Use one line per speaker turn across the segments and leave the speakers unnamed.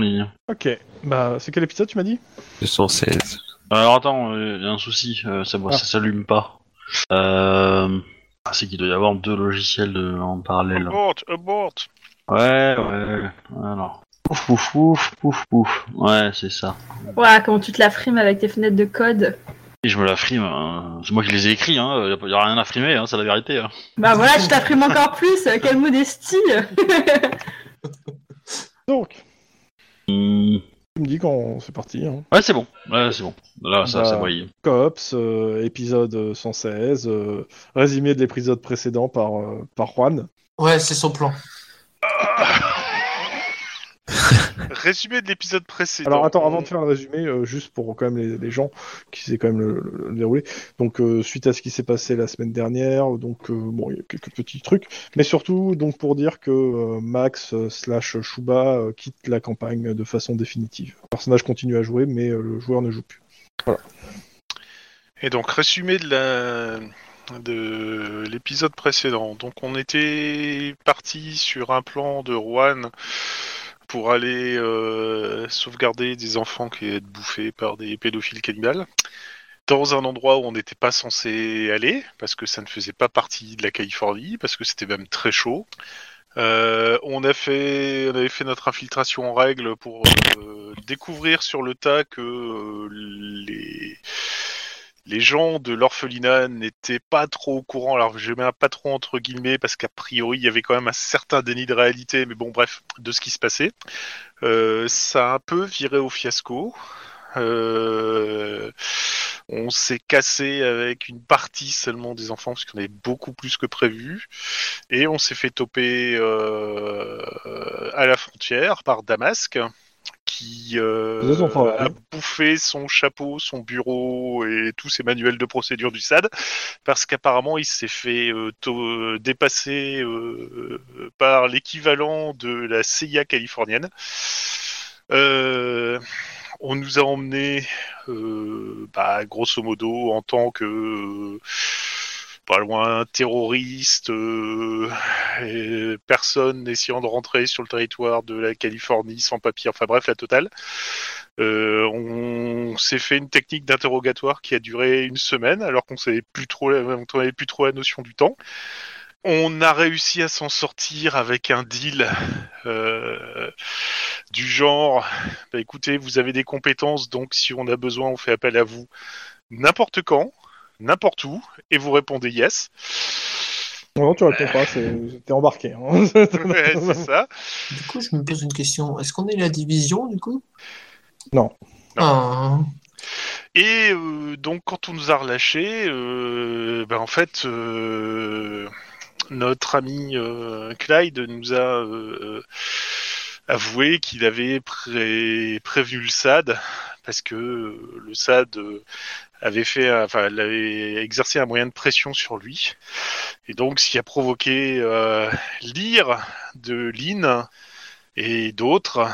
ligne.
Ok. Bah, c'est quel épisode tu m'as dit
216.
Alors attends, euh, y a un souci, euh, ça,
Ah.
ça s'allume pas. Euh, ah, c'est qu'il doit y avoir deux logiciels de- en parallèle.
Abort, abort.
Ouais, ouais. Alors. Pouf, pouf, pouf, pouf, pouf. Ouais, c'est ça.
Ouah, comment tu te la frimes avec tes fenêtres de code.
Et je me la frime. hein. C'est moi qui les ai écrits, hein. Y a pas- y a rien à frimer, hein, c'est la vérité. hein.
Bah voilà, je te la frime encore plus. euh, Quelle modestie.
Donc,
Hmm.
tu me dis quand c'est parti. Hein.
Ouais, c'est bon. Ouais, c'est bon. Là, ça,
Bah.
ça voyait.
Coops, euh, épisode 116, euh, résumé de l'épisode précédent par, euh, par Juan.
Ouais, c'est son plan.
Résumé de l'épisode précédent.
Alors attends, avant de faire un résumé, euh, juste pour quand même les, les gens qui c'est quand même le, le- le déroulé. Donc euh, suite à ce qui s'est passé la semaine dernière, donc euh, bon, il y a quelques petits trucs, mais surtout donc pour dire que euh, Max euh, slash Shuba euh, quitte la campagne de façon définitive. Le personnage continue à jouer, mais euh, le joueur ne joue plus.
Et donc, résumé de la de l'épisode précédent. Donc, on était parti sur un plan de Rouen pour aller euh, sauvegarder des enfants qui étaient bouffés par des pédophiles cannibales dans un endroit où on n'était pas censé aller parce que ça ne faisait pas partie de la Californie parce que c'était même très chaud. Euh, on a fait, on avait fait notre infiltration en règle pour euh, découvrir sur le tas que euh, les les gens de l'orphelinat n'étaient pas trop au courant, alors je mets un pas trop entre guillemets parce qu'a priori il y avait quand même un certain déni de réalité, mais bon bref, de ce qui se passait. Euh, ça a un peu viré au fiasco. Euh, on s'est cassé avec une partie seulement des enfants parce qu'on avait beaucoup plus que prévu et on s'est fait toper euh, à la frontière par Damasque qui euh,
Les enfants, ouais.
a bouffé son chapeau, son bureau et tous ses manuels de procédure du SAD parce qu'apparemment il s'est fait euh, to- euh, dépasser euh, euh, par l'équivalent de la CIA californienne. Euh, on nous a emmenés, euh, bah, grosso modo, en tant que euh, pas loin terroriste, euh, et personne essayant de rentrer sur le territoire de la Californie sans papier, enfin bref, la totale. Euh, on s'est fait une technique d'interrogatoire qui a duré une semaine, alors qu'on savait plus trop, la- on avait plus trop la notion du temps. On a réussi à s'en sortir avec un deal euh, du genre bah écoutez, vous avez des compétences, donc si on a besoin, on fait appel à vous n'importe quand, n'importe où, et vous répondez yes.
Non, tu réponds pas, c'est- t'es embarqué. hein.
Bah. Ouais, c'est ça.
Du coup, je me pose une question. Est-ce qu'on est la division, du coup
Non.
Ah,
Et euh, donc, quand on nous a relâchés, euh, ben, en fait, euh, notre ami euh, Clyde nous a euh, avoué qu'il avait pré- prévenu le SAD, parce que euh, le SAD euh, avait fait, un- enfin, l'avait exercé un moyen de pression sur lui, et donc ce qui a provoqué euh, l'ire de Lynn et d'autres,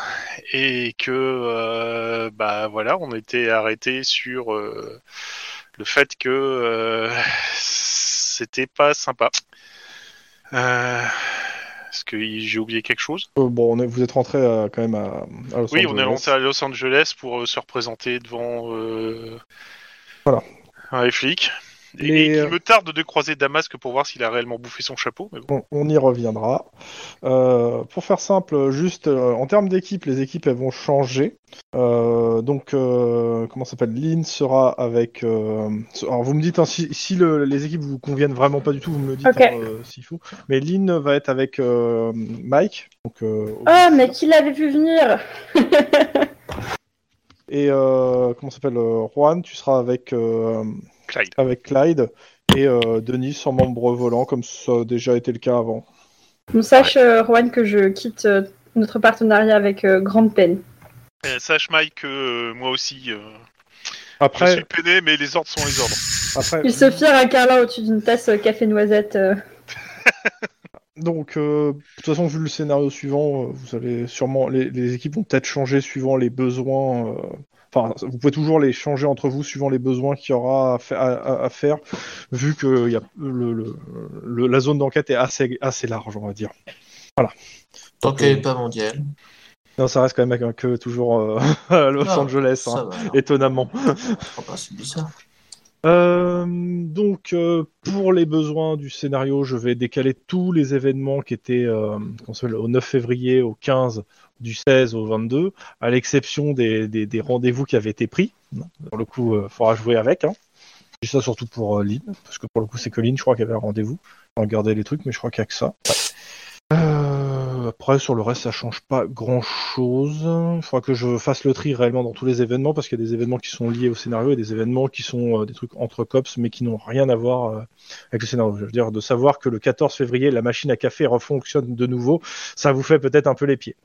et que euh, bah voilà, on était arrêté sur euh, le fait que euh, c'était pas sympa. Euh, Est-ce que j'ai oublié quelque chose
Euh, bon, on est- vous êtes rentré à- quand même à, à Los
Oui, on est
Angeles.
rentré à Los Angeles pour euh, se représenter devant euh,
Voilà.
un flic. Et,
Mais,
et
euh,
il me tarde de croiser Damasque pour voir s'il a réellement bouffé son chapeau. Mais bon.
On, on y reviendra. Euh, pour faire simple, juste euh, en termes d'équipe, les équipes elles vont changer. Euh, donc, euh, comment ça s'appelle Lynn sera avec. euh, alors, vous me dites hein, si, si le- les équipes vous conviennent vraiment pas du tout, vous me le dites
Ok.
hein, euh, s'il faut. Mais Lynn va être avec euh, Mike. Donc, euh, au-
oh, mais qui l'avait vu venir
Et euh, comment ça s'appelle euh, Juan, tu seras avec euh,
Clyde.
avec Clyde et euh, Denis en membre volant, comme ça a déjà été le cas avant.
On sache, euh, Rowan, que je quitte euh, notre partenariat avec euh, grande peine.
Euh, sache Mike que euh, moi aussi, euh, je suis
Après,
peiné, mais les ordres sont les ordres.
après,
Il se fire un carlin au-dessus d'une tasse euh, café noisette. euh.
Donc, euh, de toute façon, vu le scénario suivant, euh, vous allez sûrement. Les, les équipes vont peut-être changer suivant les besoins. euh, Enfin, vous pouvez toujours les changer entre vous suivant les besoins qu'il y aura à, fa- à- à- à faire, vu que il y a le, le- le- la zone d'enquête est assez, assez large, on va dire.
tant qu'elle n'est pas mondiale.
Non, ça reste quand même avec- que toujours euh, à Los
Ah,
Angeles, hein,
Ça va, alors.
étonnamment.
Je crois pas, c'est bizarre.
Euh, donc, euh, pour les besoins du scénario, je vais décaler tous les événements qui étaient euh, qu'on s'appelle, au 9 février, au 15, du 16 au 22, à l'exception des, des- des rendez-vous qui avaient été pris. Pour le coup, il faudra jouer avec. Hein. Je dis ça surtout pour euh, Lynn, parce que pour le coup, c'est que Lynn, je crois qu'elle avait un rendez-vous. On regardait les trucs, mais je crois qu'il n'y a que ça. Ouais. Euh, après, sur le reste, ça change pas grand-chose. Il faudra que je fasse le tri réellement dans tous les événements, parce qu'il y a des événements qui sont liés au scénario et des événements qui sont euh, des trucs entre cops, mais qui n'ont rien à voir euh, avec le scénario. Je veux dire, de savoir que le 14 février, la machine à café refonctionne de nouveau, ça vous fait peut-être un peu les pieds.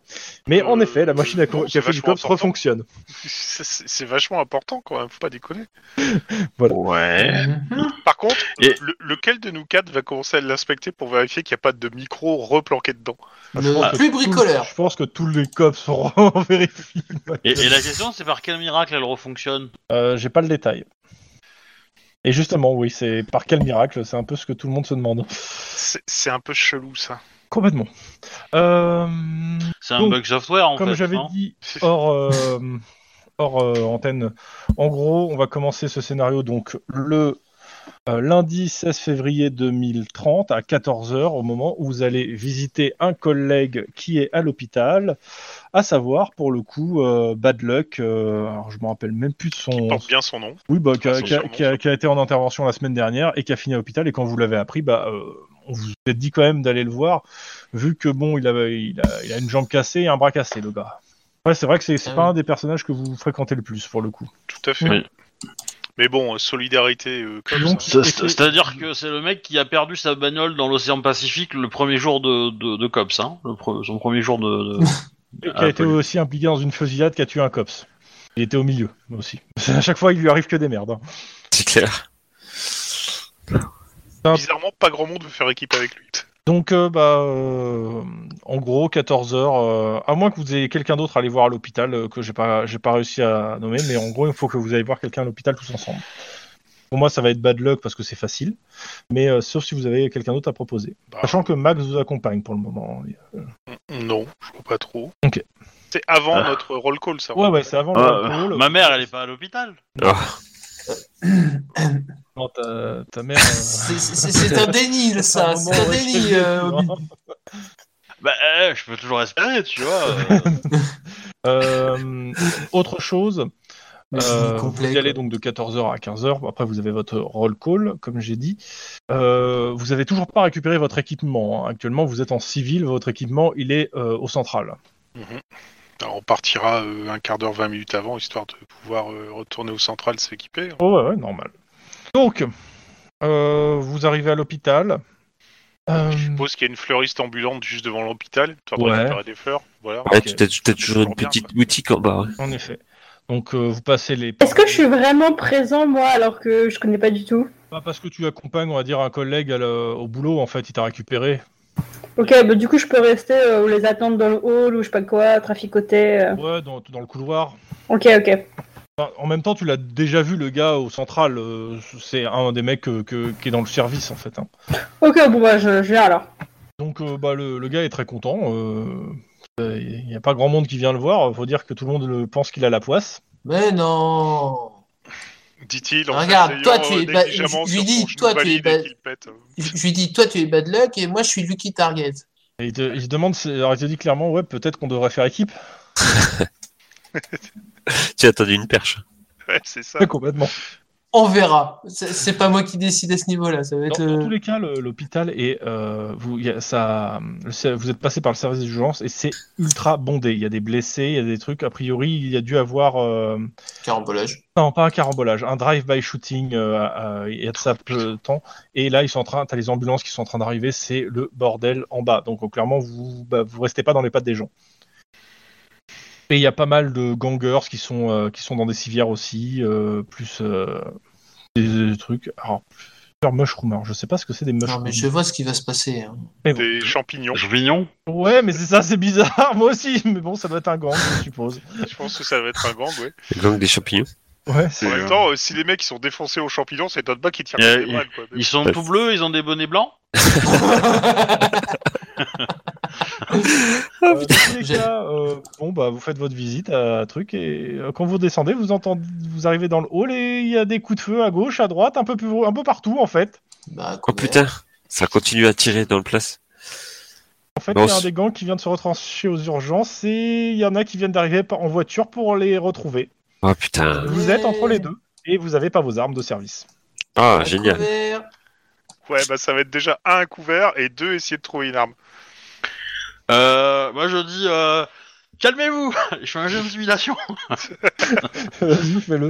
Mais en
Euh,
effet, la machine à
non, c'est
café du
vachement
cops
important.
refonctionne.
C'est- C'est c'est vachement important quand même, faut pas déconner.
Ouais.
Mhm.
Par contre,
Et-
le- lequel de nous quatre va commencer à l'inspecter pour vérifier qu'il n'y a pas de micro replanqué dedans
Le
Ah, je pense que
plus
tous-
bricoleur.
Je pense que tous les cops seront vérifiés.
Et, et la question, c'est par quel miracle elle refonctionne
Euh, J'ai pas le détail. Et justement, oui, c'est par quel miracle C'est un peu ce que tout le monde se demande.
C'est c'est un peu chelou ça.
Complètement. Euh,
C'est un
Donc,
bug software, en
comme
fait.
j'avais
non
dit hors, euh, hors euh, antenne, en gros, on va commencer ce scénario donc le euh, lundi 16 février 2030 à 14h, au moment où vous allez visiter un collègue qui est à l'hôpital, à savoir pour le coup euh, Bad Luck, euh, alors je me rappelle même plus de
Il
son,
porte bien son nom.
Oui, bah, qui, a,
Façon,
qui a-
Ah, sûrement,
qui a-
ça.
qui a été en intervention la semaine dernière et qui a fini à l'hôpital. Et quand vous l'avez appris, bah, euh, on vous a dit quand même d'aller le voir, vu que bon, il, avait, il, a, il a une jambe cassée et un bras cassé, le gars. Ouais, c'est vrai que c'est c'est
Ah
pas
oui.
un des personnages que vous fréquentez le plus, pour le coup.
Tout à fait.
Oui.
Mais bon, euh, solidarité euh, comme
Donc,
ça.
C'est- c'est- C'est-à-dire que c'est le mec qui a perdu sa bagnole dans l'océan Pacifique le premier jour de, de, de COPS, hein, le pre- son premier jour de... de-
Et qui
Ah,
a été
Paul.
aussi impliqué dans une fusillade qui a tué un cops. Il était au milieu, aussi. À chaque fois, il lui arrive que des merdes. hein.
C'est clair.
Bizarrement, pas grand monde veut faire équipe avec lui.
Donc, euh, bah, euh, en gros, 14 heures. euh, à moins que vous ayez quelqu'un d'autre à aller voir à l'hôpital, euh, que j'ai pas, j'ai pas réussi à nommer, mais en gros, il faut que vous allez voir quelqu'un à l'hôpital tous ensemble. Pour moi, ça va être bad luck parce que c'est facile, mais euh, sauf si vous avez quelqu'un d'autre à proposer.
Bah,
Sachant que Max vous accompagne pour le moment.
Non, je vois pas trop.
Ok.
C'est avant
Ah.
notre roll call, ça.
Ouais, ouais, c'est avant le
Euh,
roll call.
ma mère, elle est pas à l'hôpital
Non, ta, ta mère. euh,
C'est- C'est c'est un déni, là,
à
ça.
moment,
C'est un
Ah, ouais,
déni.
c'est-
euh, Obi.
Bah, euh, je peux toujours espérer, tu vois. euh.
Euh, autre chose,
Le
Euh,
déni complet,
vous y allez
quoi.
donc de 14h à 15h. Après, vous avez votre roll call, comme j'ai dit. Euh, vous avez toujours pas récupéré votre équipement. hein. Actuellement, vous êtes en civil. Votre équipement, il est euh, au central.
Mhm. Alors, on partira euh, un quart d'heure, 20 minutes avant, histoire de pouvoir euh, retourner au central s'équiper.
Oh, ouais, ouais, normal. Donc, euh, vous arrivez à l'hôpital. Euh,
Je suppose qu'il y a une fleuriste ambulante juste devant l'hôpital. Tu vas
Ouais.
récupérer des fleurs. Voilà.
Ouais,
Ok.
tu t'as t'as toujours une
toujours bien,
petite boutique en bas. hein. ouais.
en effet. Donc, euh, vous passez les.
Est-ce que je suis vraiment présent, moi, alors que je connais pas du tout
Bah, parce que tu accompagnes, on va dire, un collègue à le- au boulot. En fait, il t'a récupéré.
Ok, bah du coup, je peux rester euh, ou les attendre dans le hall ou je sais pas quoi, traficoter. euh.
Ouais, dans, dans le couloir.
Ok, ok.
Enfin, En même temps, tu l'as déjà vu, le gars au central. euh, C'est un des mecs euh, que- qui est dans le service, en fait. hein.
Ok, bon, bah, je, je viens alors.
Donc euh, bah, le, le gars est très content. euh, Il n'y a pas grand monde qui vient le voir. Faut dire que tout le monde le- pense qu'il a la poisse.
Mais non.
Dit-il. en
Regarde,
s'asseyant,
toi, tu es
euh,
ba-
négligemment
je- je lui
sur son
dis,
genou
toi, tu es
valide
ba-
et qu'il pète.
Je je lui dis, toi, tu es bad luck et moi, je suis Lucky Target.
Et il, te, il se demande, si- alors il te dit clairement, ouais, peut-être qu'on devrait faire équipe.
Tu as attendu une perche.
Ouais, c'est ça.
Ouais, complètement.
On verra. C'est- C'est pas moi qui décide à ce niveau-là. Ça va
Dans,
être.
dans
euh,
tous les cas, le- l'hôpital est, euh, vous, il y a- ça, le ser- vous êtes passé par le service d'urgence et c'est ultra bondé. Il y a des blessés, il y a des trucs. A priori, il y a dû avoir, euh,
carambolage.
non, pas un carambolage, un drive-by shooting. euh, à- à- il y a de ça peu de temps. Et là, ils sont en train, t'as les ambulances qui sont en train d'arriver. C'est le bordel en bas. Donc euh, clairement, vous, bah, vous restez pas dans les pattes des gens. Et il y a pas mal de gangers qui sont, euh, qui sont dans des civières aussi, euh, plus euh, des, des trucs. Alors, plusieurs mushrooms, alors je sais pas ce que c'est des
Non,
mushrooms.
mais je vois ce qui va se passer. hein.
Des champignons.
Champignon
Ouais, mais c'est ça, c'est bizarre, moi aussi, mais bon, ça doit être un gang, je suppose.
Je pense que ça va être un gang, ouais.
Le gang des champignons.
Ouais,
En
C'est,
même
euh,
temps, euh, si les mecs ils sont défoncés aux champignons, c'est d'autres bas qui tirent
Il y a-
des balles, quoi. Mais
Ils sont tout bleus, ils ont des bonnets blancs
Euh, dans tous les
J'ai-
cas, euh, bon bah vous faites votre visite à truc et euh, quand vous descendez, vous entendez, vous arrivez dans le hall et il y a des coups de feu à gauche, à droite, un peu plus, un peu partout en fait.
Bah,
Oh
couvert.
putain, ça continue à tirer dans le place.
En fait,
Bon,
il y a un
c'est-
des gangs qui vient de se retrancher aux urgences et il y en a qui viennent d'arriver par- en voiture pour les retrouver.
Oh putain.
Vous
Ouais.
êtes entre les deux et vous n'avez pas vos armes de service.
Ah,
Bah,
génial.
couvert.
Ouais, bah ça va être déjà un couvert et deux essayer de trouver une arme.
Euh, moi je dis, euh, calmez-vous Je fais un jeu d'intimidation.
Vas-y, fais-le.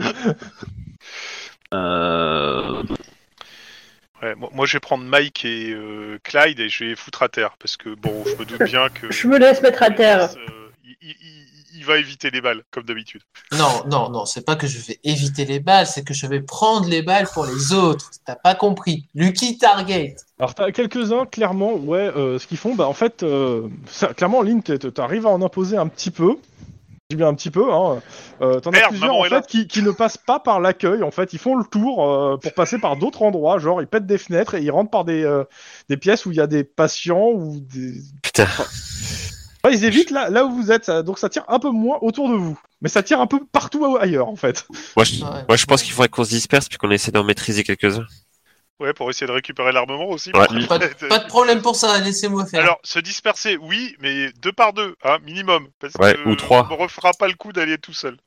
Euh,
Ouais, moi, moi, je vais prendre Mike et euh, Clyde et je vais les foutre à terre parce que bon, je me doute bien que.
Je me laisse mettre à terre.
Euh, il, il- il- il va éviter les balles comme d'habitude.
Non, non, non, c'est pas que je vais éviter les balles, c'est que je vais prendre les balles pour les autres. T'as pas compris. Lucky Target.
Alors t'as quelques-uns clairement, ouais, euh, ce qu'ils font, bah en fait, euh, ça, clairement, Lynn, t'es- t'arrives à en imposer un petit peu. Je dis bien un petit peu, hein. Euh, T'en as
Merde,
plusieurs
maman
en
est là.
fait qui, qui ne passent pas par l'accueil. En fait, ils font le tour euh, pour passer par d'autres endroits. Genre, ils pètent des fenêtres et ils rentrent par des, euh, des pièces où il y a des patients ou des.
Putain.
Enfin, ils évitent là, là où vous êtes. ça- donc ça tire un peu moins autour de vous, mais ça tire un peu partout ailleurs en fait.
Moi je,
Ouais.
moi, je pense qu'il faudrait qu'on se disperse puis qu'on essaie d'en maîtriser quelques-uns.
Ouais, pour essayer de récupérer l'armement aussi.
Ouais.
oui.
Pas de, pas de problème pour ça, laissez-moi faire.
Alors, se disperser, oui, mais deux par deux, hein, minimum. Parce
Ouais,
que
ou trois.
On refera pas le coup d'aller tout seul.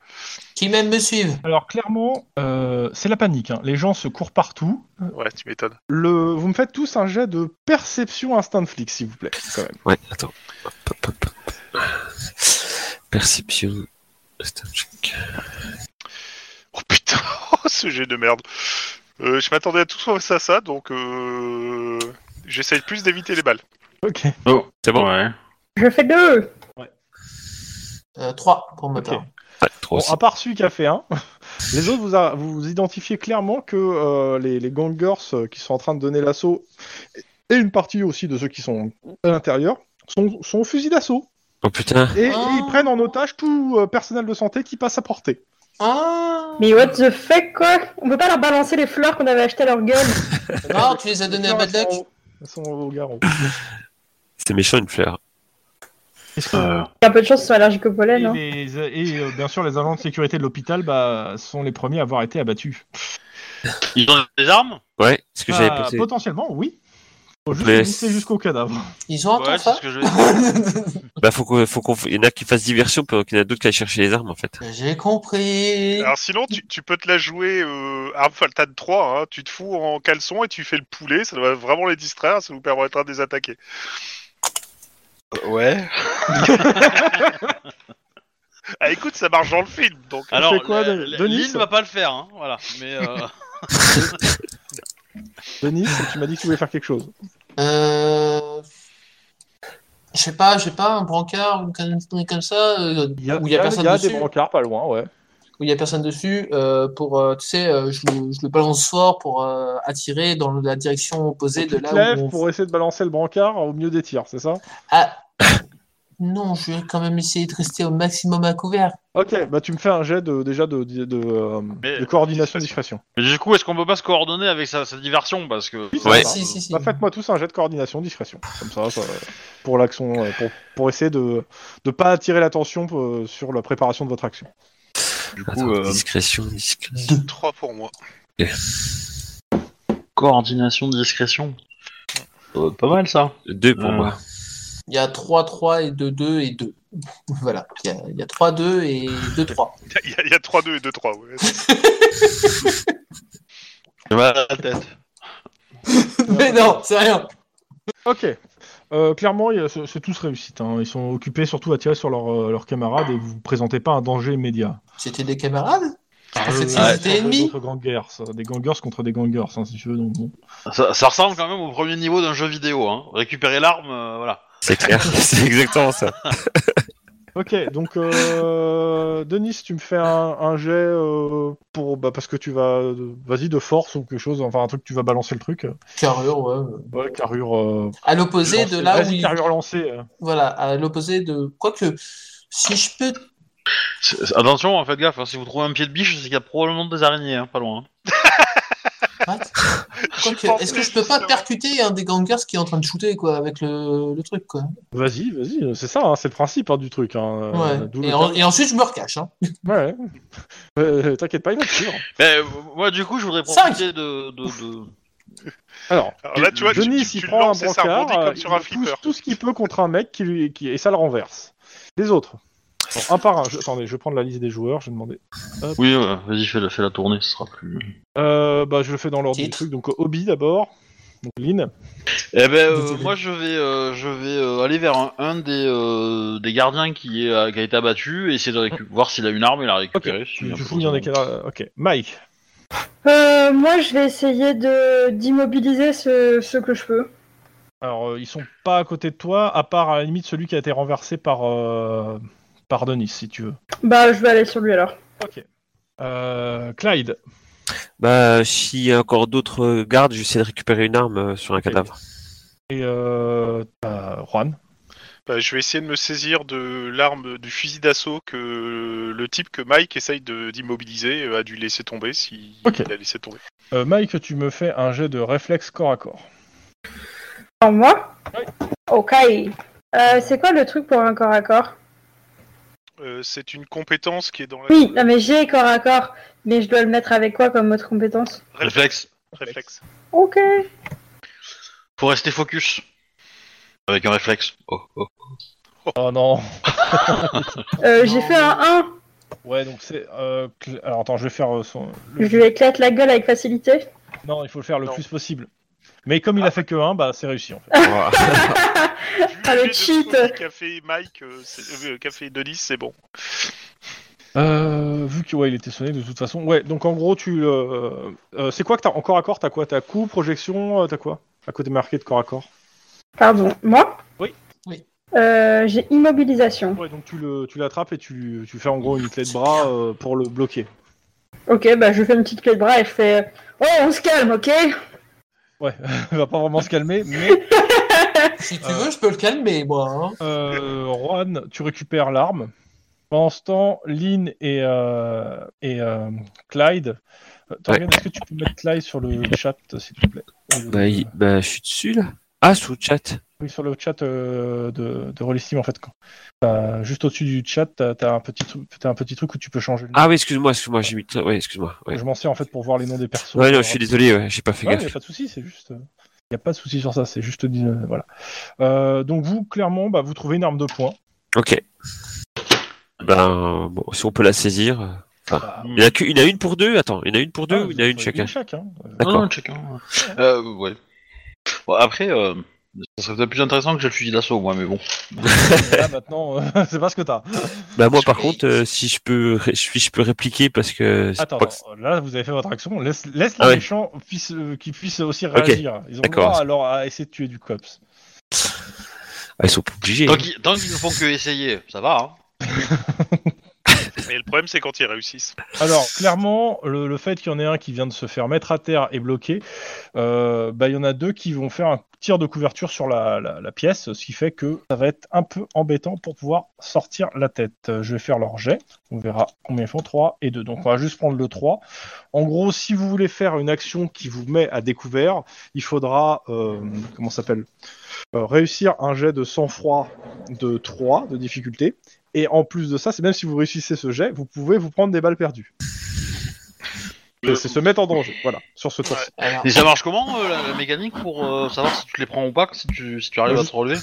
Qui même me suivent
Alors clairement, euh, c'est la panique. hein. Les gens se courent partout.
Ouais, tu m'étonnes.
Le... Vous me faites tous un jet de perception instinct de flic, s'il vous plaît. Quand même.
Ouais, attends. Hop, hop, hop, hop. Perception. Instant check.
Oh putain, ce jet de merde. Euh, je m'attendais à tout sauf à ça, donc euh, j'essaye plus d'éviter les balles.
Ok.
C'est bon
ouais.
Je fais deux.
euh, Trois pour me
Ok.
perdre.
Ouais, Ah, trois
Bon,
aussi.
à part celui qui a fait un, les autres, vous, a- vous identifiez clairement que euh, les, les gangers euh, qui sont en train de donner l'assaut, et une partie aussi de ceux qui sont à l'intérieur, sont, sont au fusil d'assaut.
Oh putain.
Et, et
Ah.
ils prennent en otage tout euh, personnel de santé qui passe à portée.
Ah
Mais what the fuck, quoi On peut pas leur balancer les fleurs qu'on avait achetées à leur gueule
Non, Ah, tu les as donnés à
Elles
Bad Luck
sont- elles sont au garrot.
C'est méchant une fleur.
Euh,
Il y a un peu de chance qu'ils soient allergiques au
Et,
pollen, hein.
les- et, euh, bien sûr, les agents de sécurité de l'hôpital bah, sont les premiers à avoir été abattus.
ils ont des armes
Ouais, ce que j'avais
Bah,
pensé.
Potentiellement, oui. Faut juste
Mais-
les glisser jusqu'au cadavre.
Ils ont un
Ouais,
temps
c'est
ça
ce que je veux dire.
Bah faut qu'on, faut qu'on, il y en a qui fassent diversion pendant qu'il y en a d'autres qui aillent chercher les armes en fait.
J'ai compris.
Alors sinon, tu, tu peux te la jouer euh, arme fatale 3, hein, tu te fous en caleçon et tu fais le poulet, ça va vraiment les distraire, ça vous permettra de les attaquer.
Ouais.
Ah écoute, ça marche dans le film, donc... euh,
Alors,
fais quoi,
la-
Denis
la- Lynn va pas le faire, hein, voilà. Mais euh,
Denis, tu m'as dit que tu voulais faire quelque chose.
Euh... Je sais pas, je sais pas, un brancard ou une connerie comme ça, euh,
Il y a,
où il y a personne
il y a
dessus,
des brancards pas loin, ouais.
où il y a personne dessus, euh, pour, euh, tu sais, euh, je, le- je le balance fort pour euh, attirer dans la direction opposée de
Tu
là
te lèves
où on...
pour essayer de balancer le brancard au milieu des tirs, c'est ça
Ah Non, je vais quand même essayer de rester au maximum à couvert.
Ok, bah tu me fais un jet de, déjà de, de, de, euh,
Mais-
de coordination discrétion.
mais du coup, est-ce qu'on peut pas se coordonner avec sa, sa diversion parce que
Oui, ça
Ouais.
va.
Ah, Si, si, si.
Bah, Faites-moi tous un jet de coordination discrétion. Comme ça, ça, pour l'action, euh, pour, pour essayer de ne pas attirer l'attention euh, sur la préparation de votre action.
du
Attends,
coup, euh,
discrétion, discrétion.
3 pour moi.
coordination, discrétion, Euh, pas mal ça.
Deux pour
Euh.
moi.
Il y a 3, 3 et 2, 2 et 2. Voilà, il y a, il y a 3, 2 et 2, 3.
Il y a- il y a 3-2 et 2-3, ouais.
J'ai mal à la tête.
Mais non, c'est rien.
Ok. Euh, clairement, il y a- c'est c'est tous réussite. hein. Ils sont occupés surtout à tirer sur leurs euh, leurs camarades et vous ne présentez pas un danger immédiat.
C'était des camarades Je
Ah,
pensais que
ouais.
c'était ennemi.
Contre gangers, ça. des gangers contre des gangers, hein, si tu veux. Donc, bon.
Ça, ça ressemble quand même au premier niveau d'un jeu vidéo. Hein. Récupérer l'arme, euh, voilà.
C'est clair. c'est exactement ça.
Ok, donc euh, Denis, tu me fais un, un jet euh, pour bah, parce que tu vas euh, vas-y de force ou quelque chose, enfin un truc tu vas balancer le truc.
Carrure, ouais.
Ouais, carrure. Euh,
À l'opposé de
lancée.
là où
Vas-y,
il...
carrure lancée. euh.
Voilà, à l'opposé de... Quoique, si je peux...
hein. C'est- Attention, en fait, gaffe. hein, si vous trouvez un pied de biche, c'est qu'il y a probablement des araignées, hein, pas loin. hein.
patte. Quoique,
pensais,
Est-ce que je peux pas
justement.
percuter un des gangers qui est en train de shooter quoi avec le, le truc quoi
Vas-y, vas-y, c'est ça, hein, c'est le principe hein, du truc. Hein, euh,
Ouais.
d'où
Et,
le-
en- et ensuite je me recache. Hein.
Ouais. Euh, T'inquiète pas, il va te suivre.
Ben, moi, du coup, je voudrais
Cinq.
profiter de, de, de-
Alors,
Alors là, tu vois, tu-
Denis,
tu,
il
tu
prend un
lances et ça
brancard,
rebondit
euh,
comme
il
sur un
pousse
flipper.
tout ce qu'il peut contre un mec qui lui, qui- et ça le renverse. Les autres. Bon, un par un. Je- attendez, je vais prendre la liste des joueurs, je vais demander.
Oui, ouais, vas-y, fais la, fais la tournée, ce sera plus.
Euh, bah, je le fais dans l'ordre du
Titre.
truc. Donc, euh, Obi d'abord. Donc, Lynn.
Eh ben, euh,
Désolé.
moi, je vais, euh, je vais euh, aller vers un, un des, euh, des gardiens qui, est, euh, qui a été abattu et essayer de récu- voir s'il a une arme et la récupérer. s'il
Tu,
a
tu
pas
fouilles dans
besoin.
les cadavres. Ok. Mike.
Euh, moi, je vais essayer de d'immobiliser ce, ce que je peux.
Alors, euh, ils sont pas à côté de toi, à part à la limite celui qui a été renversé par, euh, par Denis, si tu veux.
Bah, je vais aller sur lui alors.
Ok. Euh, Clyde.
Bah, s'il y a encore d'autres euh, gardes, j'essaie de récupérer une arme euh, sur un cadavre.
Et euh, euh, Juan.
Bah, je vais essayer de me saisir de l'arme du fusil d'assaut que le type que Mike essaye de- d'immobiliser euh, a dû laisser tomber s'il
Ok.
a laissé tomber.
Euh, Mike, tu me fais un jet de réflexe corps à corps.
En moi Ok. Euh, c'est quoi le truc pour un corps à corps
Euh, c'est une compétence qui est dans la
Oui, non mais j'ai corps à corps, mais je dois le mettre avec quoi comme autre compétence
Réflexe.
réflexe.
Ok.
Faut rester focus. Avec un réflexe. Oh, oh.
Oh non.
Euh, j'ai fait un 1,
Ouais, donc c'est. euh, cl- Alors attends, je vais faire euh, son. le-
je lui éclate la gueule avec facilité.
Non, il faut le faire le
Non.
plus possible. Mais comme il a fait que un, bah c'est réussi en fait.
Voilà.
Ah, le
Vu les deux
cheat.
produits qu'a fait Mike, euh, c'est- euh, qu'a fait Denis, c'est bon.
Euh, vu que ouais, il était sonné de toute façon. Ouais, donc en gros, tu. euh, euh, c'est quoi que t'as encore à corps T'as quoi T'as coup, projection, euh, t'as quoi À côté marqué de corps à corps.
Pardon, moi
Oui.
Oui.
Euh, j'ai immobilisation.
Ouais, donc tu le, tu l'attrapes et tu, tu fais en gros une clé de bras euh, pour le bloquer.
Ok, bah je fais une petite clé de bras et je fais... euh, Oh, on se calme, ok
Ouais, il va pas vraiment se calmer, mais
Si tu
Euh.
veux, je peux le calmer moi. hein.
euh, Juan, tu récupères l'arme. Pendant ce temps, Lynn et, euh, et euh, Clyde. Euh, Torgan, est-ce que tu peux mettre Clyde sur le chat, s'il te plaît euh,
bah, il- bah, je suis dessus là. Ah, sous le chat.
Oui, sur le chat euh, de, de Rollistim, en fait. quand- t'as- juste au-dessus du chat, t'as t'as un, petit truc- t'as un petit truc où tu peux changer le nom.
Ah oui, excuse-moi, excuse-moi, j'ai mis. Ouais, excuse-moi. Ouais.
Je m'en sers en fait pour voir les noms des persos.
Ouais, non, je suis désolé, ouais, j'ai pas fait
Ouais,
gaffe.
y a pas de souci, c'est juste. Il n'y a pas de souci sur ça, c'est juste. euh, voilà. Euh, donc, vous, clairement, bah, vous trouvez une arme de poing.
Ok. Ben, bon, si on peut la saisir.
Bah,
Il y en a, qu'une- il y en a une pour deux Attends, il y en a une pour deux
ah,
ou il
vous
y en a
en
une
trouvez
chacun
chacun. Euh,
D'accord.
Non, chacun. Euh, ouais. Bon, après, euh, ça serait peut-être plus intéressant que j'ai le fusil d'assaut, moi, mais bon.
là, maintenant, euh, c'est pas ce que t'as.
Bah, moi, par
Oui.
contre, euh, si je peux, ré- si je peux répliquer parce que. c'est
Attends,
pas que-
attends, là, vous avez fait votre action. Laisse, laisse
Ah
les
ouais.
méchants puissent, euh, qu'ils puissent aussi
Ok.
réagir. Ils ont le
D'accord.
droit alors à essayer de tuer du cops.
Ah, ils sont pas obligés.
Tant
hein.
qu'ils tant qu'ils ne font que essayer, ça va, hein.
Mais le problème, c'est quand ils réussissent.
Alors, clairement, le, le fait qu'il y en ait un qui vient de se faire mettre à terre et bloquer, euh, bah, il y en a deux qui vont faire un tir de couverture sur la, la- la pièce, ce qui fait que ça va être un peu embêtant pour pouvoir sortir la tête. Euh, Je vais faire leur jet. On verra combien ils font 3 et 2. Donc, on va juste prendre le 3. En gros, si vous voulez faire une action qui vous met à découvert, il faudra, euh, comment ça s'appelle Euh, Réussir un jet de sang-froid de 3 de difficulté. Et en plus de ça, c'est même si vous réussissez ce jet, vous pouvez vous prendre des balles perdues. C'est c'est se mettre en danger, voilà, sur ce tour.
Ouais.
Alors,
Et ça marche comment, euh, la, la mécanique, pour euh, savoir si tu te les prends ou pas, si tu, si tu arrives à te relever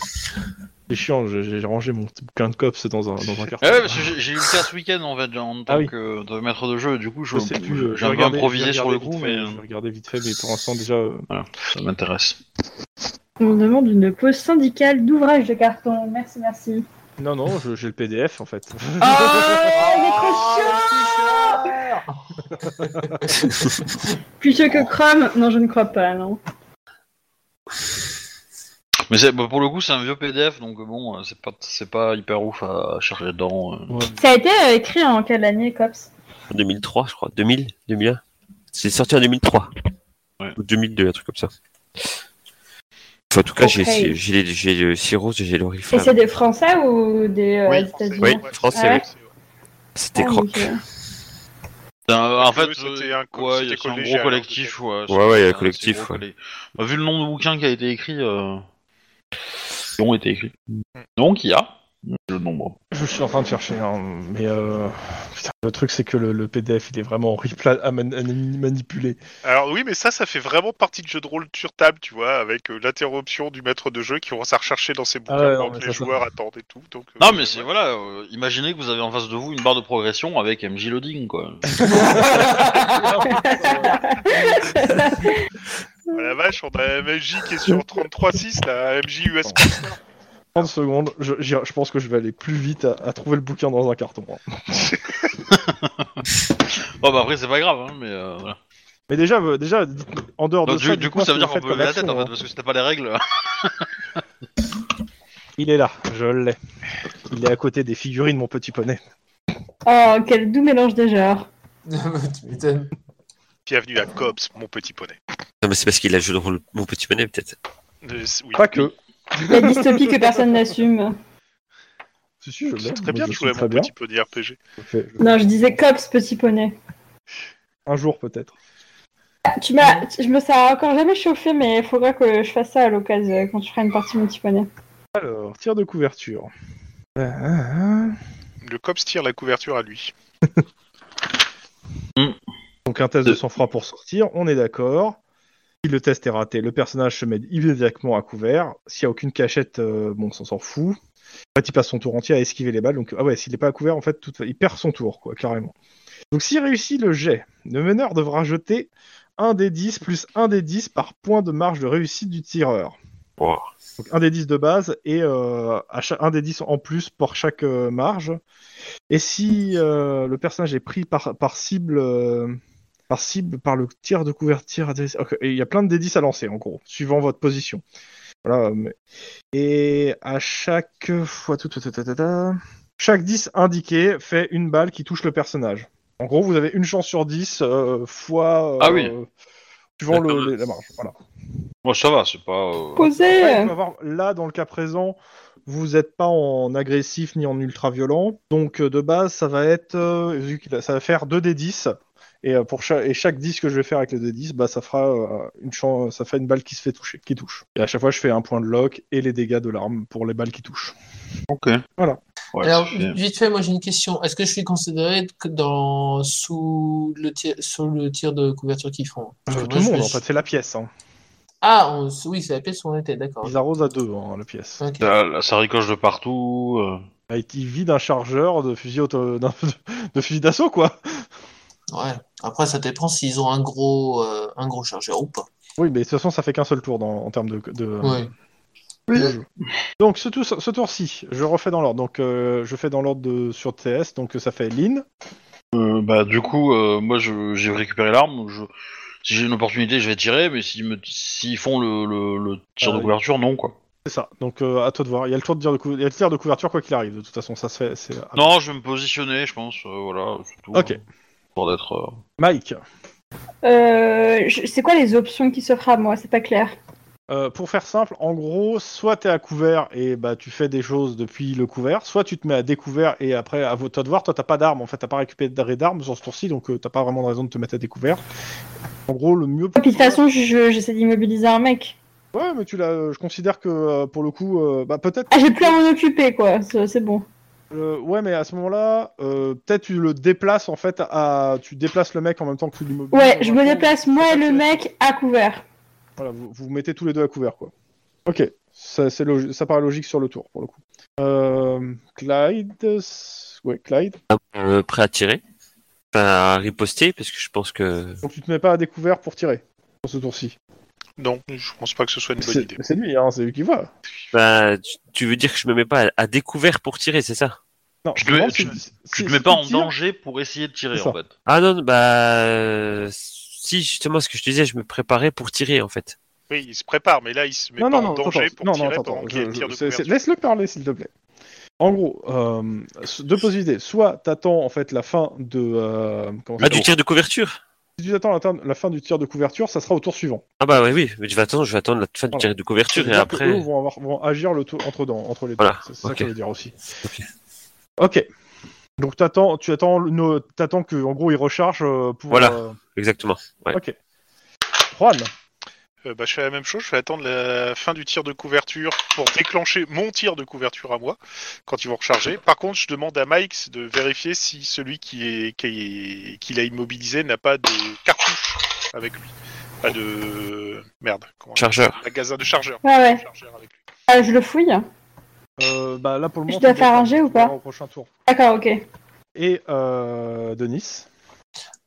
C'est chiant, j'ai- j'ai rangé mon petit bouquin de cops dans un, dans un
Ah
carton.
ouais, parce que j'ai- j'ai eu le cas ce week-end, en fait, en tant
Ah oui.
que de maître de jeu, du coup, je-
Je sais plus, euh,
j'ai
j'ai
un peu
regardé-
improvisé
j'ai
sur le
regardé
coup,
vite
mais
fait, J'ai
euh,
regardé vite fait, mais pour l'instant, déjà. euh,
ça m'intéresse.
On demande une pause syndicale d'ouvrage de carton. Merci, merci.
Non, non, je- j'ai le PDF en fait.
Ah, il est trop
Oh,
chiant Ah,
le tricheur
Plus sûr que Chrome Non, je ne crois pas, non.
Mais c'est- bah, pour le coup, c'est un vieux PDF, donc euh, bon, euh, c'est pas, c'est pas hyper ouf à chercher dedans. euh.
Ça a été euh, écrit en quelle année, Cops
En 2003, je crois. 2000, 2001. C'est sorti en 2003.
Ouais.
Ou 2002, un truc comme ça. Enfin, en tout cas,
Ok.
j'ai- j'ai les- j'ai le Cyrus et j'ai
Et c'est
l'Oriflamme.
des Français ou des euh,
Oui,
États-Unis
Oui,
Ouais,
français,
Ah
oui.
ouais
c'est-
C'était
Ah,
croque.
ok.
un- Ben, en
que
fait,
c'était
euh,
un co-
ouais,
c'était
c'est un
collégial,
gros collectif. Ouais, c'est-
ouais, il y a
c'est
un
un
collectif,
gros
ouais.
collé- Bah, vu le nombre de bouquins qui a été écrit, euh... qui ont été écrits. Donc il y a le nombre.
Je suis en train de chercher, hein, mais euh, putain, le truc c'est que le, le PDF il est vraiment horrible à, à man- à manipuler.
Alors oui, mais ça, ça fait vraiment partie de jeu de rôle sur table, tu vois, avec euh, l'interruption du maître de jeu qui commence à rechercher dans ses bouquins
Ah ouais, non,
pendant
mais
que
ça,
les
ça-
joueurs attendent et tout. Donc, euh,
Non mais c'est
ouais.
voilà, euh, imaginez que vous avez en face de vous une barre de progression avec MJ Loading quoi.
Ah la vache, on a MJ qui est sur 33.6, là, MJ USP.
30 secondes, je, j'y- je pense que je vais aller plus vite à, à trouver le bouquin dans un carton. hein.
Bon bah après c'est pas grave hein, mais euh, voilà.
Mais déjà, euh, déjà dites- en dehors
Donc,
de
du,
ça,
du
dites-moi
coup ça veut
ce
dire
que
qu'on peut
vous
lever
faites
la tête
comme
en fait
action,
parce que c'était pas les règles.
hein. Il est là, je l'ai. Il est à côté des figurines, mon petit poney.
Oh, quel doux mélange de genres.
tu m'étonnes.
Bienvenue à Cops, mon petit poney.
Non, mais c'est parce qu'il a joué le rôle mon petit bonnet, peut-être.
Euh, c'est- oui.
Pas que.
La dystopie que personne n'assume.
Si, si, je l'ai.
C'est
Moi,
très bien
je
de
suis
jouer à
très
mon
bien.
petit poney RPG.
Je fais- je-
Non, je disais cops, petit poney.
Un jour peut-être.
Ah, Tu m'as, tu- je me suis encore jamais chauffé, mais il faudra que je fasse ça à l'occasion quand tu feras une partie mon petit poney.
Alors, tir de couverture. Ah, ah, ah.
Le Cops tire la couverture à lui.
Donc un test de sang-froid pour sortir, on est d'accord. Si le test est raté, le personnage se met immédiatement à couvert. S'il n'y a aucune cachette, euh, bon, on s'en fout. En fait, il passe son tour entier à esquiver les balles. Donc, ah ouais, s'il n'est pas à couvert, en fait, tout- il perd son tour, quoi, carrément. Donc s'il réussit le jet, le meneur devra jeter un des 10 plus un des 10 par point de marge de réussite du tireur.
Wow.
Donc un des 10 de base et euh, à chaque, un des 10 en plus pour chaque euh, marge. Et si euh, le personnage est pris par, par cible euh, par cible par le tir de couverture, à des- ok, et il y a plein de dés 10 à lancer en gros, suivant votre position. Voilà. mais- Et à chaque fois, tout, tout, tout, tout, tout, tout, chaque 10 indiqué fait une balle qui touche le personnage. En gros, vous avez une chance sur 10 euh, fois euh,
Ah oui.
suivant le- la marge. Voilà.
Moi ça va, c'est pas. euh,
Posé.
Après, il faut avoir- là, dans le cas présent, vous n'êtes pas en agressif ni en ultra violent. Donc, euh, de base, ça va être. euh, vu qu'il a- ça va faire 2 des 10. Et, euh, pour chaque, et chaque 10 que je vais faire avec les 2 10, bah, ça, fera, euh, une chan- ça fait une balle qui se fait toucher, qui touche. Et à chaque fois, je fais un point de lock et les dégâts de l'arme pour les balles qui touchent.
Ok.
Voilà.
Ouais,
Alors,
c'est-
vite fait, moi j'ai une question. Est-ce que je suis considéré que dans... sous, le tir... sous le tir de couverture qu'ils font Parce
Euh,
que
tout le
moi, je
monde,
me-
en fait, c'est la pièce. hein.
Ah, on- oui, c'est la pièce où on était, d'accord.
Ils arrosent à deux, hein, la pièce.
Ok.
Là, là, ça ricoche de partout. euh.
Bah, Ils vident un chargeur de fusil, auto- d'un- de fusil d'assaut, quoi.
Ouais. Après, ça dépend s'ils ont un gros, euh, un gros chargeur ou pas.
Oui, mais de toute façon, ça fait qu'un seul tour dans- en termes de, de,
Ouais.
Donc ce, tour- ce tour-ci, je refais dans l'ordre. Donc euh, je fais dans l'ordre de sur TS, donc euh, ça fait Lynn.
Euh, bah du coup, euh, moi je- j'ai récupéré l'arme. donc Je... Si j'ai une opportunité, je vais tirer, mais s'ils me... s'ils font le, le, le tir
Ah
de
oui.
couverture, non quoi.
C'est ça. Donc euh, à toi de voir. Il y a le tour de tir de, cou- il y a le tir de couverture quoi qu'il arrive. De toute façon, ça se fait. c'est- euh,
Non, je vais me positionner, je pense. euh, voilà, c'est tout.
Ah, Ok.
Pour d'être. euh,
Mike,
Euh, je- c'est quoi les options qui s'offrent à moi C'est pas clair.
euh, pour faire simple, en gros, soit t'es à couvert et bah tu fais des choses depuis le couvert, soit tu te mets à découvert et après à vo- toi de voir. Toi t'as pas d'armes. En fait, t'as pas récupéré d'armes sur ce tour-ci, donc euh, t'as pas vraiment de raison de te mettre à découvert. En gros, le mieux.
Et puis de toute façon, je- j'essaie d'immobiliser un mec.
Ouais, mais tu l'as. Je considère que euh, pour le coup, euh, bah peut-être.
Ah, j'ai plus à m'en occuper, quoi. C'est c'est bon.
Euh, ouais, mais à ce moment-là, euh, peut-être tu le déplaces en fait à, tu déplaces le mec en même temps que tu l'immobilises.
Ouais,
On
je
va
me
faire-
déplace, moi et le mec, à couvert.
Voilà, vous, vous mettez tous les deux à couvert quoi. Ok, ça, c'est logi- ça paraît logique sur le tour pour le coup. Euh, Clyde, euh, ouais Clyde.
Euh, prêt à tirer Enfin, à riposter, parce que je pense que.
Donc tu te mets pas à découvert pour tirer sur ce tour-ci.
Non, je pense pas que ce soit une bonne
C'est
idée.
c'est lui, hein, c'est lui qui voit.
Bah, tu, tu veux dire que je me mets pas à, à découvert pour tirer, c'est ça
Non,
Tu te
je
mets-
pense
tu-
que si-
Tu
si-
te
si
mets pas en
tires-
danger pour essayer de tirer
C'est ça.
en fait.
Ah non, bah. euh, Si, justement, ce que je te disais, je me préparais pour tirer, en fait.
Oui, il se prépare, mais là, il se met
Non, non,
pas en
non, attends,
danger pour
non, non,
tirer
attends,
pendant
attends,
qu'il y a
je-
le tir de
je- c'est- c'est-
couverture.
laisse-le parler, s'il te plaît. En gros, euh, deux possibilités. Soit t'attends en fait la fin de euh, comment ça
Ah, du
s'appelle
tir de couverture
Si tu attends la, teinte- la fin du tir de couverture, ça sera au tour suivant.
Ah bah ouais, oui, mais je vais attendre, je vais attendre la fin du
Voilà.
tir de couverture et
C'est-à-dire que
après.
eux vont, avoir- vont agir le tour entre, dans- entre les deux.
Voilà,
C'est c'est ça
ok.
que je veux dire aussi.
Ok.
Ok. Donc t'attends, tu attends, le- no- t'attends que, en gros, il recharge euh, pour.
Voilà.
euh,
Exactement. Ouais.
Ok. Juan.
Euh, bah, je fais la même chose, je vais attendre la fin du tir de couverture pour déclencher mon tir de couverture à moi quand ils vont recharger. Par contre, je demande à Mike de vérifier si celui qui est qui, est- qui l'a immobilisé n'a pas de cartouche avec lui. Pas de merde. Comment
Chargeur.
Magasin de chargeur.
Ouais, ouais.
Chargeur avec lui.
Ah, je le fouille.
Euh, bah là pour le
Je
moment.
dois
tu
faire un
déclenches,
jet ou
tu verras
pas
Au prochain tour.
D'accord, ok.
Et euh, Denis.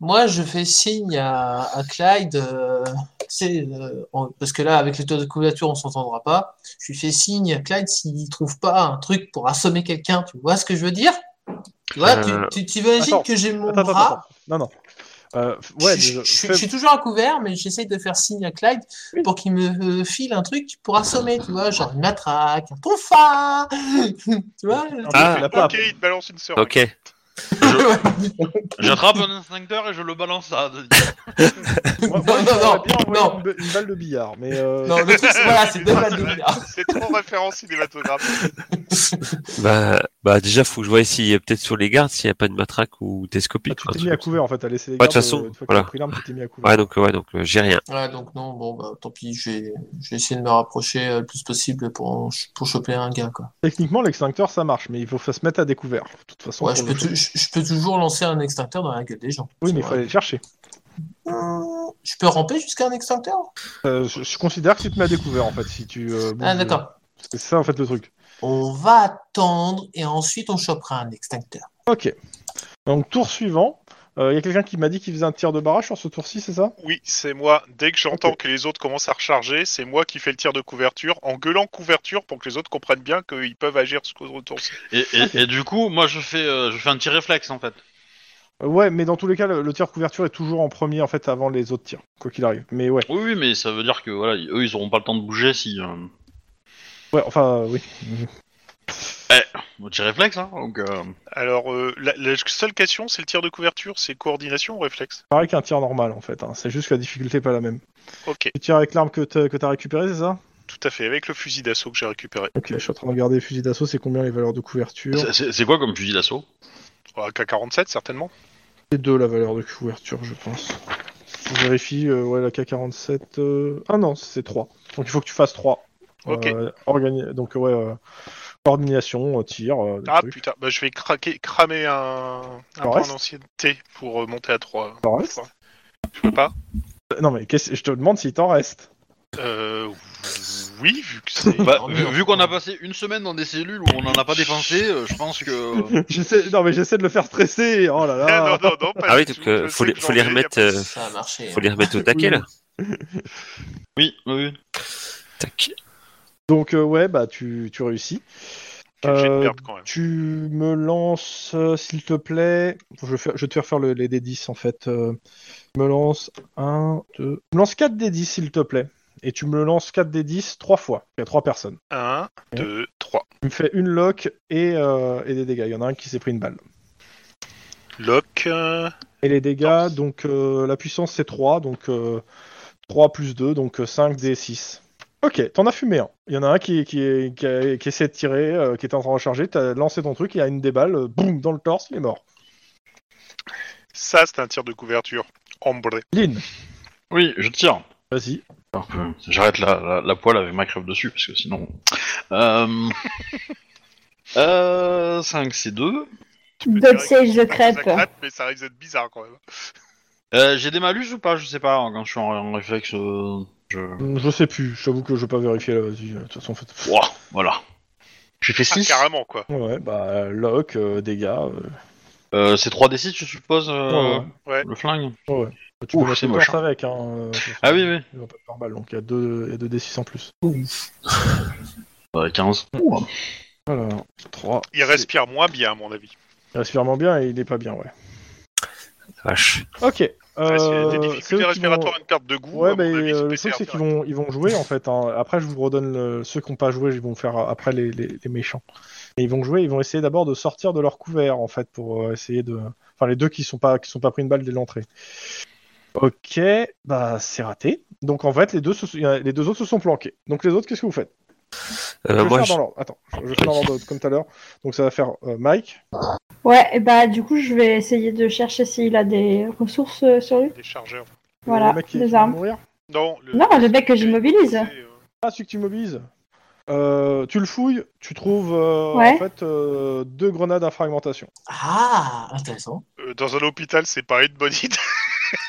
Moi, je fais signe à, à Clyde, euh, c'est, euh, en- parce que là, avec les taux de couverture, on s'entendra pas. Je lui fais signe à Clyde s'il trouve pas un truc pour assommer quelqu'un. Tu vois ce que je veux dire? Tu vois, tu,
Euh,
tu, tu imagines
attends,
que j'ai mon
Attends, attends,
bras.
attends. Non, non. Euh, f- ouais.
je, suis-
déjà,
je suis-
fais-
je suis toujours à couvert, mais j'essaye de faire signe à Clyde
Oui.
pour qu'il me euh, file un truc pour assommer, tu vois, genre une matraque, un tonfa, tu vois. le truc.
Ah,
tu l'as pas.
Ok, il te balance une sœur.
Ok.
J'attrape un instincteur et je le balance à.
Moi,
non,
moi, je t'aurais
non, non,
bien envoyé
non.
Une, be- une balle de billard, mais euh,
Non, le truc, c'est- voilà, c'est deux balles de billard.
C'est trop référent cinématographique.
Bah, bah déjà, faut que je voie s'il y a peut-être sur les gardes, s'il n'y a pas de matraque ou
bah,
télescopique.
tu
un
t'es
truc
mis à
comme ça.
couvert en fait. T'as laissé les
Ouais,
gardes.
de toute façon,
euh, une fois que
voilà.
t'as pris l'arme, tu t'es mis à couvert.
Ouais, donc, ouais, donc, euh, j'ai rien.
Ouais, donc non, bon, bah, tant pis, je vais, je vais essayer de me rapprocher euh, le plus possible pour, en- pour choper un gars, quoi.
Techniquement, l'extincteur ça marche, mais il faut fa- se mettre à découvert. De toute façon.
Ouais,
pour
je
le
peux,
choper.
tu- je, je peux toujours lancer un extincteur dans la gueule des gens.
Oui, mais il
C'est
faut aller
vrai.
le chercher.
Hum, Je peux ramper jusqu'à un extincteur?
Euh, je, je considère que tu te mets à découvert en fait si tu. euh,
Mmh.
Ah,
bouges.
d'accord.
C'est ça en fait le truc.
On va attendre et ensuite on chopera un extincteur.
Ok. Donc tour suivant. Il y a quelqu'un qui m'a dit qu'il faisait un tir de barrage sur ce tour-ci, c'est ça
Oui, c'est moi. Dès que j'entends que les autres commencent à recharger, c'est moi qui fais le tir de couverture en gueulant couverture pour que les autres comprennent bien qu'ils peuvent agir ce retour.
Et, et, et du coup, moi je fais, euh, je fais un petit réflexe en fait.
Euh, Ouais, mais dans tous les cas, le, le tir couverture est toujours en premier en fait avant les autres tirs, quoi qu'il arrive. Mais ouais,
Oui, oui, mais ça veut dire que voilà, ils- eux ils auront pas le temps de bouger si. Euh...
ouais, enfin euh, oui.
un Petit réflexe, hein. Donc, euh,
Alors, euh, la, la seule question, c'est le tir de couverture, c'est coordination ou réflexe
Pareil qu'un tir normal en fait. hein. C'est juste que la difficulté est pas la même.
Ok,
Tu tires avec l'arme que t'as que t'as récupérée, c'est ça
tout à fait, avec le fusil d'assaut que j'ai récupéré.
Ok, je suis en train de regarder les fusils d'assaut, c'est combien les valeurs de couverture
c'est- c'est c'est quoi comme fusil d'assaut
Oh, AK-47, certainement.
C'est deux la valeur de couverture, je pense. Je vérifie, euh, ouais, la K47. euh, Ah non, c'est 3. Donc il faut que tu fasses 3.
Ok.
Donc ouais, euh, coordination, euh, tir. euh,
Ah
truc.
putain, bah, je vais craquer, cramer un,
En
un point
reste
d'ancienneté pour euh, monter à 3.
T'en restes
Je peux pas
Non mais qu'est-ce- je te demande s'il t'en reste.
Euh, oui, vu que c'est...
Bah,
dormir,
vu, vu qu'on
quoi.
a passé une semaine dans des cellules où on n'en a pas dépensé, euh, je pense que.
J'essaie, non mais j'essaie de le faire stresser. Oh là
Ah,
là.
non, non, non, pas
Ah oui,
du
donc,
tout,
euh,
je
faut,
sais
les,
que
faut
j'en
les
ai, y a
remettre,
pas de
euh,
souci.
Ça a marché. hein.
faut les remettre au taquet, là.
Oui, oui.
Tac.
Donc euh, ouais, bah tu, tu réussis.
Quel jet de
Euh,
merde, quand même.
tu me lances, euh, s'il te plaît. Je vais, faire- je vais te faire faire le- les D10 en fait. Euh, tu me lance 1, 2. Tu me lances 4 D10 s'il te plaît. Et tu me le lances 4 D10 3 fois. Il y a 3 personnes.
1, 2, 3.
Tu me fais une lock et, euh, et des dégâts. Il y en a un qui s'est pris une balle.
Lock. euh,
Et les dégâts, donc euh, la puissance c'est 3, donc euh, 3 plus 2, donc euh, 5 D6. Ok, t'en as fumé un. Il y en a un qui, qui, est- qui, a- qui essaie de tirer, euh, qui était en train de recharger, t'as lancé ton truc, il y a une des balles, euh, boum, dans le torse, il est mort.
Ça, c'est un tir de couverture. Ombre.
Lynn,
Oui, je tire.
vas-y.
Alors que J'arrête la, la, la poêle avec ma crève dessus, parce que sinon. Euh... euh... 5, c'est 2.
Dot Sage the Trap.
Mais ça risque d'être bizarre quand même.
Euh, j'ai des malus ou pas Je sais pas, quand je suis en, en réflexe. euh, Je...
Hum, Je sais plus, j'avoue que je vais pas vérifier là, vas-y, euh, de toute façon, faites-
Ouah, voilà. J'ai fait
Ah,
6.
carrément quoi.
Ouais, bah, lock, euh, dégâts. euh,
euh, c'est 3d6, tu supposes euh,
Ouais,
ouais.
Le flingue
Tu
Ouh,
peux mettre
c'est
une
moche,
torse avec, hein. euh,
Ah oui, oui.
Il va pas te faire mal, donc il y a 2 D6 en plus.
Euh, 15.
Alors, 3.
Il respire moins bien à mon avis.
Il respire vraiment bien et il est pas bien, ouais.
Vache.
Ok.
Ouais, s'il y a
euh,
des
c'est eux
difficultés
qui
respiratoires,
vont-
une perte de goût.
Ouais,
à mon
mais
avis,
euh, le
c'est
truc c'est
PCR.
qu'ils vont, ils vont jouer en fait. hein. Après, je vous redonne le- ceux qui n'ont pas joué, je vais vous faire après les, les- les méchants. Et ils vont jouer, ils vont essayer d'abord de sortir de leur couvert en fait pour euh, essayer de. Enfin, les deux qui sont pas qui sont pas pris une balle dès l'entrée. Ok, euh, bah c'est raté. Donc en fait, les deux se- les deux autres se sont planqués. Donc les autres, qu'est-ce que vous faites je
Euh,
vais
moi,
faire
je-
dans l'ordre. Attends, je je vais faire dans l'ordre comme tout à l'heure. Donc ça va faire euh, Mike.
Ouais, et bah du coup, je vais essayer de chercher s'il a des ressources euh, sur lui.
Des chargeurs.
Voilà,
le mec qui qui
des
va
armes.
mourir.
Non, le,
Non, le mec que j'immobilise.
Euh,
Ah, celui que tu mobilises. Euh, tu le fouilles, tu trouves euh,
Ouais.
en fait euh, deux grenades à fragmentation.
Ah, intéressant.
euh, dans un hôpital, c'est pas une bonne idée.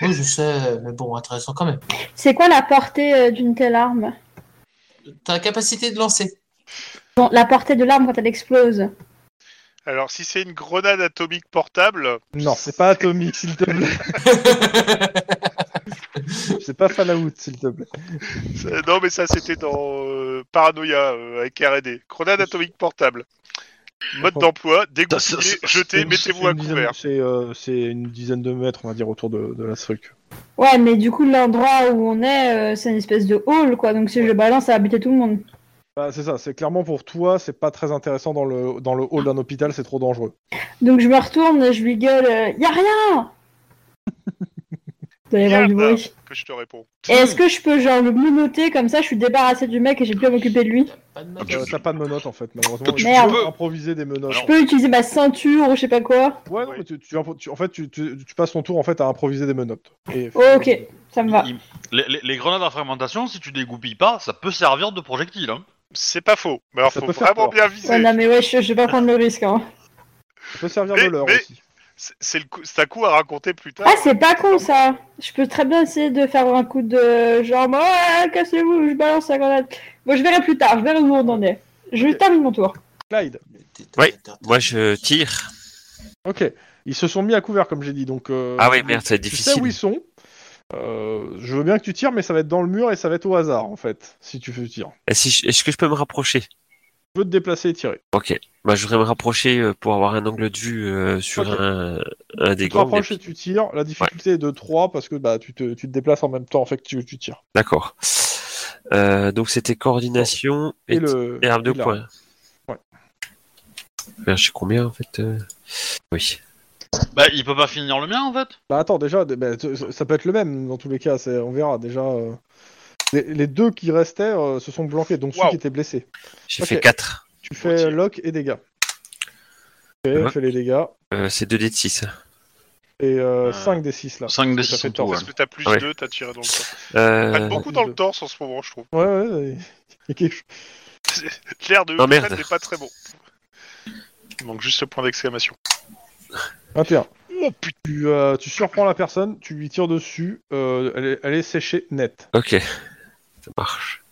Oui, je sais, mais bon, intéressant quand même.
C'est quoi la portée euh, d'une telle arme
T'as la capacité de lancer.
Bon, La portée de l'arme quand elle explose.
Alors, si c'est une grenade atomique portable,
Non, c'est pas atomique, s'il te plaît. C'est pas Fallout, s'il te plaît.
ça- non, mais ça c'était dans euh, Paranoia euh, avec R&D. Grenade atomique portable. Mode d'emploi,
Ça,
dégoupiller,
ça, ça,
jeter,
Une-
mettez-vous à
une dizaine-
couvert.
C'est euh, c'est une dizaine de mètres, on va dire, autour de, de la truc.
Ouais, mais du coup, l'endroit où on est, euh, c'est une espèce de hall, quoi. Donc si je balance, ça va buter tout le monde.
Bah, c'est ça, c'est clairement pour toi, c'est pas très intéressant dans le, dans le hall d'un hôpital, c'est trop dangereux.
Donc je me retourne, je lui gueule, euh, y a rien Vous allez voir du
Merde.
bruit.
Que je te réponds.
Et Est-ce que je peux genre le menoter comme ça, je suis débarrassée du mec et j'ai plus à m'occuper de lui
Pas de
Tu-
Euh,
manoeuvre.
T'as pas de menottes en fait, malheureusement.
Tu-
Tu,
Merde.
peux improviser des menottes.
Je peux utiliser ma ceinture ou je sais pas quoi
Ouais, non, mais tu, tu impro- tu- en fait, tu, tu- tu passes ton tour en fait à improviser des menottes. Et-
Oh, Ok, ça me va.
Il- les, les- les grenades à fragmentation, si tu dégoupilles pas, ça peut servir de projectile. Hein.
C'est pas faux. Mais alors,
Ça
faut
peut faire
vraiment
peur.
bien
Ouais,
viser.
non mais ouais, je, je vais pas prendre le risque. Hein.
Ça peut servir
Mais-
de l'heure
mais-
aussi.
C'est- C'est le coup- c'est un coup à raconter plus tard.
Ah, c'est pas con ça Je peux très bien essayer de faire un coup de genre, ouais, cassez-vous, je balance la grenade. Bon, je verrai plus tard, je verrai où on en est. Je
Ok.
termine mon tour.
Clyde.
Ouais, Moi, je tire.
Ok. Ils se sont mis à couvert, comme j'ai dit. Donc, euh,
Ah oui, merde, ça va être
tu sais
difficile.
où ils sont. Euh, je veux bien que tu tires, mais ça va être dans le mur et ça va être au hasard en fait, si tu fais tir.
Et si je- Est-ce que je peux me rapprocher
Tu peux te déplacer et tirer.
Ok. Bah, je voudrais me rapprocher euh, pour avoir un angle de vue euh, sur
Ok.
un, un des
Tu te
gangs.
rapproches
et
et
puis-
tu tires. La difficulté est de 3 parce que bah, tu, te, tu te déplaces en même temps en fait que tu, tu tires.
D'accord. Euh, donc, c'était coordination et,
Et, le.
et arme de
et l'arme.
poing.
Ouais.
Merde, je sais combien en fait euh, Oui.
Bah, il peut pas finir le mien en fait.
Bah attends, déjà, d- bah, t- ça peut être le même dans tous les cas. c'est- On verra déjà. euh, Les, les deux qui restaient euh, se sont bloqués, donc celui
Wow.
qui était blessé.
J'ai
Ok.
fait 4.
Tu
Bon
fais
tir.
lock et dégâts. Ok,
Ouais.
fais les dégâts.
Euh, c'est 2 d de 6.
Et
Euh,
5 des 6 là.
5 des
Ça
6
fait
en tout,
tort.
ouais.
Parce que t'as plus
Ouais.
2, t'as tiré dans le torse. T'as
Euh,
beaucoup dans le torse en ce moment, je trouve.
Ouais, ouais, ouais. il y a quelque chose.
L'air de
Oh, merde.
Fred n'est pas très bon. Il manque juste le point d'exclamation.
21.
Oh putain
Tu, euh, tu surprends la personne, tu lui tires dessus, euh, elle, est, elle est séchée net.
Ok. Ça marche.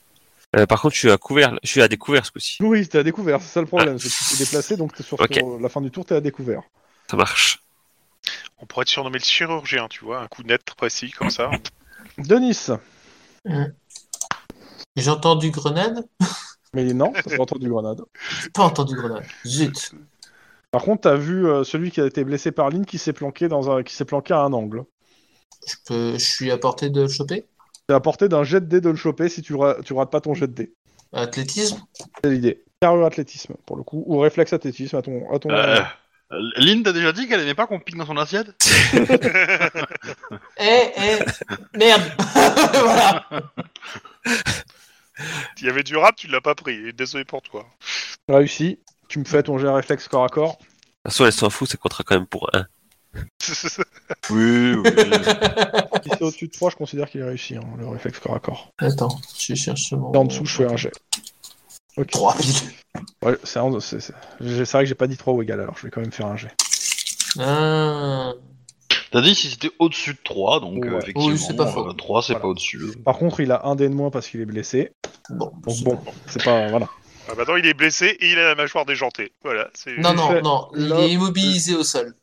Euh, par contre, je suis à couvert. Je suis à découvert ce coup-ci.
Oui, t'es à découvert, c'est ça le problème. c'est que tu t'es déplacé, donc t'es sur
Ok.
sur la fin du tour, t'es à découvert.
Ça marche.
On pourrait te surnommer le chirurgien, tu vois, un coup net précis comme ça.
Denis
J'ai entendu grenade
Mais non, ça s'est entendu grenade.
J'ai pas entendu grenade. Zut.
Par contre, t'as vu euh, celui qui a été blessé par Lynn qui s'est planqué, dans un, qui s'est planqué à un angle.
Je, peux... je suis à portée de le choper
C'est à portée d'un jet de dé de le choper si tu, ra- tu rates pas ton jet de dé.
Athlétisme
C'est l'idée. Carrure athlétisme, pour le coup, ou réflexe athlétisme à ton. À ton
Euh, Lynn, t'as déjà dit qu'elle aimait pas qu'on pique dans son assiette
Eh, eh, merde Voilà
Il y avait du rap, tu l'as pas pris. Et Désolé pour toi.
Réussi. Tu me fais ton jet réflexe corps à corps.
De toute façon, elle s'en fout, ça comptera quand même pour 1.
Oui, oui.
Si c'est au-dessus de 3, je considère qu'il est réussi, hein, le réflexe corps à corps.
Attends, je cherche mon.
Et en dessous, je fais un jet. Ok.
Trop rapide.
Ouais, c'est un- c'est- c'est- j'ai- c'est vrai que j'ai pas dit 3 ou égal, alors je vais quand même faire un jet.
Ah.
T'as dit si c'était au-dessus de 3, donc euh,
Ouais.
effectivement,
Oui, c'est pas faux.
3 c'est
Voilà.
pas au-dessus.
Par contre, il a un dé de moins parce qu'il est blessé.
Bon,
Donc bon, c'est pas. Voilà.
Ah, maintenant, il est blessé et il a la mâchoire déjantée. Voilà. c'est-
Non, non,
fais
non, il
là-
est immobilisé au sol.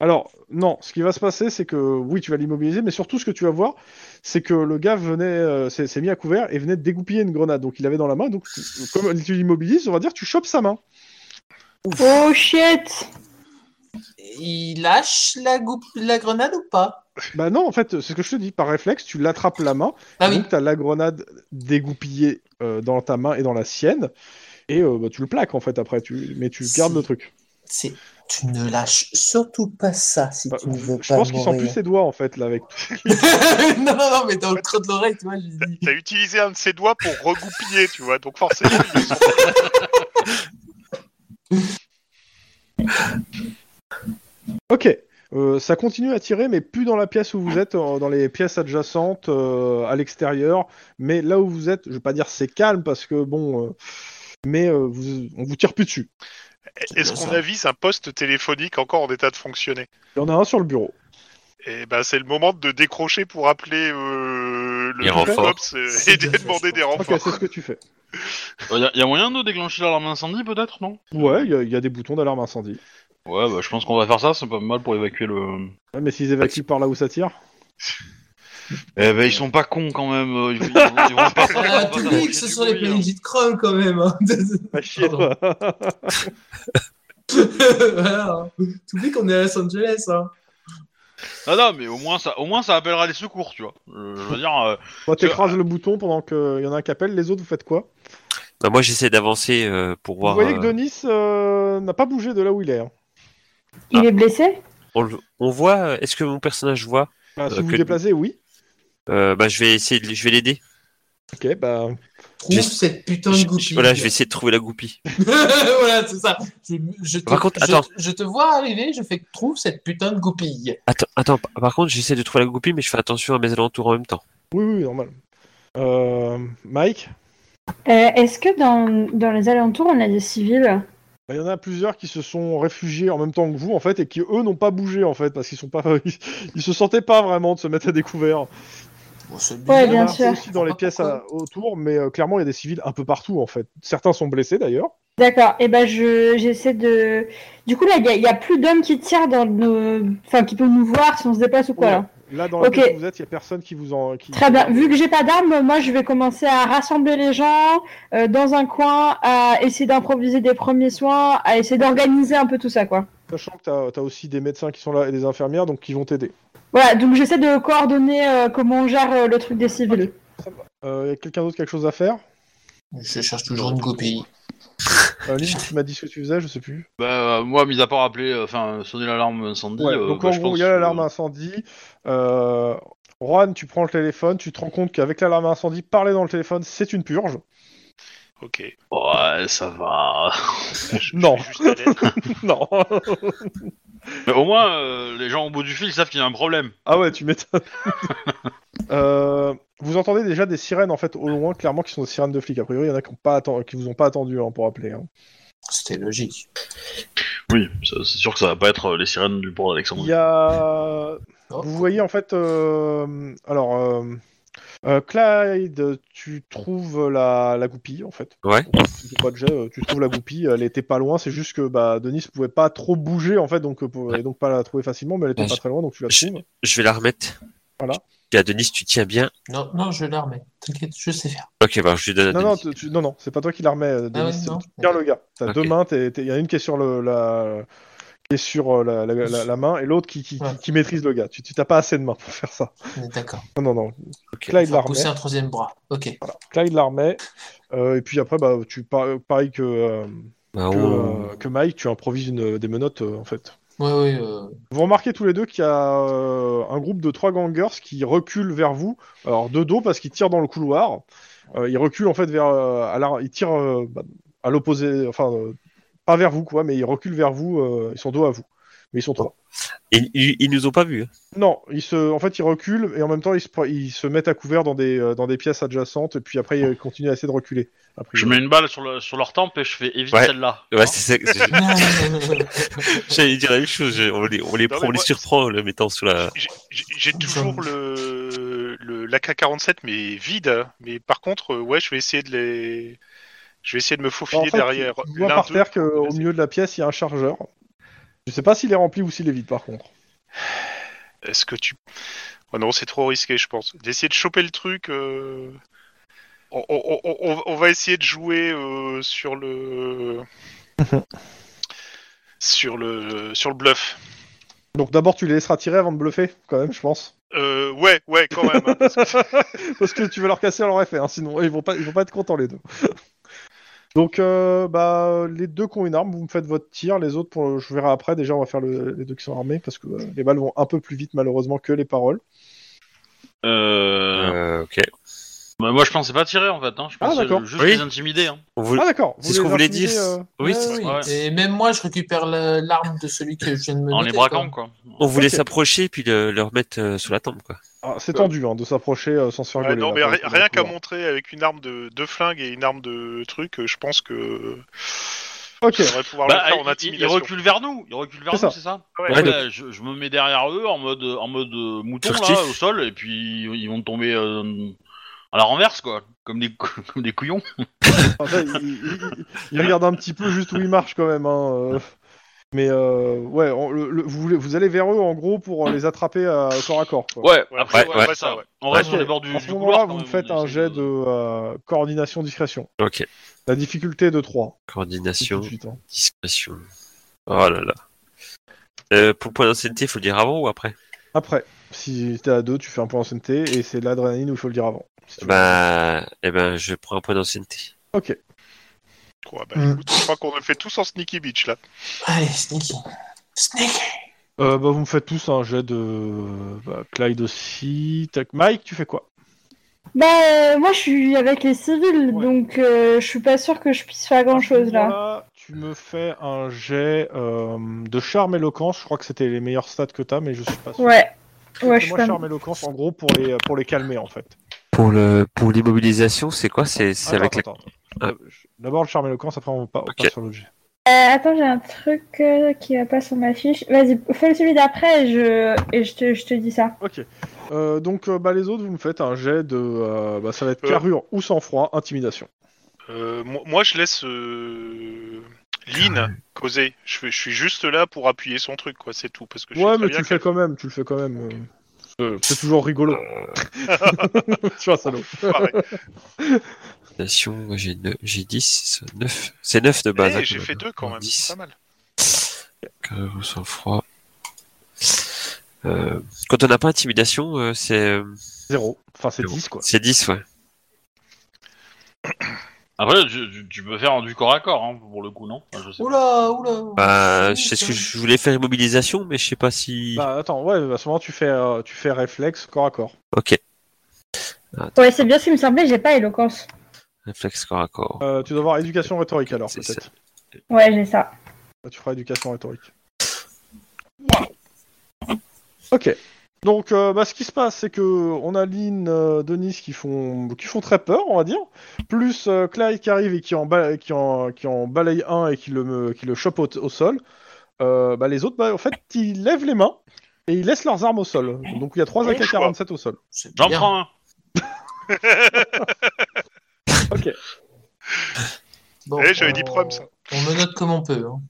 Alors, non, ce qui va se passer, c'est que oui, tu vas l'immobiliser, mais surtout ce que tu vas voir, c'est que le gars venait, euh, s'est s'est mis à couvert et venait de dégoupiller une grenade. Donc il l'avait dans la main, donc tu- comme tu l'immobilises, on va dire, tu chopes sa main.
Oh shit
Il lâche la, goup- la grenade ou pas
Bah non, en fait, c'est ce que je te dis, par réflexe, tu l'attrapes la main,
Ah oui,
donc t'as la grenade dégoupillée euh, dans ta main et dans la sienne, et euh, bah, tu le plaques en fait après, tu... mais tu gardes
Si.
le truc.
c'est Tu ne lâches surtout pas ça si
Bah,
tu ne veux pas
je pense qu'il sent
mourir.
plus ses doigts en fait là avec.
non, non, non, mais dans le creux de l'oreille, tu vois, je lui dis.
T'as utilisé un de ses doigts pour regoupiller, tu vois, donc forcément. il le sent.
Ok. Euh, ça continue à tirer, mais plus dans la pièce où vous êtes, euh, dans les pièces adjacentes, euh, à l'extérieur. Mais là où vous êtes, je vais pas dire c'est calme parce que bon, euh, mais euh, vous, on vous tire plus dessus.
Est-ce qu'on avise un poste téléphonique encore en état de fonctionner
Il y en a un sur le bureau.
Et ben c'est le moment de décrocher pour appeler euh,
Les
le
renforts.
COPS
C'est
et de
bien fait,
demander
je
des
Ok,
renforts.
c'est ce que tu fais.
Il Euh, y, a moyen de déclencher l'alarme incendie peut-être, non
Ouais, il y a- il y, a des boutons d'alarme incendie.
Ouais, bah, je pense qu'on va faire ça, c'est pas mal pour évacuer le.
Ouais, mais s'ils évacuent par là où ça tire,
Eh ben, ils sont pas cons quand même. euh, Ils, ils vont- ils vont pas faire
Ah,
ça, ça
public,
va faire
ce
du
sont les
bruit, hein.
PNJ de Chrome quand même. hein.
pas chier.
Pardon. voilà. T'oublies qu'on est à Los Angeles. Hein.
Ah non, mais au moins ça, au moins ça appellera les secours, tu vois. Euh, je veux dire, euh,
Toi, t'écrases le bouton pendant qu'il y en a un qui appelle. Les autres, vous faites quoi
Non, moi j'essaie d'avancer euh, pour voir.
Vous voyez que
euh,
Denis euh, n'a pas bougé de là où il est. hein.
Il est blessé
on, le- on voit. euh, Est-ce que mon personnage voit
Bah, si
Euh,
vous
que-
vous déplacez, oui.
Euh, Bah, je vais essayer. De, je vais l'aider.
Ok, bah.
Je-
Trouve cette putain de
Je-
goupille.
je- Voilà, je vais essayer de trouver la goupille.
voilà, c'est ça. Je, je te,
Par contre,
je-
attends.
je te vois arriver, je fais trouve cette putain de goupille.
Attends, attends. par- Par contre, j'essaie de trouver la goupille, mais je fais attention à mes alentours en même temps.
Oui, oui, normal. Euh, Mike,
Euh, Est-ce que dans, dans les alentours, on a des civils
bah, il y en a plusieurs qui se sont réfugiés en même temps que vous, en fait, et qui eux n'ont pas bougé, en fait, parce qu'ils sont pas, ils, ils se sentaient pas vraiment de se mettre à découvert.
Bon, c'est
Ouais,
bizarre.
Il y en
bien
a
sûr.
aussi dans les pièces à- autour, mais euh, clairement, il y a des civils un peu partout, en fait. Certains sont blessés, d'ailleurs.
D'accord, et ben je j'essaie de. Du coup, là, il y a- il y a, plus d'hommes qui tirent dans nos. Enfin, qui peuvent nous voir si on se déplace ou quoi. là.
Là, dans la
Ok.
pièce où vous êtes, il y a personne qui vous en... Qui...
Très bien. Vu que j'ai pas d'armes, moi, je vais commencer à rassembler les gens euh, dans un coin, à essayer d'improviser des premiers soins, à essayer d'organiser un peu tout ça, quoi.
Sachant que t'as as aussi des médecins qui sont là et des infirmières, donc qui vont t'aider.
Voilà, donc j'essaie de coordonner euh, comment on gère euh, le truc des civils.
Euh, y a quelqu'un d'autre quelque chose à faire
Je cherche toujours une goupille.
euh, Lynn, tu m'as dit ce que tu faisais, je sais plus.
bah, euh, moi, mis à part appeler, euh, enfin, sonner l'alarme incendie.
Ouais,
euh,
donc
bah,
en
je
gros,
pense
il y a
que-
l'alarme incendie. Euh, Juan, tu prends le téléphone, tu te rends compte qu'avec l'alarme incendie, parler dans le téléphone, c'est une purge.
Ok.
Ouais, ça va.
Je- je
Non.
vais juste aller-
non.
Mais au moins, euh, les gens au bout du fil savent qu'il y a un problème.
ah ouais, tu m'étonnes. Euh, vous entendez déjà des sirènes en fait au loin, clairement, qui sont des sirènes de flics. A priori, il y en a qui, ont pas atten- qui vous ont pas attendu hein, pour appeler. hein.
C'était logique.
Oui, ça- c'est sûr que ça va pas être euh, les sirènes du port
Il
d'Alexandrie.
y a
Oh.
Vous voyez en fait, euh, alors euh, euh, Clyde, tu trouves la, la goupille en fait.
Ouais.
Tu fais pas de jet, euh, tu trouves la goupille, elle était pas loin, c'est juste que bah Denis pouvait pas trop bouger en fait, donc euh, pour- et donc pas la trouver facilement, mais elle était
Ouais,
pas
je-
très loin, donc tu la
je-
trouves.
Je vais la remettre.
Voilà.
Je dis à Denis, tu tiens bien.
Non, non, je la remets. T'inquiète, je sais faire.
Ok, bah, je lui donne à
Non non, tu-
Denis.
tu- non non, c'est pas toi qui la remets, euh,
Ah
Denis.
ouais,
c'est-
non.
tu tiens le gars. T'as
Ok.
deux mains, t'es- t'es- il y en a une qui est sur le la qui est sur euh, la, la- la- la main et l'autre qui, qui, qui-
Ouais.
qui maîtrise le gars. Tu tu- t'as pas assez de mains pour faire ça.
On est d'accord.
Non non non.
Ok.
Clyde la
Faut
remet.
pousser un troisième bras. Ok.
Clyde la remet. Euh, et puis après, bah, tu par- pareil que, euh,
Bah,
que,
on-
euh, que Mike, tu improvises une, des menottes euh, en fait.
Ouais, ouais. euh,
Vous remarquez tous les deux qu'il y a euh, un groupe de trois gangers qui reculent vers vous. Alors de dos parce qu'ils tirent dans le couloir. Euh, ils reculent en fait vers. euh, à la- ils tirent euh, bah, à l'opposé. Enfin, euh, pas vers vous quoi, mais ils reculent vers vous. euh, ils sont dos à vous. Mais ils sont trois.
Et ils, ils nous ont pas vus. hein.
Non, ils se, en fait, ils reculent et en même temps, ils se, ils se mettent à couvert dans des, euh, dans des pièces adjacentes. Et puis après, ils continuent à essayer de reculer. a priori.
Je mets une balle sur, le- sur leur tempe et je fais évite
Ouais.
celle-là.
Ouais, c'est ça. c'est-
ouais,
J'allais dire la même chose. je- On les, on les,
Non,
prend,
mais
on les
moi-
surprend en les mettant sous la.
J'ai- J'ai j'ai
Nous
toujours
sommes-
le, le l'AK-47 mais vide, hein. mais par contre euh, ouais je vais essayer de les je vais essayer de me faufiler
En fait,
derrière.
Tu vois
l'un
par
d'eux.
terre qu'au milieu de la pièce, il y a un chargeur. Je sais pas s'il est rempli ou s'il est vide, par contre.
Est-ce que tu Oh non c'est trop risqué je pense. D'essayer de choper le truc. euh, On, on- on- on- on va essayer de jouer euh, sur le sur le sur le bluff.
Donc d'abord, tu les laisseras tirer avant de bluffer, quand même, je pense.
Euh, ouais ouais quand même. hein, parce que-
Parce que tu veux leur casser leur effet, hein, sinon ils vont pas, ils vont pas être contents les deux. Donc, euh, bah, les deux qui ont une arme, vous me faites votre tir. Les autres, pour, je verrai après. Déjà, on va faire le- les deux qui sont armés parce que euh, les balles vont un peu plus vite, malheureusement, que les paroles.
Euh...
Euh, ok.
bah, moi, je pensais pas tirer en fait. Hein. Je
Ah,
pensais
d'accord.
juste
Oui.
les intimider. Hein.
On vous-
Ah, d'accord.
C'est ce qu'on voulait dire.
intimidez, euh,
Oui,
Ouais,
c'est-
oui.
ouais.
Et même moi, je récupère la- l'arme de celui que je viens de me
En
noter,
les braquant,
quoi.
quoi.
on voulait
Ok.
s'approcher et puis le, le remettre euh, sous la tombe, quoi.
ah, C'est tendu hein, de s'approcher euh, sans se faire
Ouais,
gueuler.
non,
là,
mais
pour
ri-
le coup, hein.
rien
dans
qu'à
le couloir.
montrer avec une arme de, de flingue et une arme de truc, euh, je pense que
Ok.
on devrait pouvoir
Bah,
le
ils-
faire en
ils, ils
intimidation.
reculent vers nous. Ils reculent vers
C'est
nous,
ça.
c'est ça
Ouais,
Ouais,
donc-
bah, je, je me mets derrière eux en mode en mode euh, mouton
Furtif.
là au sol et puis ils vont tomber euh, à la renverse quoi, comme des cou- comme des couillons.
Enfin, ça, il, il- il regarde un petit peu juste où il marche quand même. hein, euh. Mais euh, ouais, on- le- le- vous, voulez- vous allez vers eux en gros pour euh, les attraper à corps à corps. Quoi.
Ouais.
Ouais,
Après
ouais,
ouais,
ouais,
ça.
ouais.
On reste
Ok.
sur les bords du,
à
du
ce
couloir.
moment-là,
quand
vous me
même,
faites
on
un
essaie
jet de euh, coordination discrétion.
Ok.
La difficulté est de 3.
Coordination,
Tout de suite, hein.
discrétion. Oh là là. Euh, pour le point d'ancienneté, faut le dire avant ou après
Après, si t'es à 2, tu fais un point d'ancienneté et c'est de l'adrénaline où il faut le dire avant. si tu veux.
Bah, eh ben, je prends un point d'ancienneté.
Ok.
Quoi, bah,
Mm.
écoute, je crois qu'on le fait tous en sneaky bitch là.
Allez, sneaky. Sneaky.
Euh, bah, vous me faites tous un jet de. Bah, Clyde aussi. Tac. Mike, tu fais quoi
Bah, euh, moi je suis avec les civils,
Ouais.
donc euh, je suis pas sûre que je puisse faire grand chose là.
Voilà, Tu me fais un jet euh, de charme éloquence. Je crois que c'était les meilleurs stats que t'as, mais je suis pas sûr.
Ouais. Ouais, je suis
moi,
pas.
charme éloquence, en gros, pour les, pour les calmer, en fait.
Pour le pour l'immobilisation, c'est quoi C'est c'est
Attends,
avec la...
attends, attends. Euh, je- D'abord le charme éloquence, après on va pas on
Ok.
passe sur le jet.
Euh, attends, j'ai un truc euh, qui va pas sur ma fiche. Vas-y, fais celui d'après et je et je te, je te dis ça.
Ok. Euh, donc, euh, bah, les autres, vous me faites un jet de. euh, bah, ça va être
Euh.
carrure ou sang-froid, intimidation.
Euh, moi, moi, je laisse euh,
Ah
Lynn causer. Je, fais- je suis juste là pour appuyer son truc, quoi, c'est tout. Parce que je sais
Ouais,
très
mais
bien
tu le fais
qu'elle-
quand même, tu le fais quand même. euh, c'est- C'est toujours rigolo.
Euh.
tu vois, salaud.
Pareil.
Nation, j'ai ne- j'ai 10, 9. C'est 9
Bah,
de base.
Eh,
hein,
j'ai fait deux quand même, c'est
10,
pas mal.
carrure ou sang-froid. Euh, quand on n'a pas intimidation, euh, c'est euh,
Zéro. Enfin, c'est
Zéro.
10, quoi.
c'est 10, ouais.
Après, tu, tu- tu peux faire du corps à corps hein, pour le coup, non Enfin, je sais pas.
Oula, oula.
Bah,
C'est
je sais ce
bon,
que
ça.
je voulais faire immobilisation, mais je sais pas si.
Bah, attends, ouais, bah, à ce moment, tu fais, euh, tu fais réflexe corps à corps.
Ok,
Ouais, c'est bien ce qui me semblait, j'ai pas éloquence.
réflexe corps à corps.
Euh, tu dois avoir éducation rhétorique alors,
C'est
peut-être.
Ouais, j'ai ça.
Bah, tu feras éducation rhétorique. Ok. Donc, euh, bah, ce qui se passe, c'est que on a Lynn, euh, Denis qui font, qui font très peur, on va dire. Plus euh, Clyde qui arrive et qui en, bala- qui en, qui en balaye un et qui le, me- qui le chope au, au sol. Euh, bah, les autres, bah, en fait, ils lèvent les mains et ils laissent leurs armes au sol. Donc, il y a 3
Bon
AK-47 au sol.
C'est
J'en
bien.
prends un.
Bon,
Eh, j'avais
on-
dit prom, ça.
On me note comme on peut. hein.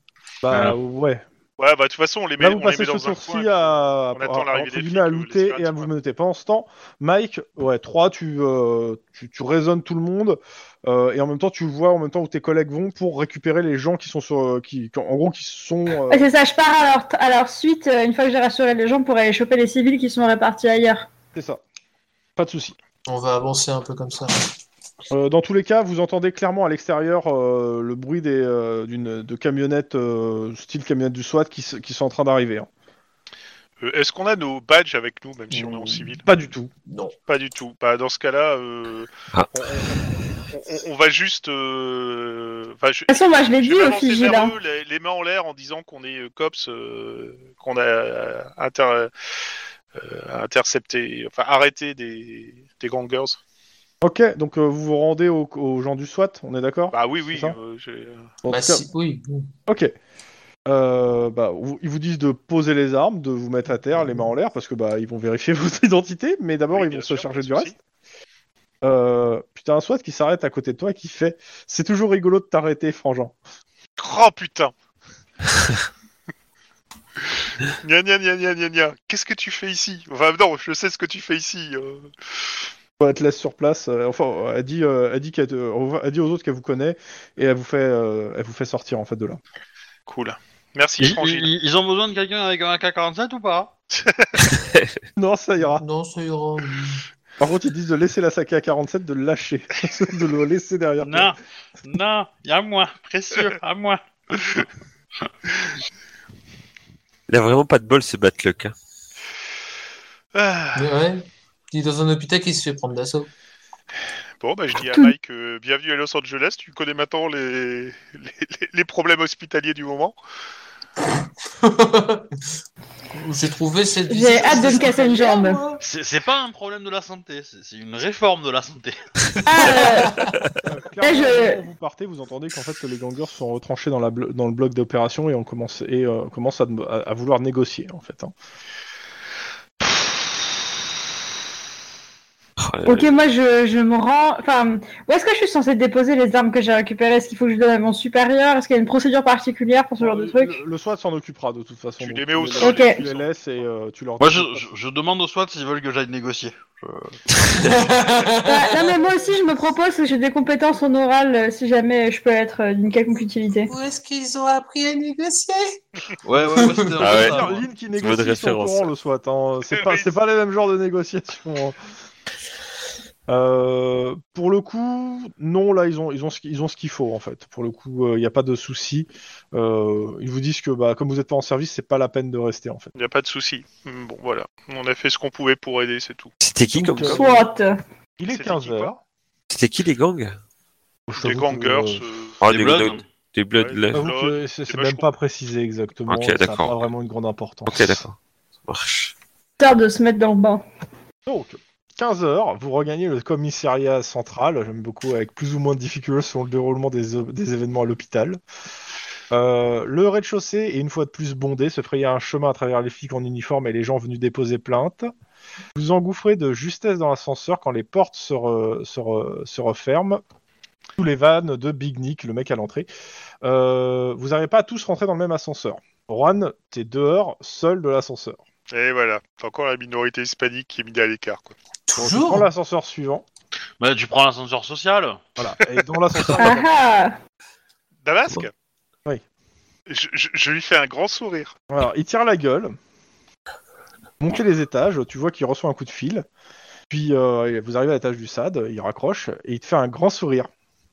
Bah,
Voilà.
ouais.
Ouais, bah, de toute façon, on les met,
Là, vous
on les
passez
met
ce
dans un coin.
tour-ci à,
on attend
à-
l'arrivée
entre
des
guillemets,
flics
à
ou les
looter
pirates,
et à
quoi.
vous noter. Pendant ce temps, Mike, ouais, 3, tu, euh, tu, tu raisonnes tout le monde euh, et en même temps, tu vois en même temps où tes collègues vont pour récupérer les gens qui sont sur. euh, Qui, qui- en gros, qui sont. euh,
Ouais, c'est ça, je pars à leur, à leur suite euh, une fois que j'ai rassuré les gens pour aller choper les civils qui sont répartis ailleurs.
c'est ça. Pas de souci.
On va avancer un peu comme ça.
Euh, dans tous les cas, vous entendez clairement à l'extérieur euh, le bruit des, euh, d'une, de camionnettes, euh, style camionnette du SWAT, qui, se- qui sont en train d'arriver. hein.
Euh, Est-ce qu'on a nos badges avec nous, même si
Mm.
on est en civil
Pas du tout.
Non.
Pas du tout. Bah, dans ce cas-là, euh,
Ah.
on, on- on- on va juste. euh, enfin, je-
De toute façon, moi je l'ai
Je
dit
vais
au
avancer
figil.
vers
hein.
eux, les, les mains en l'air, en disant qu'on est euh, cops, euh, qu'on a euh, inter- euh, intercepté, enfin arrêté des, des gangers.
Ok, donc euh, vous vous rendez au- aux gens du SWAT, on est d'accord
Bah oui, oui.
C'est ça
euh, j'ai-
En
Bah,
tout cas,
si- Oui.
Ok. Euh, bah, vous- ils vous disent de poser les armes, de vous mettre à terre, les mains en l'air, parce que bah ils vont vérifier votre identité, mais d'abord
Oui,
ils
bien
vont se
sûr,
charger
pas de
du
souci.
reste. Euh, putain, un SWAT qui s'arrête à côté de toi et qui fait C'est toujours rigolo de t'arrêter, Frangin.
Oh putain Gna gna gna gna gna gna. Qu'est-ce que tu fais ici Enfin non, je sais ce que tu fais ici. euh.
Ouais, Elle te laisse sur place, euh, enfin, elle dit, euh, elle, dit qu'elle te- elle dit aux autres qu'elle vous connaît et elle vous fait, euh, elle vous fait sortir en fait de là.
Cool. Merci
Ils,
Frangine.
ils- ils ont besoin de quelqu'un avec un AK-47 ou pas
Non, ça ira.
Non, ça ira.
Par contre, ils disent de laisser la saké à 47, de le lâcher, de le laisser derrière. toi.
Non, non, y'a moi, précieux, à moi.
Il a vraiment pas de bol, ce Batluck. Hein.
Ah.
Mais ouais. Il est dans un hôpital qui se fait prendre d'assaut.
Bon, bah, je dis à
Tout-
Mike, euh, bienvenue à Los Angeles, tu connais maintenant les, les, les- les problèmes hospitaliers du moment.
J'ai trouvé cette.
J'ai hâte de me casser une jambe.
moi.
C'est c'est pas un problème de la santé, c'est c'est une réforme de la santé.
Ah, euh,
Euh, clairement,
je-
quand vous partez, vous entendez qu'en fait les gangers sont retranchés dans, la blo- dans le bloc d'opération et on commence et euh, commence à, à- à vouloir négocier en fait. hein.
Oh, euh,
ok, moi je, je me rends. Enfin, où est-ce que je suis censée déposer les armes que j'ai récupérées Est-ce qu'il faut que je donne à mon supérieur Est-ce qu'il y a une procédure particulière pour ce genre de
Euh,
Le-
truc
Euh, le, le SWAT s'en occupera de toute façon.
Tu
donc
les mets au
laisses-
sol.
Ok.
Tu les laisses et euh, tu leur.
Moi, je, je- je demande aux SWAT s'ils veulent que j'aille négocier.
Ah, Non, mais moi aussi je me propose que j'ai des compétences en oral euh, si jamais je peux être euh, d'une quelconque utilité.
Où est-ce qu'ils ont appris à négocier
Ouais, ouais, ouais, c'était un
Ah
peu
ouais.
ça,
Alors,
moi.
Lynn qui
Mode
négocie son
référence.
courant, le SWAT. hein. C'est pas, c'est pas le même genre de négociation. hein. Euh, pour le coup, non, là ils ont, ils ont ce, qu'- ils ont ce qu'il faut en fait. Pour le coup, il n'y a pas de souci. Euh, ils vous disent que bah, comme vous n'êtes pas en service, c'est pas la peine de rester en fait.
Il n'y a pas de souci. Mm, Bon, voilà. On a fait ce qu'on pouvait pour aider, c'est tout.
C'était qui
Donc,
comme
euh,
gang
Soit.
Il est
C'était
15
qui, quoi
heures.
C'était qui les gangs
Les
J'avoue que,
gangers.
euh,
euh,
Ah,
Des
des
blogs,
blogs. Des blogs.
Ouais.
là.
j'avoue
Blood,
que c'est
c'est
c'est
vachement-
même pas précisé exactement.
Ok,
ça n'a
d'accord.
pas vraiment une grande importance.
Ok, d'accord. Ça marche.
Tard de se mettre dans le bain.
Donc, 15 heures, vous regagnez le commissariat central, j'aime beaucoup, avec plus ou moins de difficultés sur le déroulement des, des événements à l'hôpital. Euh, le rez-de-chaussée est une fois de plus bondé, se frayer un chemin à travers les flics en uniforme et les gens venus déposer plainte. Vous engouffrez de justesse dans l'ascenseur quand les portes se, re- se re- se referment. Tous les vannes de Big Nick, le mec à l'entrée. Euh, vous n'arrivez pas à tous rentrer dans le même ascenseur. Juan, t'es dehors, seul de l'ascenseur.
euh, Et voilà. T'as encore la minorité hispanique qui est mise à l'écart, quoi.
Donc, tu prends
Toujours
l'ascenseur suivant.
Bah, tu prends l'ascenseur social.
Voilà. Et dans l'ascenseur,
Ah ah
Damasque
Oui.
Je, je- je lui fais un grand sourire.
Alors, il tire la gueule. Montez les étages, tu vois qu'il reçoit un coup de fil. Puis euh, vous arrivez à l'étage du SAD, il raccroche et il te fait un grand sourire.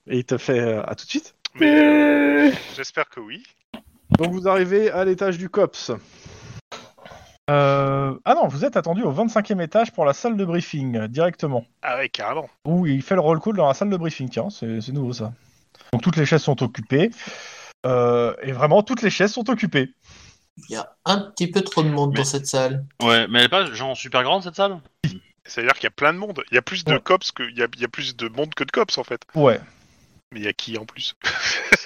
Et il te fait euh, à tout de suite.
Mais euh, j'espère que oui.
Donc vous arrivez à l'étage du COPS. Euh, Ah non, vous êtes attendu au 25e étage pour la salle de briefing euh, directement.
Ah ouais, carrément.
Où il fait le roll call dans la salle de briefing. Tiens, c'est c'est nouveau ça. Donc toutes les chaises sont occupées. Euh, et vraiment, toutes les chaises sont occupées.
Il y a un petit peu trop de monde
Mais-
dans cette salle.
Ouais, mais elle est pas genre super grande cette salle
C'est-à-dire qu'il y a plein de monde. Il y a plus de
Ouais.
cops que il y a, il y a plus de monde que de cops en fait.
Ouais.
Mais il y a qui en plus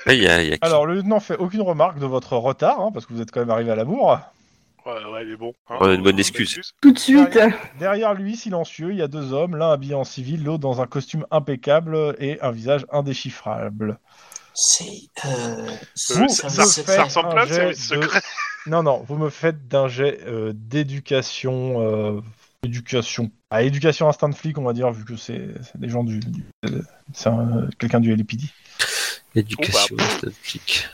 Ah, il y a, il y a qui
Alors le lieutenant fait aucune remarque de votre retard, hein, parce que vous êtes quand même arrivé à la bourre.
Ouais, ouais, mais bon. hein.
On a une bonne excuse.
Tout de suite.
Derrière lui, silencieux, il y a deux hommes, l'un habillé en civil, l'autre dans un costume impeccable et un visage indéchiffrable.
C'est. Euh, c'est
Euh,
un
ça,
service
ça-
secret.
ça ressemble pas au
jet
service
de-
secret.
Non, non, vous me faites d'un jet euh, d'éducation... euh, éducation... À éducation instinct de flic, on va dire, vu que c'est c'est des gens du... du- euh, c'est un- euh, quelqu'un du LPD.
Éducation,
Oh, bah.
c'est un flic.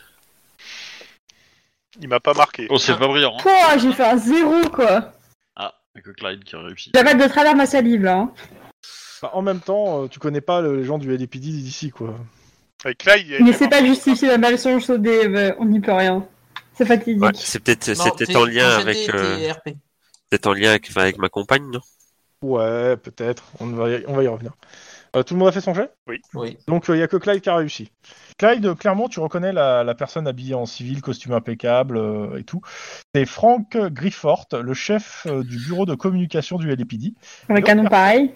Il m'a pas marqué.
Oh, c'est pas brillant. hein.
Pouah, j'ai fait un zéro quoi.
Ah, y'a que Clyde qui a réussi.
Je la mettre de travers ma salive là. hein.
Bah, en même temps, euh, tu connais pas le- les gens du LPD d'ici, quoi.
Avec là, il y a
Mais c'est pas justifié la malchance au dé, mais euh, on n'y peut rien. C'est fatidique.
Ouais, c'est peut-être,
Non,
c'était
t'es-
en lien
quand
avec,
j'étais-
euh,
t'es RP.
peut-être en lien avec, enfin, avec ma compagne, non
Ouais, peut-être. On va y, on va y revenir. Euh, tout le monde a fait son jet
Oui.
Donc il n'y a que Clyde qui a réussi. Clyde, euh, clairement, tu reconnais la, la personne habillée en civil, costume impeccable euh, et tout. C'est Frank Griffort, le chef euh, du bureau de communication du LPD.
Avec un nom pareil.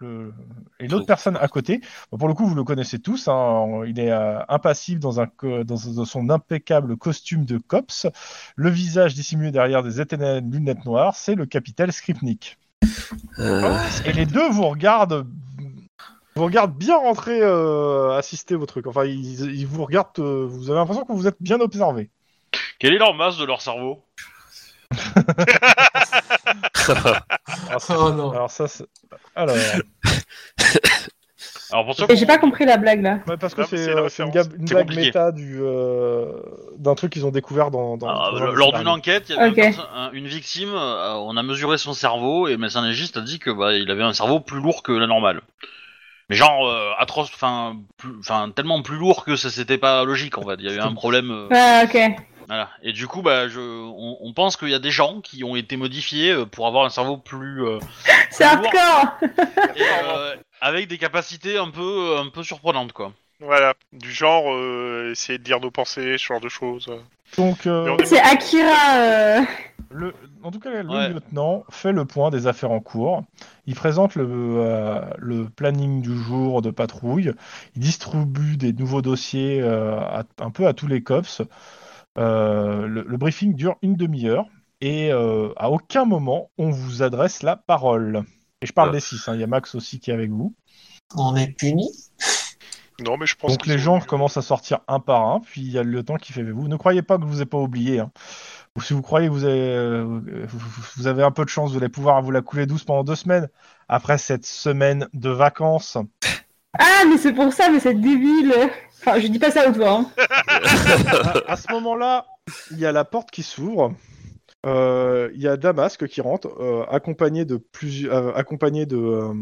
Le- Et l'autre personne à côté, bon, pour le coup, vous le connaissez tous. hein, il est euh, impassible dans, un, co- dans son- dans son impeccable costume de cops, le visage dissimulé derrière des éternelles lunettes noires. C'est le capitaine Skripnik.
Euh,
Et les deux vous regardent, vous regardent bien rentrer, euh, assister vos trucs. Enfin, ils, ils vous regardent. euh, vous avez l'impression que vous êtes bien observé.
Quelle est leur masse de leur cerveau
Alors, ça-
Oh non.
Ah,
alors ça, c'est- alors.
Alors pour ceux
Et J'ai pas compris la blague là.
Ouais, parce que
Là,
c'est
c'est la
euh, c'est une,
référence.
gab- une
C'est
blague
compliqué.
méta du, euh, d'un truc qu'ils ont découvert dans. dans
Ah, euh,
dans un
lors d'une
scénario.
enquête, il y avait
Ok.
une perso- un- une victime, euh, on a mesuré son cerveau et le médecin légiste a dit que bah, il avait un cerveau plus lourd que la normale. Mais genre euh, atroce, enfin plus- enfin, tellement plus lourd que ça c'était pas logique en fait, il y avait un problème. euh,
Ah, ok.
voilà. Et du coup, bah, je, on, on pense qu'il y a des gens qui ont été modifiés euh, pour avoir un cerveau plus. euh,
C'est
lourd
hardcore
et, euh, avec des capacités un peu, euh, un peu surprenantes quoi.
Voilà, du genre euh, essayer de dire nos pensées, ce genre de choses.
Donc, euh,
Mais on est-
C'est Akira. euh,
le, en tout cas, le
Ouais.
lieutenant fait le point des affaires en cours. Il présente le, euh, le planning du jour de patrouille. Il distribue des nouveaux dossiers euh, à- un peu à tous les cops. Euh, le, le briefing dure une demi-heure et euh, à aucun moment on vous adresse la parole. Et je parle
Ah.
des six, hein, il y a Max aussi qui est avec vous.
On est puni.
Non, mais je pense
Donc
qu'ils
les
ont
gens
eu-
commencent à sortir un par un, puis il y a le temps qui fait vous. Ne croyez pas que je vous ai pas oublié. hein. Ou si vous croyez que vous avez, euh, vous- vous avez un peu de chance, vous allez pouvoir vous la couler douce pendant deux semaines. Après cette semaine de vacances,
Ah, mais c'est pour ça, mais c'est débile. Enfin, je dis pas ça à haute voix. hein.
à, à ce moment-là, il y a la porte qui s'ouvre. Euh, Il y a Damasque qui rentre, euh, accompagné de plusieurs, euh, accompagné de, euh,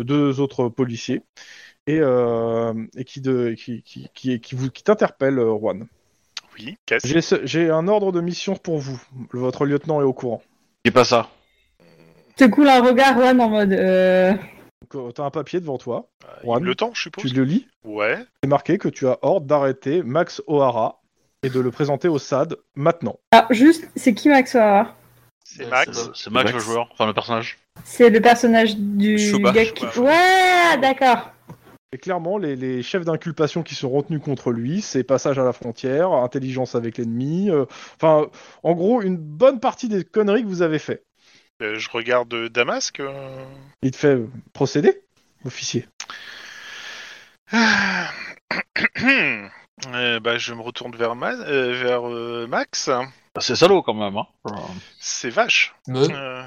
de deux autres policiers, et, euh, et qui, de, qui, qui, qui, qui vous- qui t'interpelle, euh, Juan.
Oui, qu'est-ce
J'ai ce- J'ai un ordre de mission pour vous. Votre lieutenant est au courant.
C'est pas ça.
Te coule un regard, Juan, en mode. euh,
Donc, euh, T'as un papier devant toi.
Bah,
Juan,
Le temps, je
Tu
suppose.
le lis.
Ouais.
C'est marqué que tu as ordre d'arrêter Max O'Hara et de le présenter au SAD maintenant.
Ah, juste, c'est qui Max O'Hara
C'est
Ouais,
Max.
c'est
C'est Max,
Max.
le joueur, enfin le personnage.
C'est le personnage du
Chewbacca,
gars qui.
Chewbacca.
Ouais, d'accord.
Et clairement, les, les chefs d'inculpation qui sont retenus contre lui, c'est passage à la frontière, intelligence avec l'ennemi. euh, Enfin, en gros, une bonne partie des conneries que vous avez fait.
Euh, je regarde euh, Damasque. euh.
Il te fait procéder, officier.
Euh, bah, Ah. je me retourne vers, Ma- euh, vers euh, Max.
Bah, C'est salaud quand même. Hein.
C'est vache.
Me.
Euh,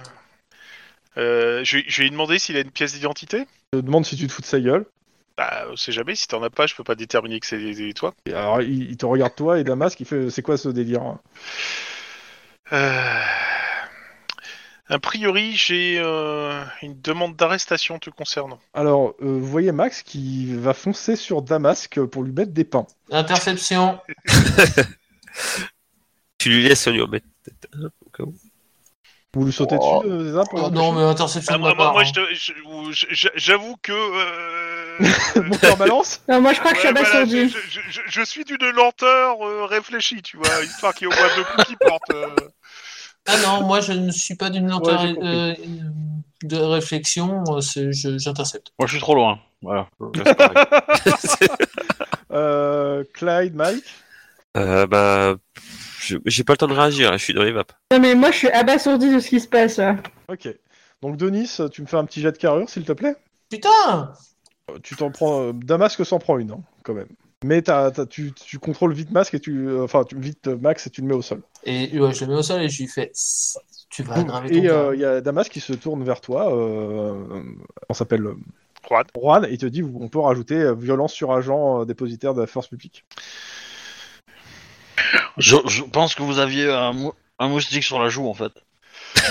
euh, je, vais- je vais lui demander s'il a une pièce d'identité.
Je te demande si tu te fous de sa gueule.
Bah, on sait jamais. Si t'en as pas, je peux pas déterminer que c'est toi.
Et alors, il, il te regarde toi et Damasque, il fait c'est quoi ce délire hein
Euh, A priori, j'ai euh, une demande d'arrestation te concernant.
Alors, euh, vous voyez Max qui va foncer sur Damasque pour lui mettre des pains.
Interception.
Tu lui laisses lui remettre. hein.
Vous lui sautez
Oh.
dessus, euh, Zéza, pour
Oh,
l'empêcher
non, mais interception
Ah,
de
moi,
ma
moi-
part.
moi,
hein.
je te- je- ou- je- j'a- j'avoue que. euh,
Monte en balance
Non, moi je crois que je
ouais,
suis
voilà, je,
abasourdi.
je- je- je suis d'une lenteur euh, réfléchie, tu vois, histoire qu'il y ait au moins deux coups qui portent. euh.
Ah non, moi je ne suis pas d'une lenteur
Ouais, j'ai compris.
euh, de réflexion, euh, c'est- je- j'intercepte.
Moi je suis trop loin. Voilà.
euh, Clyde, Mike
euh, bah, je- j'ai pas le temps de réagir, hein, je suis dans les vapes.
Non, mais moi je suis abasourdi de ce qui se passe là.
Ok. Donc, Denis, tu me fais un petit jet de carrure, s'il te plaît
Putain
Euh, Tu t'en prends... euh, Damasque s'en prend une, hein, quand même. Mais t'as- t'as- tu, tu contrôles vite Max et tu... euh, Enfin, tu- vite euh, Max et tu le mets au sol.
Et ouais, je le mets au sol et je lui fais Tu vas aggraver ton
et
cas.
euh, il y a Damasque qui se tourne vers toi. Euh, on s'appelle euh,
Juan.
Juan et il te dit on peut rajouter euh, violence sur agent euh, dépositaire de la force publique.
je, je pense que vous aviez un, mou- un moustique sur la joue en fait.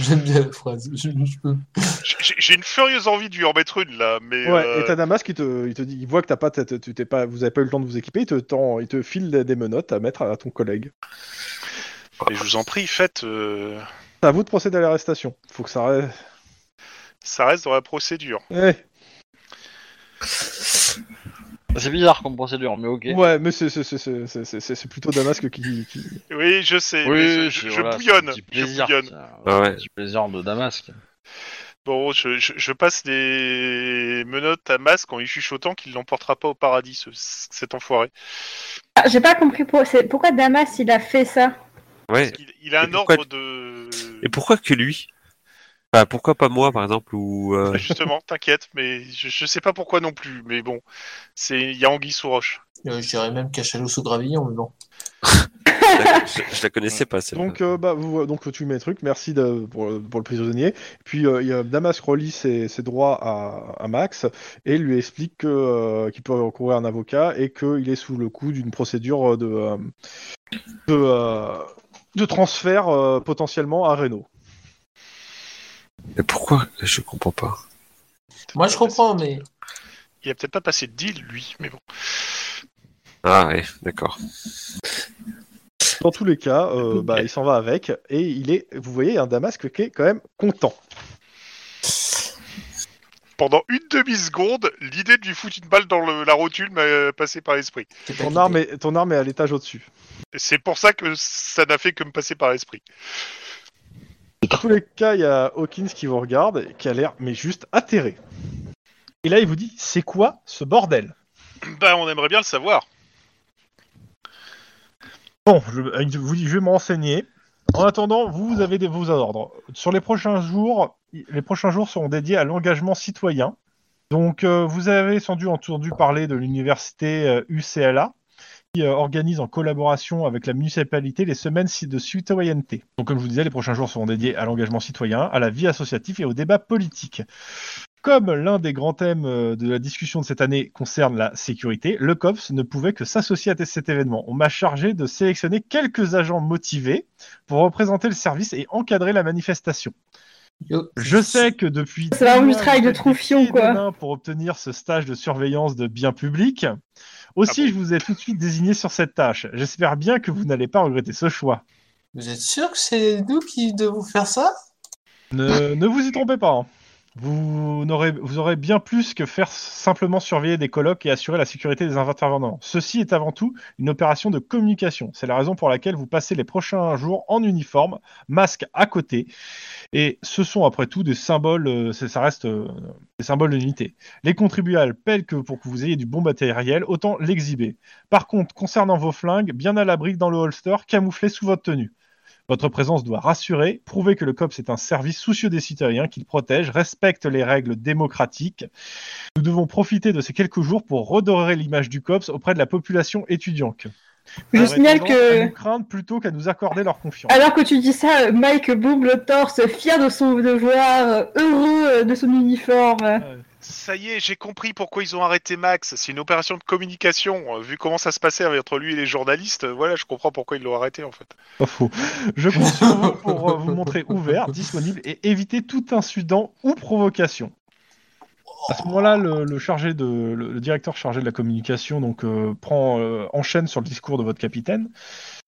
J'aime bien la phrase. Je, je peux.
J'ai- J'ai j'ai une furieuse envie de lui en mettre une, là, mais.
Ouais,
euh,
et t'as Damas qui te, il te dit, il voit que t'as pas, t'as- tu t'es pas, vous avez pas eu le temps de vous équiper, il te tend, il te file des, des menottes à mettre à ton collègue.
mais je vous en prie, faites. euh,
C'est à vous de procéder à l'arrestation. Faut que ça. reste-
Ça reste dans la procédure.
Eh,
C'est bizarre comme procédure, mais ok.
Ouais, mais c'est c'est- c'est- c'est- c'est- c'est- c'est plutôt Damas qui, qui, qui-
Oui, je sais, mais je, je-
c'est-
je
voilà, c'est
bouillonne.
un petit
Je
plaisir,
bouillonne.
c'est un-
Ah ouais.
un petit plaisir de Damasque.
Bon, je, je- je passe des menottes à Masque en lui chuchotant qu'il l'emportera pas au paradis, ce- cet enfoiré.
Ah, J'ai pas compris pour- c'est- pourquoi Damas il a fait ça.
Ouais.
Il, il a
Et
un
pourquoi-
ordre de.
Et pourquoi que lui Enfin, Pourquoi pas moi, par exemple ou euh,
Bah, Justement, t'inquiète, mais je, je sais pas pourquoi non plus, mais bon, c'est il y a anguille sous roche.
Euh, je dirais même cachalot sous gravillon, mais bon.
d'accord, Je, je la connaissais pas, c'est
Donc, euh, bah, vous, donc tu mets le truc, merci de- pour, le- pour le prisonnier. Puis euh, il y a Damas relie ses, ses droits à, à Max et lui explique que, euh, qu'il peut recourir à un avocat et qu'il est sous le coup d'une procédure de, euh, de, euh, de transfert euh, potentiellement à Renault.
Mais pourquoi Je comprends pas.
Moi, je comprends, mais
Il a peut-être pas passé de deal, lui, mais bon.
Ah ouais, d'accord.
Dans tous les cas, euh, bah, il s'en va avec et il est, vous voyez, un Damas qui est quand même content.
Pendant une demi-seconde, l'idée de lui foutre une balle dans le- la rotule m'a euh, passé par l'esprit.
t'es pas
Ton
quitté.
arme est, ton arme est à l'étage au-dessus.
Et C'est pour ça que ça n'a fait que me passer par l'esprit.
Dans tous les cas, il y a Hawkins qui vous regarde, et qui a l'air, mais juste atterré. Et là, il vous dit, c'est quoi ce bordel
Bah, on aimerait bien le savoir.
Bon, je, euh, je vous dis, je vais me renseigner. En attendant, vous, vous avez des, vos ordres. Sur les prochains jours, i- les prochains jours seront dédiés à l'engagement citoyen. Donc, euh, vous avez sans doute entendu parler de l'université euh, UCLA, qui euh, organise en collaboration avec la municipalité les semaines ci- de citoyenneté. Donc, comme je vous disais, les prochains jours seront dédiés à l'engagement citoyen, à la vie associative et au débat politique. Comme l'un des grands thèmes euh, de la discussion de cette année concerne la sécurité, le COPS ne pouvait que s'associer à cet événement. On m'a chargé de sélectionner quelques agents motivés pour représenter le service et encadrer la manifestation.
Yo.
Je sais que depuis.
C'est vraiment
dix
du
mois,
travail de
vous êtes des
troufion,
pieds et des
quoi.
mains Pour obtenir ce stage de surveillance de biens publics. Aussi,
Ah bon
je vous ai tout de suite désigné sur cette tâche. J'espère bien que vous n'allez pas regretter ce choix.
Vous êtes sûr que c'est nous qui devons faire ça
Ne, ne vous y trompez pas. hein. Vous, n'aurez- vous aurez bien plus que faire simplement surveiller des colloques et assurer la sécurité des intervenants. Ceci est avant tout une opération de communication. C'est la raison pour laquelle vous passez les prochains jours en uniforme, masque à côté. Et ce sont après tout des symboles, euh, c'est- ça reste euh, des symboles d'unité. Les contribuables paient que pour que vous ayez du bon matériel, autant l'exhiber. Par contre, concernant vos flingues, bien à l'abri dans le holster, camouflés sous votre tenue. Votre présence doit rassurer, prouver que le COPS est un service soucieux des citoyens, qu'il protège, respecte les règles démocratiques. Nous devons profiter de ces quelques jours pour redorer l'image du COPS auprès de la population étudiante.
Je
Aurait
signale
tendance
que-
à nous craindre plutôt qu'à nous accorder leur confiance.
Alors que tu dis ça, euh, Mike bombe le torse, fier de son devoir, euh, heureux euh, de son uniforme. euh,
Ça y est, j'ai compris pourquoi ils ont arrêté Max. C'est une opération de communication. Euh, Vu comment ça se passait entre lui et les journalistes, euh, voilà, je comprends pourquoi ils l'ont arrêté en fait.
Pas faux. Je compte sur vous pour euh, vous montrer ouvert, disponible et éviter tout incident ou provocation. À ce moment-là, le, le chargé de, le, le directeur chargé de la communication donc euh, prend euh, enchaîne sur le discours de votre capitaine.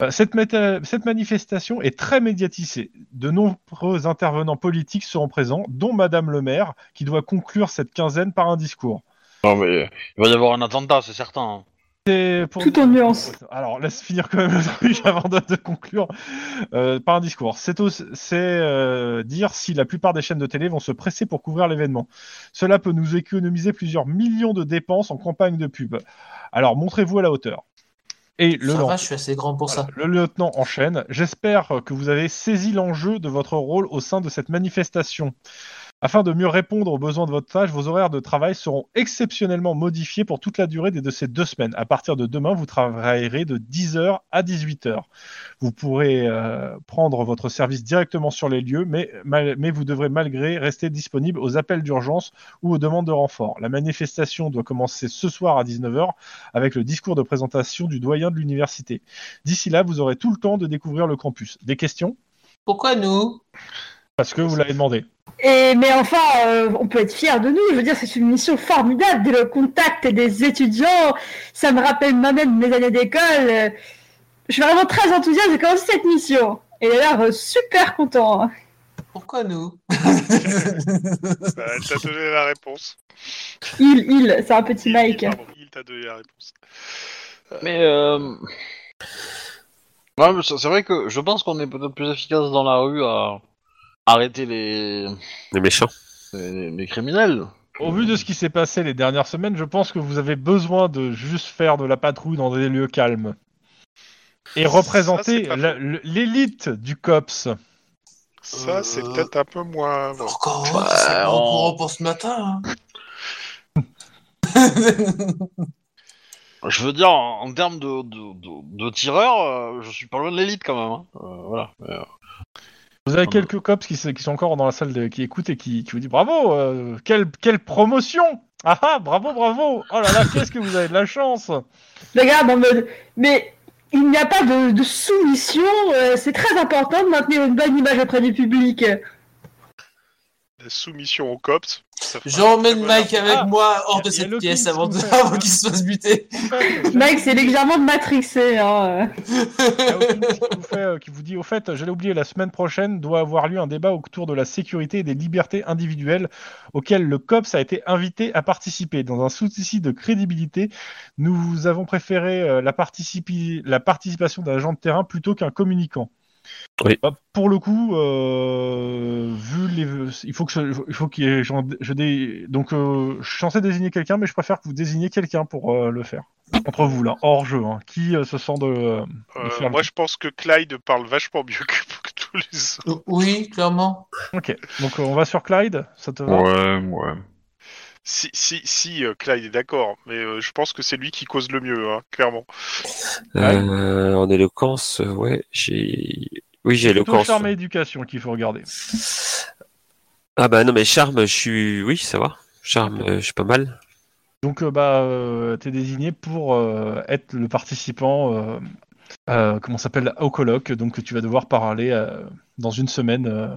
Euh, cette, méta- cette manifestation est très médiatisée. De nombreux intervenants politiques seront présents, dont Madame le Maire, qui doit conclure cette quinzaine par un discours.
Non, mais euh, il va y avoir un attentat, c'est certain.
C'est pour-
Tout en nuance.
Alors, laisse finir quand même le truc avant de, de conclure euh, par un discours. C'est au- c'est, euh, dire si la plupart des chaînes de télé vont se presser pour couvrir l'événement. Cela peut nous économiser plusieurs millions de dépenses en campagne de pub. Alors, montrez-vous à la hauteur. Et le,
Ça
lan-
va, je suis assez grand pour ça.
voilà, le lieutenant enchaîne. J'espère que vous avez saisi l'enjeu de votre rôle au sein de cette manifestation. Afin de mieux répondre aux besoins de votre tâche, vos horaires de travail seront exceptionnellement modifiés pour toute la durée des- de ces deux semaines. À partir de demain, vous travaillerez de 10h à 18h. Vous pourrez euh, prendre votre service directement sur les lieux, mais, mal- mais vous devrez malgré rester disponible aux appels d'urgence ou aux demandes de renfort. La manifestation doit commencer ce soir à 19h avec le discours de présentation du doyen de l'université. D'ici là, vous aurez tout le temps de découvrir le campus. Des questions
Pourquoi nous
Parce que vous l'avez demandé.
Et mais enfin, euh, on peut être fier de nous. Je veux dire, c'est une mission formidable. Dès le contact des étudiants, ça me rappelle moi-même mes années d'école. Euh, Je suis vraiment très enthousiaste de commencer cette mission. Et d'ailleurs, euh, super content.
Pourquoi nous
Bah, elle t'a donné la réponse.
Il, il, c'est un petit Mike.
Il, pardon, il t'a donné la réponse.
Mais. Euh... Ouais, mais c'est c'est vrai que je pense qu'on est peut-être plus efficace dans la rue à arrêter les,
Les méchants.
les... les criminels.
Au vu de ce qui s'est passé les dernières semaines, je pense que vous avez besoin de juste faire de la patrouille dans des lieux calmes. Et représenter
c'est pas
la-
faux.
le- l'élite du COPS.
Ça, c'est
Euh,
peut-être un peu moins. vrai.
Encore heureux que c'est pas
on-
au courant pour ce matin. hein.
Je veux dire, en, en termes de, de, de, de tireur, euh, je suis pas loin de l'élite quand même. hein. Euh, voilà. Euh,
Vous
Ah
avez
bah.
quelques cops qui, se- qui sont encore dans la salle de- qui écoutent et qui, qui vous disent bravo, euh, quelle, quelle promotion Ah ah, bravo, bravo Oh là là, qu'est-ce que vous avez de la chance
Regarde, en mode, mais il n'y a pas de, de soumission, euh, c'est très important de maintenir une bonne image auprès du public.
La soumission au COPS. ça fera un
J'emmène
très bon
Mike
article.
avec
Ah,
moi
y
hors
a-
de
y a
cette
Loki,
pièce
c'est
avant, de-
tout ça.
avant qu'il se fasse buter.
Mike, c'est légèrement matrixé. Hein.
Il y a aucune chose qui vous fait, euh, qui vous dit, au fait, j'allais oublier, la semaine prochaine doit avoir lieu un débat autour de la sécurité et des libertés individuelles auquel le COPS a été invité à participer. Dans un souci de crédibilité, nous vous avons préféré euh, la, participi- la participation d'un agent de terrain plutôt qu'un communicant.
Oui.
Bah, pour le coup, euh, vu les, il faut que ce- il faut qu'il y ait- j'en- je dé- donc euh, je suis censé désigner quelqu'un, mais je préfère que vous désigniez quelqu'un pour euh, le faire entre vous là, hors jeu, hein. qui euh, se sent de euh,
Euh,
Il fait un
moi,
peu.
je pense que Clyde parle vachement mieux que, que tous les autres.
Oui, clairement.
Ok, donc euh, on va sur Clyde, ça te va
Ouais, ouais.
Si, si, si euh, Clyde est d'accord, mais euh, je pense que c'est lui qui cause le mieux, hein, clairement.
Euh, en éloquence, euh, ouais, j'ai. Oui, j'ai
C'est plutôt
éloquence.
charme et éducation qu'il faut regarder.
Ah bah non, mais charme, je suis. Oui, ça va. Charme, euh, je suis pas mal.
Donc euh, bah euh, t'es désigné pour euh, être le participant euh, euh, comment ça s'appelle au colloque, donc tu vas devoir parler euh, dans une semaine euh,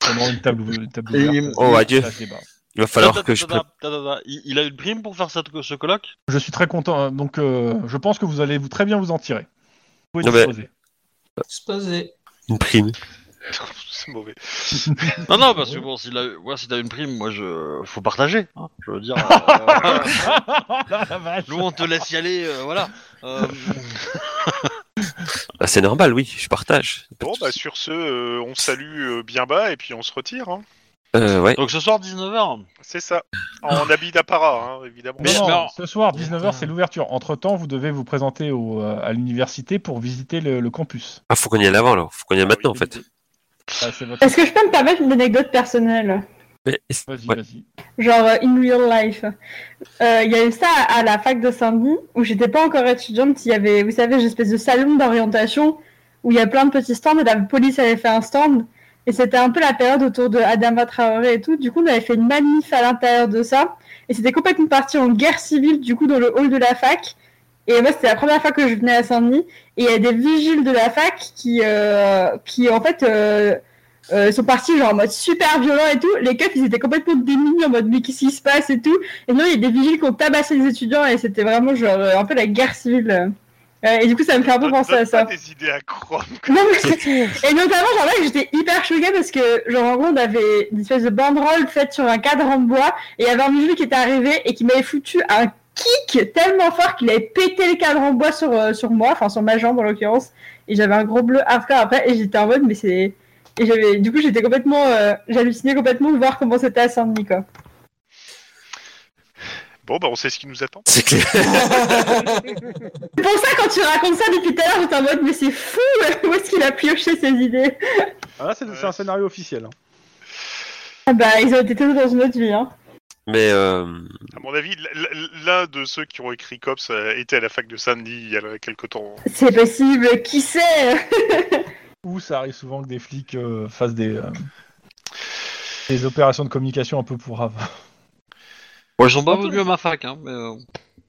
pendant une table, une table
Et-
ouverte.
oh, adieu.
Ça se débat.
Il va falloir
tata-
que je.
tata- tata- tata- Il il a une prime pour faire cette- ce colloque
Je suis très content, hein, donc euh, je pense que vous allez vous très bien vous en tirer. Vous pouvez
Non, mais-
disposer.
C'est posé.
prenne Une prime.
c'est mauvais.
Non, non, parce que bon, s'il a- ouais, si t'as une prime, moi, je faut partager. hein. je veux dire, euh,
Ah, la vache.
nous, on te laisse y aller, euh, voilà. Euh,
Ah, c'est normal, oui, je partage. Pas de
Bon, bah,
souci.
sur ce, euh, on salue euh, bien bas et puis on se retire. hein.
Euh, ouais.
donc ce soir, 19h.
C'est ça. En habit d'apparat, hein, évidemment.
Mais
Mais
non,
non.
ce soir, 19h, c'est l'ouverture. Entre-temps, vous devez vous présenter au, euh, à l'université pour visiter le, le campus.
Ah, faut qu'on y aille avant, alors. Faut qu'on y aille
Ah oui,
maintenant, en fait.
Ah, c'est votre-
Est-ce que je peux me permettre une anecdote personnelle
Mais...
Vas-y,
Ouais.
vas-y.
genre euh, in real life. Euh, Il y a eu ça à la fac de Saint-Denis où j'étais pas encore étudiante. Il y avait, vous savez, une espèce de salon d'orientation où il y a plein de petits stands et la police avait fait un stand. Et c'était un peu la période autour de Adama Traoré et tout. Du coup, on avait fait une manif à l'intérieur de ça. Et c'était complètement parti en guerre civile, du coup, dans le hall de la fac. Et moi, c'était la première fois que je venais à Saint-Denis. Et il y a des vigiles de la fac qui, euh, qui en fait, euh, euh, ils sont partis genre en mode super violent et tout. Les keufs, ils étaient complètement démunis en mode mais qu'est-ce qui se passe et tout. Et non, il y a des vigiles qui ont tabassé les étudiants et c'était vraiment genre euh, un peu la guerre civile. euh. Euh, et du coup, ça me fait un peu
Donne-
penser
donne
à ça.
pas des idées à croire.
Non, mais- Et notamment, genre là, j'étais hyper choquée parce que, genre, en gros, on avait une espèce de banderole faite sur un cadre en bois et il y avait un vigile qui était arrivé et qui m'avait foutu un kick tellement fort qu'il avait pété le cadre en bois sur, euh, sur moi, enfin sur ma jambe en l'occurrence. Et j'avais un gros bleu hardcore après et j'étais en mode, mais c'est. Et j'avais, du coup, j'étais complètement, euh, j'hallucinais complètement de voir comment c'était à Saint-Denis, quoi.
Bon, bah, on sait ce qui nous attend.
C'est clair.
C'est pour ça, quand tu racontes ça depuis tout à l'heure, j'étais en mode, mais c'est fou, où est-ce qu'il a pioché ses idées?
Ah, là, c'est c'est un scénario officiel. hein.
Ah bah, ils ont été tous dans une autre vie, hein.
Mais euh,
À mon avis, l- l- l'un de ceux qui ont écrit COPS euh, était à la fac de Sandy il y a quelque temps.
C'est possible, qui sait?
Ou ça arrive souvent que des flics euh, fassent des, euh, des opérations de communication un peu pour
Bon, ils sont pas
Attends.
venus à ma fac, hein, mais. euh,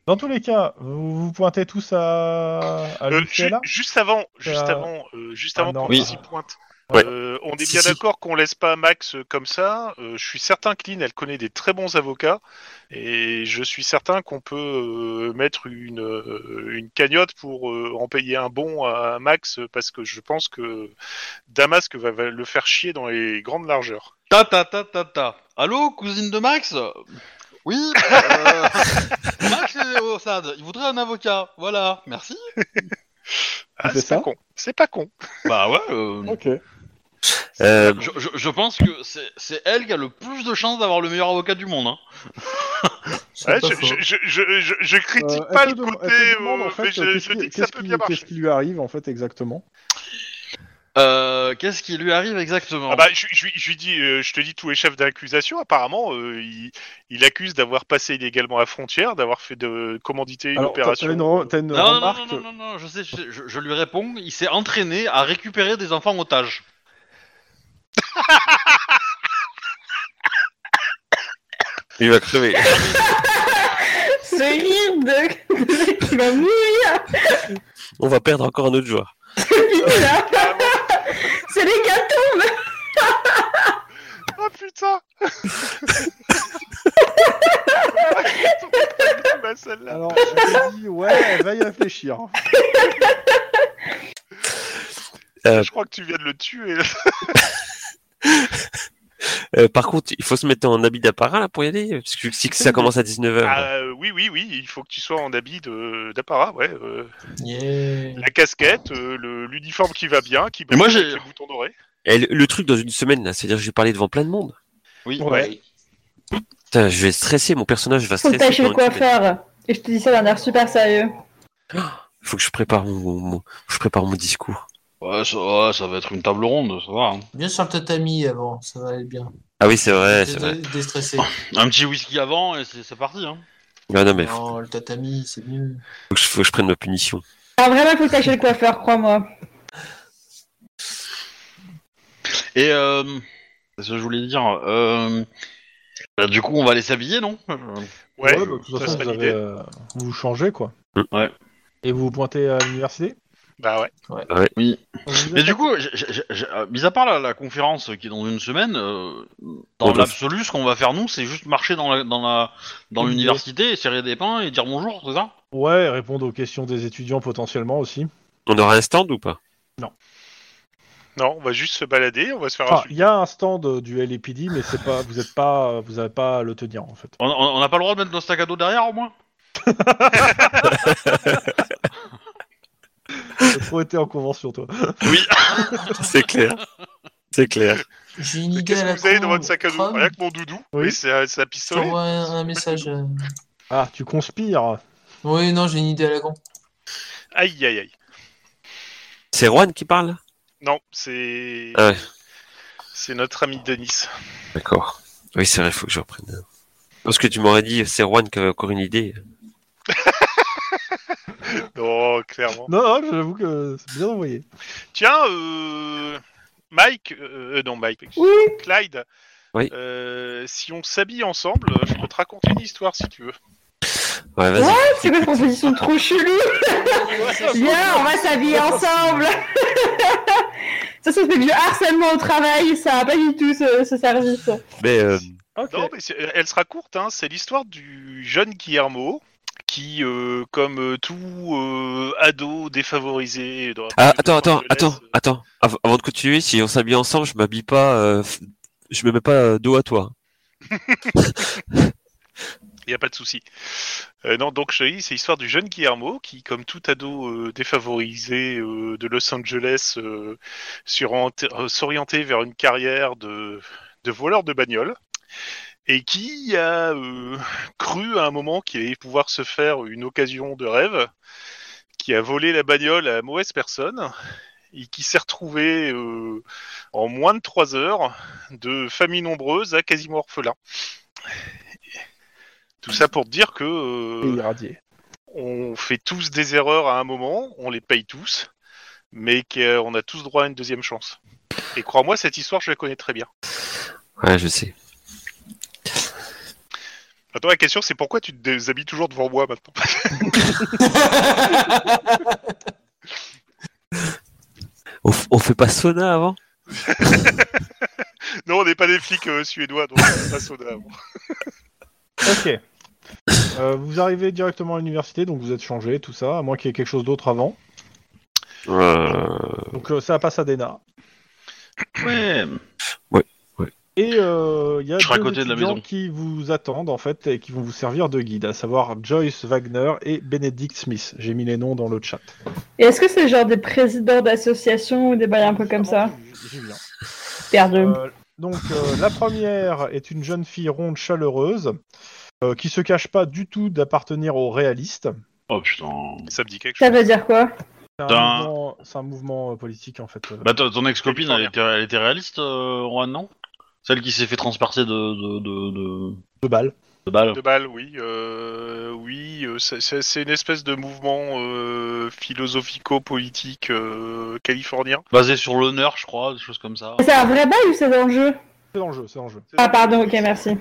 Dans tous les cas, vous vous pointez tous à, à
Euh, ju-
l'UCLA
juste avant, juste
Euh,
avant, euh, juste
ah
avant
non,
qu'on
oui.
s'y pointe.
Ouais.
Euh, on est
Si,
bien
si.
d'accord qu'on laisse pas Max euh, comme ça. Euh, je suis certain que Lynn, elle connaît des très bons avocats, et je suis certain qu'on peut euh, mettre une euh, une cagnotte pour euh, en payer un bon à Max euh, parce que je pense que Damasque va, va le faire chier dans les grandes largeurs.
Ta ta ta ta ta. Allô, cousine de Max Oui euh, Max est au SAD, il voudrait un avocat, voilà, merci.
Ah,
fait
c'est pas
ça
con. C'est pas con.
Bah ouais, euh,
Ok.
euh,
je, je- je pense que c'est c'est elle qui a le plus de chances d'avoir le meilleur avocat du monde. Hein.
C'est
Ouais,
pas
Ah, je,
faux.
je, je, je- je- je
Euh,
critique
elle
pas
te
le
dem-
côté,
elle te demande,
euh,
en fait,
mais je,
qu'est-ce
je
qui-
dis que ça
qu'est-ce
peut
qui-
bien marcher.
Qu'est-ce qui lui arrive en fait exactement
Euh, Qu'est-ce qui lui arrive exactement
Ah bah, je, je lui- je lui dis, euh, je te dis tous les chefs d'accusation. Apparemment, euh, il, il accuse d'avoir passé illégalement la frontière, d'avoir fait de commandité une
Alors, t'as-
opération.
t'as une, re- t'as une
non, non, non,
remarque
non, non, non, je sais, je, sais, je- je lui réponds, il s'est entraîné à récupérer des enfants otages.
Il va crever.
Ce rire de... de mec qui va mourir
On va perdre encore un autre joueur.
vite là C'est les gâteaux
Ah putain Bah, celle-là.
Alors, je dis, ouais, elle va y réfléchir.
Je crois que tu viens de le tuer.
Euh, par contre, il faut se mettre en habit d'apparat là pour y aller, parce que si que ça commence à 19h.
Ah, euh, oui, oui, oui, il faut que tu sois en habit de- d'apparat, ouais. euh,
Yeah.
la casquette, euh, le- l'uniforme qui va bien, qui
Mais moi,
brille
j'ai-
avec les boutons dorés.
Et le, le truc dans une semaine là, c'est-à-dire que j'ai parlé devant plein de monde.
Oui.
Ouais.
Putain, je vais stresser, mon personnage va
Faut
stresser.
que t'ailles chez
pendant
le
une semaine.
coiffeur. Et je te dis ça d'un air super sérieux.
Faut que je prépare mon, mon- je prépare mon discours.
Ouais, ça, ouais, ça va être une table ronde, ça va. hein.
Bien sur le tatami avant, ça va aller bien.
Ah oui, c'est vrai, c'est
Dé-
vrai.
dé- Déstressé.
Un petit whisky avant et c'est c'est parti. Hein.
Ah Non, non, mais faut,
Non, le tatami, c'est mieux.
que je, faut que je prenne ma punition.
Ah vraiment, faut que t'ailles chez le coiffeur, crois-moi.
Et euh, qu'est-ce que je voulais dire euh, bah, Du coup, on va les s'habiller, non
Ouais,
Ouais, bah, de toute
ça
façon,
serait
vous,
l'idée.
avez, euh, vous changez quoi.
Ouais.
Et vous vous pointez à l'université
Bah ouais.
Oui.
Vous
Mais
êtes-
du coup, j'ai- j'ai- j'ai- euh, mis à part la, la conférence qui est dans une semaine, euh, dans
On doit-
l'absolu, ce qu'on va faire nous, c'est juste marcher dans la dans la dans
Oui.
l'université, et serrer des pains et dire bonjour, c'est ça
Ouais, répondre aux questions des étudiants potentiellement aussi.
On aura un stand ou pas
Non, on va juste se balader, on va
Ah,
se faire
Enfin,
insulter.
il y a un stand euh, du LAPD, mais c'est pas, vous êtes pas, euh, vous avez pas à le tenir en fait.
On- On on n'a pas le droit de mettre nos sacs à dos derrière au moins
T'as trop été en convention toi.
C'est clair. C'est clair.
J'ai une
Mais
idée
Qu'est-ce
à
que
la
vous avez
con,
dans votre sac à dos
Chrome,
Rien que mon doudou,
Oui.
oui. c'est un, c'est un
je
pistolet.
t'envoie un, un message. euh.
Ah, tu conspires.
Oui, non, j'ai une idée à la con.
Aïe, aïe, aïe.
C'est Juan qui parle
Non, c'est
Ah ouais.
c'est notre ami Denis.
D'accord. Oui, c'est vrai, faut que je reprenne. Parce que tu m'aurais dit, c'est Juan qui avait encore une idée.
Non, Oh, clairement.
Non, non, j'avoue que c'est bien envoyé.
Tiens, euh, Mike, euh, euh, non Mike,
Oui.
Clyde.
Oui.
euh, si on s'habille ensemble, euh, je peux te raconter une histoire si tu veux.
Ouais, vas-y.
C'est quoi cette proposition trop chelou Viens, on va s'habiller ensemble Ça, ça fait du harcèlement au travail, ça n'a pas du tout ce, ce service.
Mais euh,
Ok.
Non, mais c'est- elle sera courte. Hein. C'est l'histoire du jeune Guillermo qui, euh, comme euh, tout euh, ado défavorisé, dans la
Ah,
banlieue de
attends, attends,
Los
attends,
Angeles,
attends. Av- avant de continuer, si on s'habille ensemble, je m'habille pas, euh, f- je me mets pas euh, dos à toi.
Il n'y a pas de souci. Euh, non, donc je te dis, c'est l'histoire du jeune Guillermo qui, comme tout ado euh, défavorisé euh, de Los Angeles, euh, surent- euh, s'orientait vers une carrière de, de voleur de bagnole et qui a euh, cru à un moment qu'il allait pouvoir se faire une occasion de rêve, qui a volé la bagnole à mauvaise personne et qui s'est retrouvé euh, en moins de trois heures de famille nombreuse à quasiment orphelin. Tout ça pour te dire que
Et
euh,
irradié.
on fait tous des erreurs à un moment, on les paye tous, mais qu'on a tous droit à une deuxième chance. Et crois-moi, cette histoire, je la connais très bien.
Ouais, je sais.
Maintenant, la question, c'est pourquoi tu te déshabilles toujours devant moi maintenant
On, f- on fait pas sauna avant
Non, on n'est pas des flics euh, suédois, donc on passe au avant.
Ok. Euh, vous arrivez directement à l'université, donc vous êtes changé, tout ça, à moins qu'il y ait quelque chose d'autre avant.
euh...
Donc euh, ça passe à Dena.
Ouais.
Et euh, il y a
Je serai à
deux
côté de la
étudiants
maison.
qui vous attendent en fait et qui vont vous servir de guide, à savoir Joyce Wagner et Benedict Smith. J'ai mis les noms dans le chat.
Et est-ce que c'est genre des présidents d'associations ou des bails un
Ah,
peu comme ça
J'y viens.
Perdu.
hein. Euh, donc euh, la première est une jeune fille ronde chaleureuse euh, qui se cache pas du tout d'appartenir aux réalistes.
Oh putain.
Ça me dit quelque
Ça
chose.
veut dire quoi
C'est
D'un-
un, mouvement- c'est un mouvement euh, politique en fait. euh.
Bah, ton ton ex-copine,
Californie.
elle était, elle était réaliste, euh, Juan, non Celle qui s'est fait transpercer de, de, de, de,
Deux balles.
de balles.
De balles, oui. euh, oui, euh, c'est- c'est c'est une espèce de mouvement euh, philosophico-politique euh, californien.
Basée sur l'honneur, je crois, des choses comme ça.
C'est un vrai bail ou c'est dans le jeu
C'est dans le jeu, c'est dans le jeu.
Ah, pardon, ok, merci.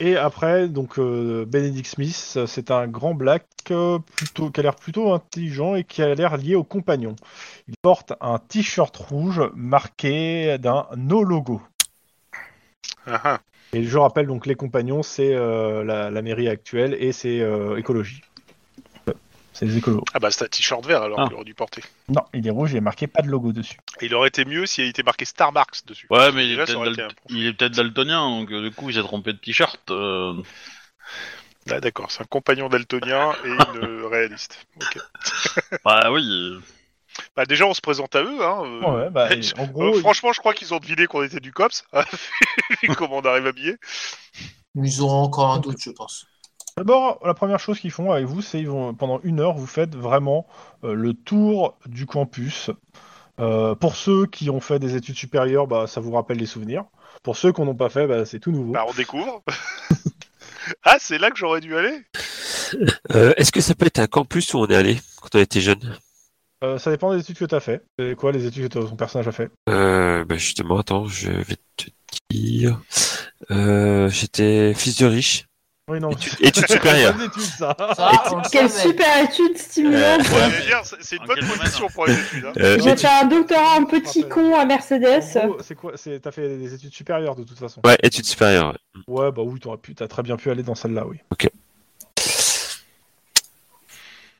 Et après,
Après, donc euh, Benedict Smith, euh, c'est un grand black euh, plutôt, qui a l'air plutôt intelligent et qui a l'air lié au compagnon. Il porte un t-shirt rouge marqué d'un no logo.
Ah, ah.
Et je rappelle donc les compagnons, c'est euh, la, la mairie actuelle et c'est euh, écologie. C'est les écolos.
Ah bah c'est un t-shirt vert alors
Ah.
qu'il aurait dû porter.
Non, il est rouge, il est marqué pas de logo dessus.
Et il aurait été mieux s'il avait été marqué Star Marks dessus.
Ouais, mais il est
Déjà, ça
peut-être
aurait
dal-
été un
il est peut-être daltonien, donc euh, du coup, il s'est trompé de t-shirt. euh.
Ah, D'accord, c'est un compagnon daltonien et une euh, réaliste. Ok.
Bah oui.
Bah déjà on se présente à eux. Hein, euh,
Ouais, bah, et en
euh,
gros,
franchement, je crois qu'ils ont deviné qu'on était du COPS. Ah, vu Comment on arrive habillé.
Ils ont encore un doute, je pense.
D'abord, la première chose qu'ils font avec vous, c'est ils vont pendant une heure, vous faites vraiment euh, le tour du campus. Euh, pour ceux qui ont fait des études supérieures, bah, ça vous rappelle les souvenirs. Pour ceux qui n'en ont pas fait, bah, c'est tout nouveau.
Bah on découvre. ah c'est là que j'aurais dû aller
Euh, Est-ce que ça peut être un campus où on est allé quand on était jeune
Euh, ça dépend des études que tu as fait. C'est quoi les études que ton personnage a fait
euh, bah Justement, attends, je vais te dire. Euh, J'étais fils de riche.
Oui, non.
Études, études supérieures.
Pas d'études, ça.
Ça, on le
Quelle
savait.
super étude stimulante
Euh,
J'allais
mais-
dire, c'est- C'est une
En
bonne
quel domaine,
position
hein
pour les études. hein.
Euh,
J'ai
études-
fait un doctorat en petit con à
En
Mercedes.
gros, C'est quoi C'est t'as fait des études supérieures de toute façon.
Ouais, études supérieures. ouais.
Ouais, bah oui, t'aurais pu, t'as très bien pu aller dans celle-là, oui.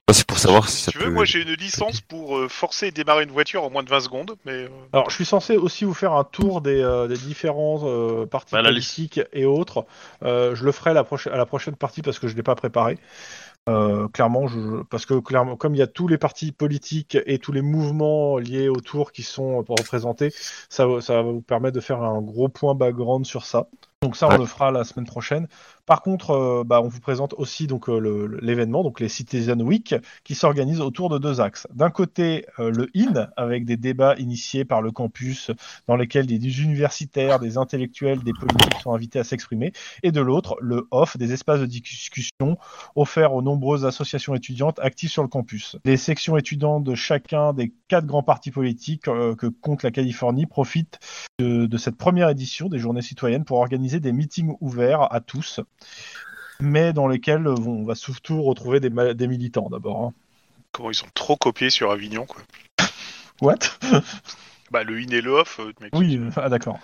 Bah, C'est pour savoir
Eh,
si ça
tu
peut.
veux, moi j'ai une licence pour euh, forcer et démarrer une voiture en moins de 20 secondes, mais euh,
Alors, je suis censé aussi vous faire un tour des, euh, des différents euh, partis
Bah, la liste.
politiques et autres. Euh, je le ferai la prochaine- à la prochaine partie parce que je ne l'ai pas préparé. Euh, clairement, je- je- parce que clairement, comme il y a tous les partis politiques et tous les mouvements liés autour qui sont euh, représentés, ça, ça va vous permettre de faire un gros point background sur ça. Donc ça, on
Ouais.
le fera la semaine prochaine. Par contre, euh, bah, on vous présente aussi donc euh, le- le- l'événement, donc les Citizen Week, qui s'organise autour de deux axes. D'un côté, euh, le IN, avec des débats initiés par le campus, dans lesquels des universitaires, des intellectuels, des politiques sont invités à s'exprimer. Et de l'autre, le OFF, des espaces de discussion offerts aux nombreuses associations étudiantes actives sur le campus. Les sections étudiantes de chacun des quatre grands partis politiques euh, que compte la Californie profitent de, de cette première édition des journées citoyennes pour organiser des meetings ouverts à tous, mais dans lesquels euh, on va surtout retrouver des, ma- des militants d'abord. hein.
comment ils ont trop copié sur Avignon quoi.
What
Bah le in et le off, euh, mec.
Oui, euh, ah, d'accord.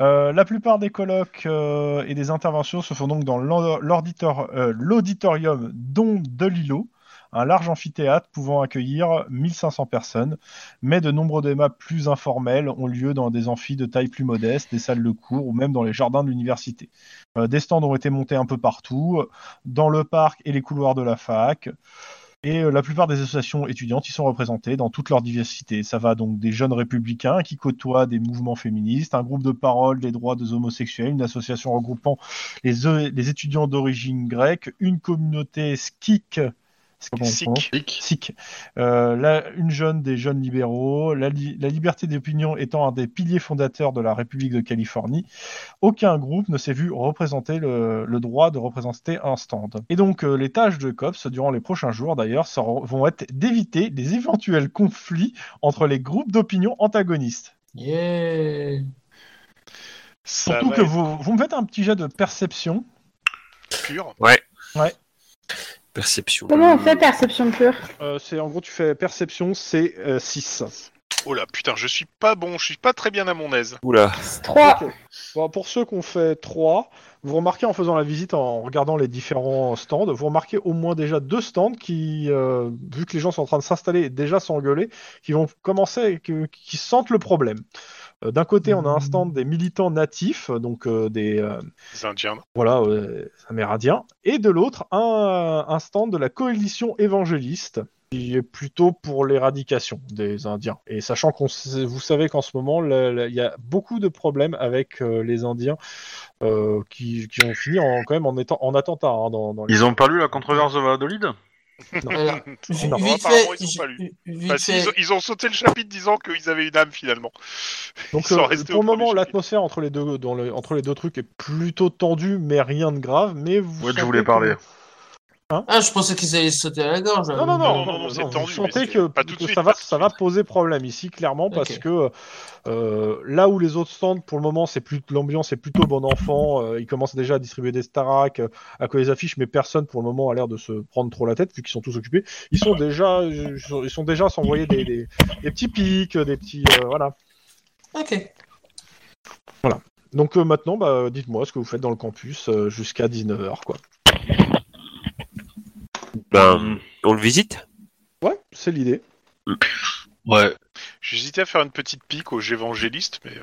Euh, la plupart des colloques euh, et des interventions se font donc dans l'or- l'auditor- euh, l'auditorium Don Delilo, un large amphithéâtre pouvant accueillir 1500 personnes, mais de nombreux débats plus informels ont lieu dans des amphis de taille plus modeste, des salles de cours ou même dans les jardins de l'université. Euh, des stands ont été montés un peu partout, dans le parc et les couloirs de la fac, et euh, la plupart des associations étudiantes y sont représentées dans toute leur diversité. Ça va donc des jeunes républicains qui côtoient des mouvements féministes, un groupe de parole des droits des homosexuels, une association regroupant les, e- les étudiants d'origine grecque, une communauté skique. comment on
Sikh.
prononce
Clic.
Sikh. Euh, la- une jeune des jeunes libéraux, la, li- la liberté d'opinion étant un des piliers fondateurs de la République de Californie, aucun groupe ne s'est vu représenter le, le droit de représenter un stand. Et donc, euh, les tâches de COPS durant les prochains jours, d'ailleurs, seront- vont être d'éviter les éventuels conflits entre les groupes d'opinion antagonistes.
Yeah.
Ça
Surtout
va
que
être
vous, vous me faites un petit jet de perception.
pur.
Perception.
Comment on fait perception pure
Euh, c'est en gros, tu fais perception, c'est euh, 6.
Oh là putain, je suis pas bon, je suis pas très bien à mon aise.
Oula.
3.
Ok. Bon, pour ceux qui ont fait 3, vous remarquez en faisant la visite, en regardant les différents stands, vous remarquez au moins déjà deux stands qui, euh, vu que les gens sont en train de s'installer et déjà s'engueuler, qui vont commencer, qui, qui sentent le problème. Euh, D'un côté, on a un stand des militants natifs, donc euh, des, euh,
Les Indiens.
voilà, euh, amérindien. Et de l'autre, un, un stand de la coalition évangéliste qui est plutôt pour l'éradication des Indiens. Et sachant qu'on sait- vous savez qu'en ce moment, le- le- il y a beaucoup de problèmes avec euh, les Indiens euh, qui, qui ont fini en, quand même en étant en attentat. hein, dans, dans les-
Ils ont pas lu la controverse de Valladolid
Alors,
Non,
vite
apparemment,
fait,
ils
ju-
ont pas lu.
vite
Bah, si,
fait-
ils, ont, ils ont sauté le chapitre disant qu'ils avaient une âme finalement.
Donc
Ils sont
euh,
restés
pour
au
le moment,
premier
l'atmosphère entre les deux dans le- entre les deux trucs est plutôt tendue, mais rien de grave. Mais vous
Ouais, je
sentez
voulais
que-
parler.
Ah, je pensais qu'ils allaient se sauter à la gorge. euh,
Non, non, non,
non,
non,
non,
non,
c'est
vous
tendu, mais
sentez
c'est
que,
pas tout de
que
suite,
ça,
pas
va,
tout de
ça va poser problème ici, clairement, parce
Ok.
que euh, là où les autres stands, pour le moment, c'est plus l'ambiance est plutôt bon enfant. euh, ils commencent déjà à distribuer des Starak, euh, à coller les affiches, mais personne, pour le moment, a l'air de se prendre trop la tête, vu qu'ils sont tous occupés. Ils sont déjà, ils sont, ils sont déjà à s'envoyer des, des, des petits pics, des petits, euh, voilà.
Ok.
Donc euh, maintenant, bah, dites-moi ce que vous faites dans le campus euh, jusqu'à 19h, quoi.
Euh,
Ben, on le visite
Ouais, c'est l'idée.
Ouais.
J'hésitais à faire une petite pique aux évangélistes, mais. euh,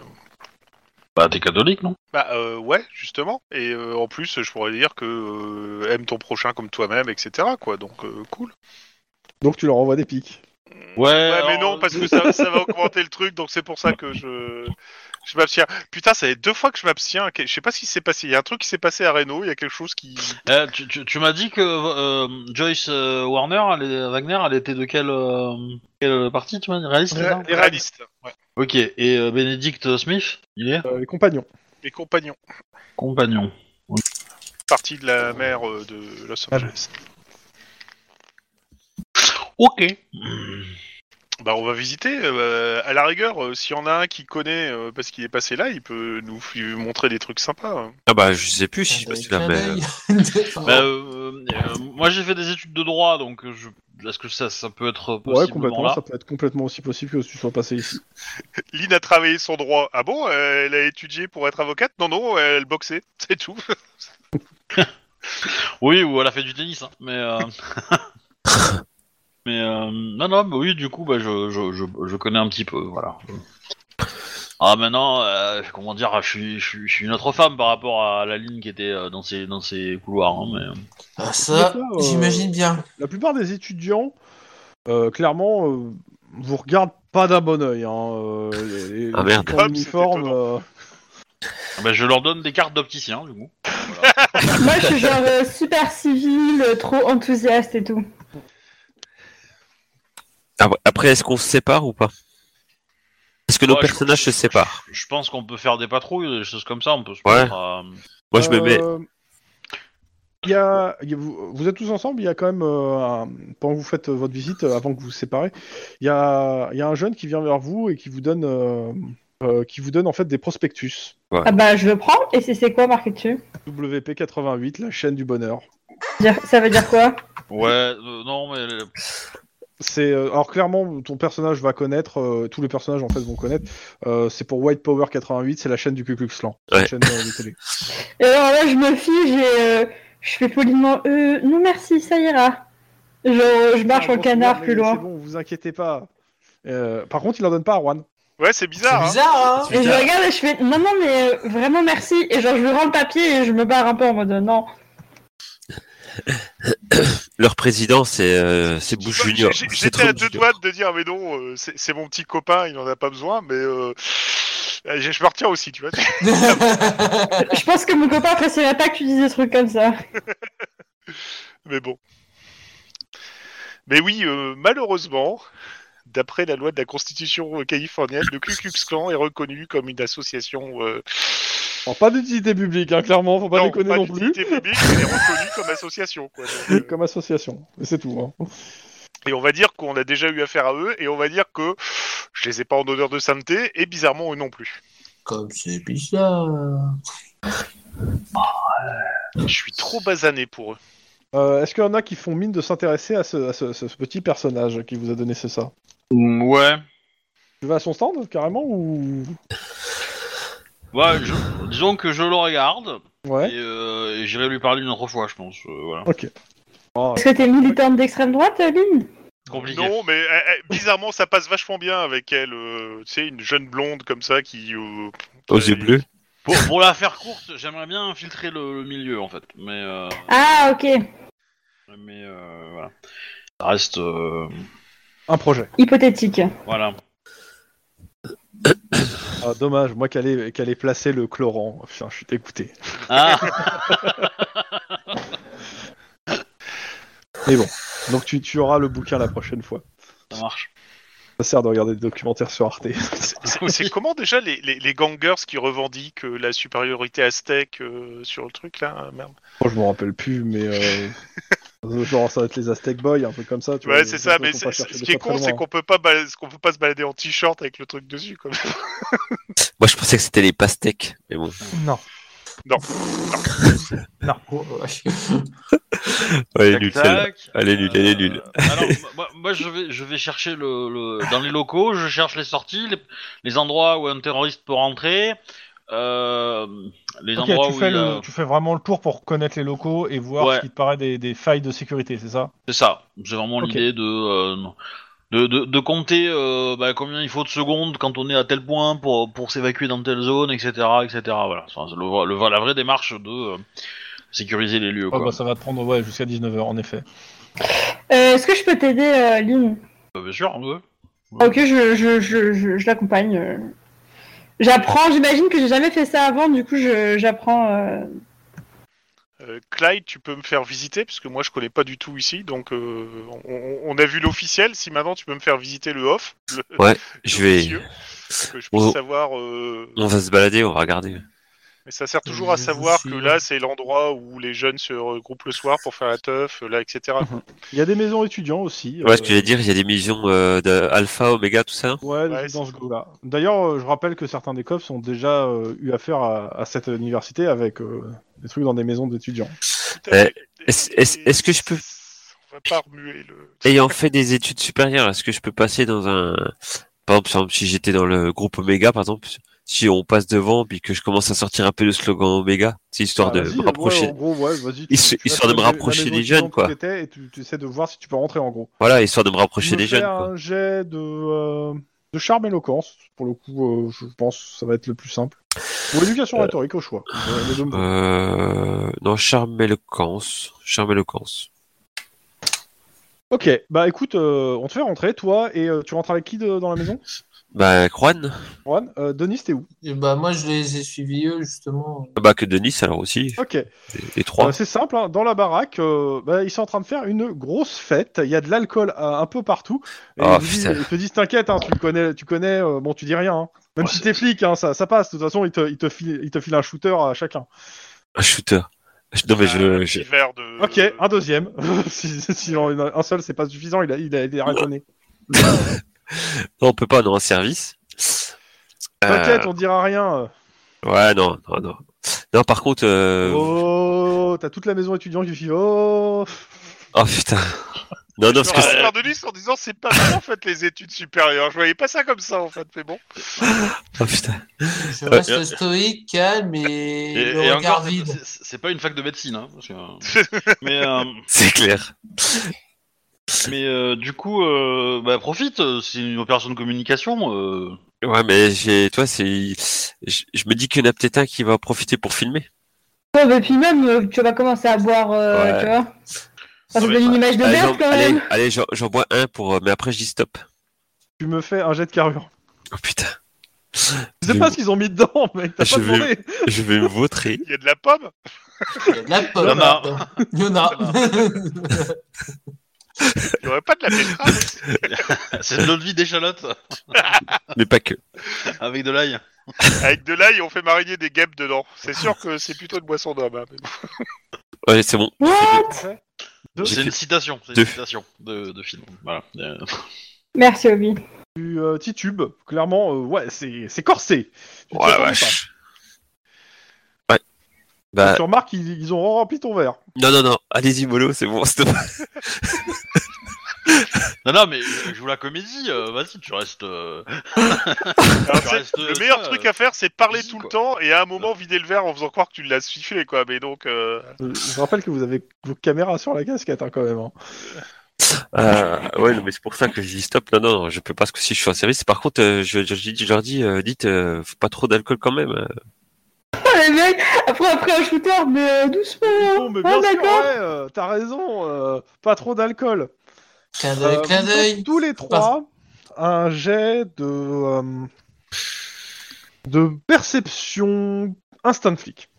Bah, t'es catholique, non
Bah euh, ouais, justement. Et euh, en plus, je pourrais dire que euh, aime ton prochain comme toi-même, etc. Quoi. Donc euh, cool.
Donc tu leur envoies des pics.
Ouais,
Ouais, mais
Euh, alors-
non, parce que ça, ça va augmenter le truc, donc c'est pour ça que je, je m'abstiens. Putain, ça fait deux fois que je m'abstiens. que- Je sais pas ce qui s'est passé. Il y a un truc qui s'est passé à Reno, il y a quelque chose qui.
Eh, tu tu- tu m'as dit que euh, Joyce euh, Warner, elle est- Wagner, elle était de quelle, euh, quelle partie, tu m'as dit Réaliste, c'est ça
Les réalistes, ouais.
Ok, et euh, Benedict Smith, il est
Euh, les compagnons.
les compagnons,
Compagnon.
partie de la mer euh, de Los
Ah.
Angeles.
Ok. Hmm.
Bah, on va visiter. euh, à la rigueur, euh, s'il y en a un qui connaît euh, parce qu'il est passé là, il peut nous f- montrer des trucs sympas. hein.
Ah bah, je sais plus si je
Avec
suis là,
clin
mais... euh,
d'œil.
Ah,
Bah, euh, euh, moi j'ai fait des études de droit, donc euh, je... est-ce que ça, ça peut être euh, possible
Ouais, complètement. Ça peut être complètement aussi possible que tu sois passé ici.
Lynn a travaillé son droit. Ah bon euh, Elle a étudié pour être avocate Non, non, elle boxait. C'est tout.
Oui, ou elle a fait du tennis, hein, mais. euh, mais euh, non, non, mais oui, du coup, bah, je, je, je, je connais un petit peu, voilà. Ah, maintenant, euh, comment dire, je suis, je, suis- je suis une autre femme par rapport à la ligne qui était euh, dans ces, dans ces couloirs. hein, mais...
Ah, ça,
Mais ça, euh,
j'imagine bien.
La plupart des étudiants, euh, clairement, euh, vous regardent pas d'un bon oeil. Hein. euh, les- les-
Ah, merde.
les gens
Hop,
en uniforme,
c'est
euh,
Ah, bah, je leur donne des cartes d'opticien, du coup.
Moi, je suis genre euh, super civile, euh, trop enthousiaste et tout.
Ah ouais, Après, est-ce qu'on se sépare ou pas Est-ce que nos
Ouais, je-
personnages se séparent
Je pense qu'on peut faire des patrouilles, des choses comme ça, on peut se
Ouais.
mettre à-
Moi, je me mets...
euh, il y a- il y a- vous, vous êtes tous ensemble, il y a quand même, euh, un- pendant que vous faites euh, votre visite, euh, avant que vous vous séparez, il y a, il y a un jeune qui vient vers vous et qui vous donne, euh, euh, qui vous donne en fait des prospectus.
Ah bah, je le prends. Et c'est- c'est quoi marqué dessus
WP88, la chaîne du bonheur.
Dire- Ça veut dire quoi
Ouais, euh, non, mais.
C'est euh, alors clairement ton personnage va connaître, euh, tous les personnages en fait vont connaître. euh, c'est pour White Power 88, c'est la chaîne du Ku Klux Klan, c'est
Ouais.
une chaîne euh, de télé.
Et alors là, je me fige et euh, je fais poliment euh, non merci, ça ira. Je, je marche
Ah,
en
bon,
canard
mais
plus loin.
C'est bon, vous inquiétez pas. Euh, par contre, il en donne pas à Juan.
Ouais, c'est bizarre.
C'est
hein.
bizarre, hein
Et je regarde et je fais non, non, mais euh, vraiment merci. Et genre, je lui rends le papier et je me barre un peu en mode non.
Leur président, c'est euh, c'est Bush
J'ai-
Junior.
j'ai-
C'est
J'étais
Trump
à deux
Junior.
doigts de dire, mais non, euh, c'est c'est mon petit copain, il en a pas besoin, mais euh, euh, je je me retiens aussi, tu vois.
hein.
hein.
Je pense que mon copain apprécierait pas que tu dises des trucs comme ça.
mais bon. Mais oui, euh, malheureusement, d'après la loi de la Constitution euh, californienne, le Ku Klux Klan est reconnu comme une association. euh,
Alors pas d'utilité publique, hein, clairement, faut pas
non,
déconner
pas
non plus.
d'utilité publique, mais elle est reconnue comme association. Quoi. Donc, euh,
Comme association, Mais c'est tout. hein.
Et on va dire qu'on a déjà eu affaire à eux, et on va dire que je les ai pas en odeur de sainteté, et bizarrement eux non plus.
Comme c'est bizarre.
Je suis trop basané pour eux.
Euh, Est-ce qu'il y en a qui font mine de s'intéresser à, ce, à ce- ce- ce petit personnage qui vous a donné c'est ça
Ouais.
Tu vas à son stand carrément ou
Ouais, je- disons que je le regarde.
ouais
Et, euh, et j'irai lui parler une autre fois, je pense. euh, voilà.
Oh,
Est-ce que t'es militante d'extrême droite, Lynn
Compliqué.
Non, mais euh, euh, bizarrement, ça passe vachement bien avec elle. euh, tu sais, une jeune blonde comme ça qui. euh,
Aux yeux bleus.
Pour, pour la faire courte, j'aimerais bien infiltrer le, le milieu en fait, mais euh,
Ah, ok.
mais euh, voilà, ça reste euh,
Un projet.
Hypothétique.
voilà.
Ah, dommage, moi qu'elle ait, qu'elle ait placé le chlorant. Putain, je suis dégoûté.
Ah,
Mais bon. Donc tu, tu auras le bouquin la prochaine fois.
Ça marche.
Ça sert de regarder des documentaires sur Arte.
C'est- C'est c'est comment déjà les, les, les gangers qui revendiquent euh, la supériorité aztèque euh, sur le truc là Merde.
Moi, je me rappelle plus, mais euh, genre ça va être les Aztec Boys, un truc comme ça. Tu vois,
Ouais, c'est
les
ça,
Aztèques,
mais
faut
c'est-
pas
c'est-
chercher hein.
ce
de
qui est
pas très
con, c'est
loin.
qu'on peut pas bal- qu'on peut pas se balader en t-shirt avec le truc dessus. Comme ça.
Moi, je pensais que c'était les pastèques, mais bon.
Non.
Non.
Oh, ouais.
Elle est
Tac,
nulle, celle-là.
tac.
Elle est nulle, elle est nulle.
Euh, alors, moi, moi, je vais, je vais chercher le, le- dans les locaux, je cherche les sorties, les, les endroits où un terroriste peut rentrer, euh, les
Ok,
endroits
tu
où
fais,
il
le-
a-
tu fais vraiment le tour pour connaître les locaux et voir
Ouais.
ce qui te paraît des, des failles de sécurité, c'est ça
C'est ça. C'est vraiment
Ok.
l'idée de, euh, de, de, de compter euh, bah, combien il faut de secondes quand on est à tel point pour, pour s'évacuer dans telle zone, etc. etc. Voilà. Enfin, c'est le, le- la vraie démarche de euh, sécuriser les lieux.
Ah
Quoi.
bah, Ça va te prendre ouais, jusqu'à 19h, en effet.
Euh, Est-ce que je peux t'aider, euh, Lynn
Bah, bien sûr, on veut.
Ok, je, je, je, je, je l'accompagne. euh. J'apprends, j'imagine que j'ai jamais fait ça avant, du coup je- j'apprends. euh,
Euh, Clyde, tu peux me faire visiter parce que moi je connais pas du tout ici, donc euh, on, on a vu l'officiel. Si maintenant tu peux me faire visiter le off, le-
Ouais, je vais.
l'officieux, que je puisse
On,
savoir. euh,
on va se balader, on va regarder.
Mais ça sert toujours à
Je
savoir
suis-
que là c'est l'endroit où les jeunes se regroupent le soir pour faire la teuf, là etc.
Il y a des maisons étudiants aussi.
Ouais,
euh,
ce que j'allais dire, il y a des missions euh, d'alpha, oméga, tout ça.
Ouais,
Ouais,
dans
c'est
ce
ça.
goût-là. D'ailleurs, euh, je rappelle que certains des cops ont déjà euh, eu affaire à, à cette université avec euh, des trucs dans des maisons d'étudiants.
Tout à fait.
Eh, est-ce- est-ce- est-ce que je peux-
On va pas remuer le.
Ayant fait des études supérieures, est-ce que je peux passer dans un... Par exemple, par exemple, si j'étais dans le groupe Oméga, par exemple, si on passe devant, puis que je commence à sortir un peu le slogan Oméga, c'est histoire
Ah,
de
vas-y,
me rapprocher.
ouais, en gros, ouais, vas-y. tu-
Histoire-
tu vas
histoire de me
trouver la
rapprocher
maison
des
étudiante
jeunes, quoi.
où t'étais Et tu, tu essaies de voir si tu peux rentrer en gros.
Voilà, histoire de me rapprocher
Je
des jeunes. quoi.
un jet de, euh, de charme éloquence. Pour le coup, euh, je pense que ça va être le plus simple. Ou éducation rhétorique au choix. Euh, les deux me vont.
Euh... Non, charme éloquence. Charme éloquence.
Ok, bah écoute, euh, on te fait rentrer, toi, et euh, tu rentres avec qui de- dans la maison
Bah, Juan
Juan Euh, Denis, t'es où
Et bah, moi, je les ai suivis eux, justement.
Bah, que Denis, alors aussi.
Ok,
Les- Les trois.
Euh, c'est simple, hein, dans la baraque, euh, bah, ils sont en train de faire une grosse fête, il y a de l'alcool euh, un peu partout, et ils,
Oh,
te disent-
putain.
ils te disent t'inquiète, hein, tu connais, tu connais euh, bon tu dis rien, hein. même
Ouais,
si
c'est-
t'es flic, hein, ça, ça passe, de toute façon ils te, ils te filent, ils te filent un shooter à chacun.
Un shooter. Je- Non, Eh, mais
Un
je...
euh, petit
je-
verre de.
Ah,
Euh,
Ok, un deuxième, si, si en- un seul c'est pas suffisant, il a, il a été raisonné.
Non, on peut pas, non, un service. Euh,
T'inquiète, on dira rien.
Ouais, non, non, non. Non, par contre... euh,
Oh, t'as toute la maison étudiante qui fait oh.
Oh putain. Non, non, parce que...
Je par Denis en disant c'est pas mal en fait les études supérieures. Je voyais pas ça comme ça en fait, mais bon.
Oh putain.
Je
Euh,
reste
et-
stoïque, calme et,
Et,
le
et
regard
encore, c'est-
vide.
c'est- c'est pas une fac de médecine. hein, parce que- mais euh,
C'est clair.
mais euh, du coup, euh, bah, profite, euh, c'est une opération de communication. euh.
Ouais, mais j'ai, toi, c'est, je, je me dis qu'il y en a peut-être un qui va profiter pour filmer.
Bon, bah, puis même, euh, tu vas commencer à boire, euh,
Ouais.
tu vois. Ça te
Ouais,
donne une image de
allez,
merde
j'en-
quand
allez,
même.
allez, j'en, j'en bois un pour, euh, mais après je dis stop.
Tu me fais un jet de carburant.
Oh putain.
Je sais
Je-
pas ce qu'ils ont mis dedans, mec, t'as
Je
pas
vais-
demandé.
Je vais me vautrer.
Il y a de la pomme.
Il y a de la pomme.
Il y en a.
Il y en a.
Il y aurait pas de la betterave.
c'est de l'eau de vie d'échalote
Mais pas que.
avec de l'ail.
Avec de l'ail, on fait mariner des guêpes dedans. C'est sûr que c'est plutôt une boisson d'homme. hein, mais bon.
Allez, c'est bon.
What
C'est une citation. C'est
Deux.
une citation de, de film. Voilà. Euh,
Merci, Obi.
Tu euh, titubes, clairement, euh, ouais, c'est c'est corsé. Tu
Oh la
t'y attendais
vache. Ouais.
pas.
Bah,
Tu remarques qu'ils ils ont rempli ton verre.
non, non, non. Allez-y, mollo, c'est bon. stop.
Non, non, mais je joue la comédie. euh, Vas-y, tu restes. euh,
Alors,
tu
c'est-
restes,
le
euh,
meilleur
ça,
truc
euh,
à faire, c'est parler
si,
tout le
quoi.
temps et à un moment vider le verre en faisant croire que tu l'as sifflé, quoi. Mais donc, euh,
Euh, Je rappelle que vous avez vos caméras sur la casquette, hein, quand même. hein.
Ah, ouais, non, mais c'est pour ça que je dis stop. Non, non, non, je peux pas, parce que si je suis en service. Par contre, euh, je, je, je dis- je leur dis, euh, dites, euh, faut pas trop d'alcool quand même. euh.
Oh, les mecs, après, après un shooter, mais euh, doucement.
Bon, mais bien
Ah,
sûr,
d'accord.
ouais, euh, t'as raison, euh, pas trop d'alcool.
Clin
Euh,
d'œil, clin
vous
d'œil.
faites tous les trois un jet de, euh, de perception instant flic.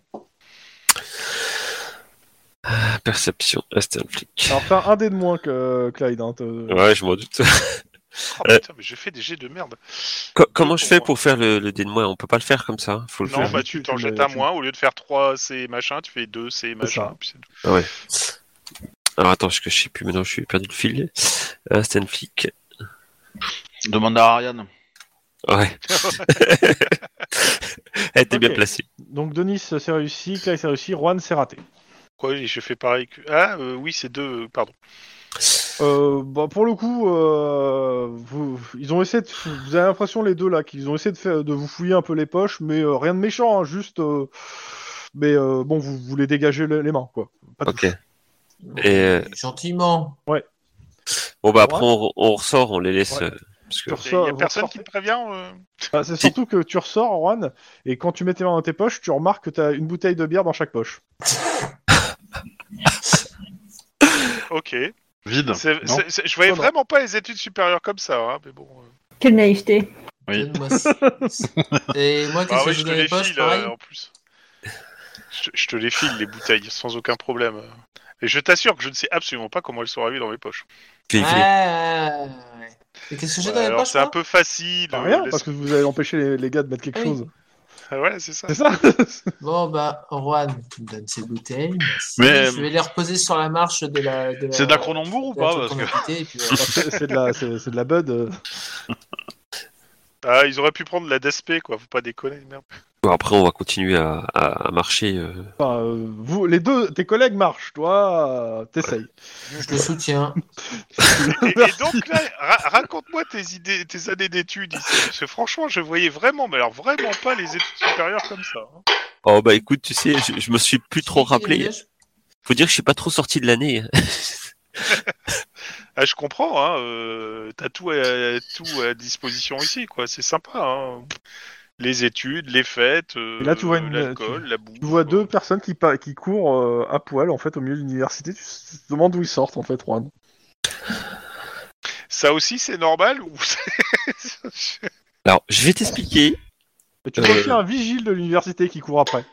Perception, instinct flic.
Alors, t'as un dé de moins que euh, Clyde. hein, t'as-
Ouais, je m'en doute.
Oh
Euh.
putain, mais j'ai fait des jets de merde.
Co- comment je fais pour faire le, le dé de moi On peut pas le faire comme ça. hein, Faut le
Non,
faire.
bah tu t'en
Mais
jettes un
tu-
moins, au lieu de faire 3 C machin, tu fais 2 C
ça.
machin. puis c'est tout.
Alors attends, je, je sais plus maintenant, je suis perdu le fil. Instant flic.
Demande à Ariane.
Ouais. Elle était bien
Ok.
placée.
Donc, Denis, euh, c'est réussi. Clyde, c'est réussi. Juan, c'est raté.
Quoi, j'ai fait pareil que. Ah, euh, oui, c'est 2, pardon.
Euh, bah, pour le coup, euh, vous, ils ont essayé. De, vous avez l'impression les deux là qu'ils ont essayé de, faire, de vous fouiller un peu les poches, mais euh, rien de méchant, hein, juste. euh, mais euh, bon, vous voulez dégager les, les mains, quoi. Pas de
Ok.
soucis.
Et, euh,
Gentiment.
Bon bah après on, on ressort, on les laisse.
Ouais.
euh, parce
Tu
que...
Il y
ressors-
a
vous
personne
ressortez-
qui me prévient euh
Ah, C'est surtout que tu ressors, Juan, et quand tu mets tes mains dans tes poches, tu remarques que t'as une bouteille de bière dans chaque poche.
Ok.
Vide.
C'est-
Non.
c'est- c'est- Je voyais
Non, non.
vraiment pas les études supérieures comme ça, hein, mais bon. euh.
Quelle naïveté.
Oui.
Donne-moi ça. Et moi,
Bah
qu'est-ce que j'ai
oui, je te
dans les
les
poches
file euh,
pareil
en plus. Je, je te les file, les bouteilles, sans aucun problème. Et je t'assure que je ne sais absolument pas comment elles sont arrivées dans mes poches.
Fais- fais-
Ah, ouais, ouais. Et qu'est-ce que j'ai dans les
Alors,
poches
c'est un
moi
peu facile.
Pas
euh,
rien,
laisse-
Ah, parce que vous avez empêché les, les gars de mettre quelque
Oui.
chose.
Ah ouais, c'est ça.
C'est ça
Bon, bah, Juan, tu me donnes ces bouteilles. merci.
Mais-
Je vais les reposer sur la marche de la. de la-
C'est de la Cronenbourg ou
de la
pas
tour
Parce
qu'on
que
a quittée, et puis voilà.
C'est c'est de, la- c'est- c'est de la bud. euh.
Ah, ils auraient pu prendre la DSP, quoi. Faut pas déconner, merde.
Bon, après on va continuer à, à- à marcher. euh.
Enfin, euh, vous, les deux, tes collègues marchent, toi, euh, t'essayes.
Je te soutiens.
Et, et donc là, ra- raconte-moi tes idées, tes années d'études ici. Parce que franchement, je voyais vraiment, mais alors vraiment pas les études supérieures comme ça. hein.
Oh bah écoute, tu sais, je, je me suis plus trop
Qui est
rappelé.
dégage
Faut dire que je suis pas trop sorti de l'année.
Ah, je comprends, hein. euh, T'as tout à, tout à disposition ici, quoi. C'est sympa, hein. Les études, les fêtes, euh,
Et là, tu vois une-
l'alcool, la euh, boue.
Tu vois deux personnes qui, pa- qui courent euh, à poil, en fait, au milieu de l'université. Tu s- te demandes d'où ils sortent, en fait, Juan.
Ça aussi, c'est normal ou c'est-
Alors je vais t'expliquer.
Et tu
Euh.
vois aussi un vigile de l'université qui court après.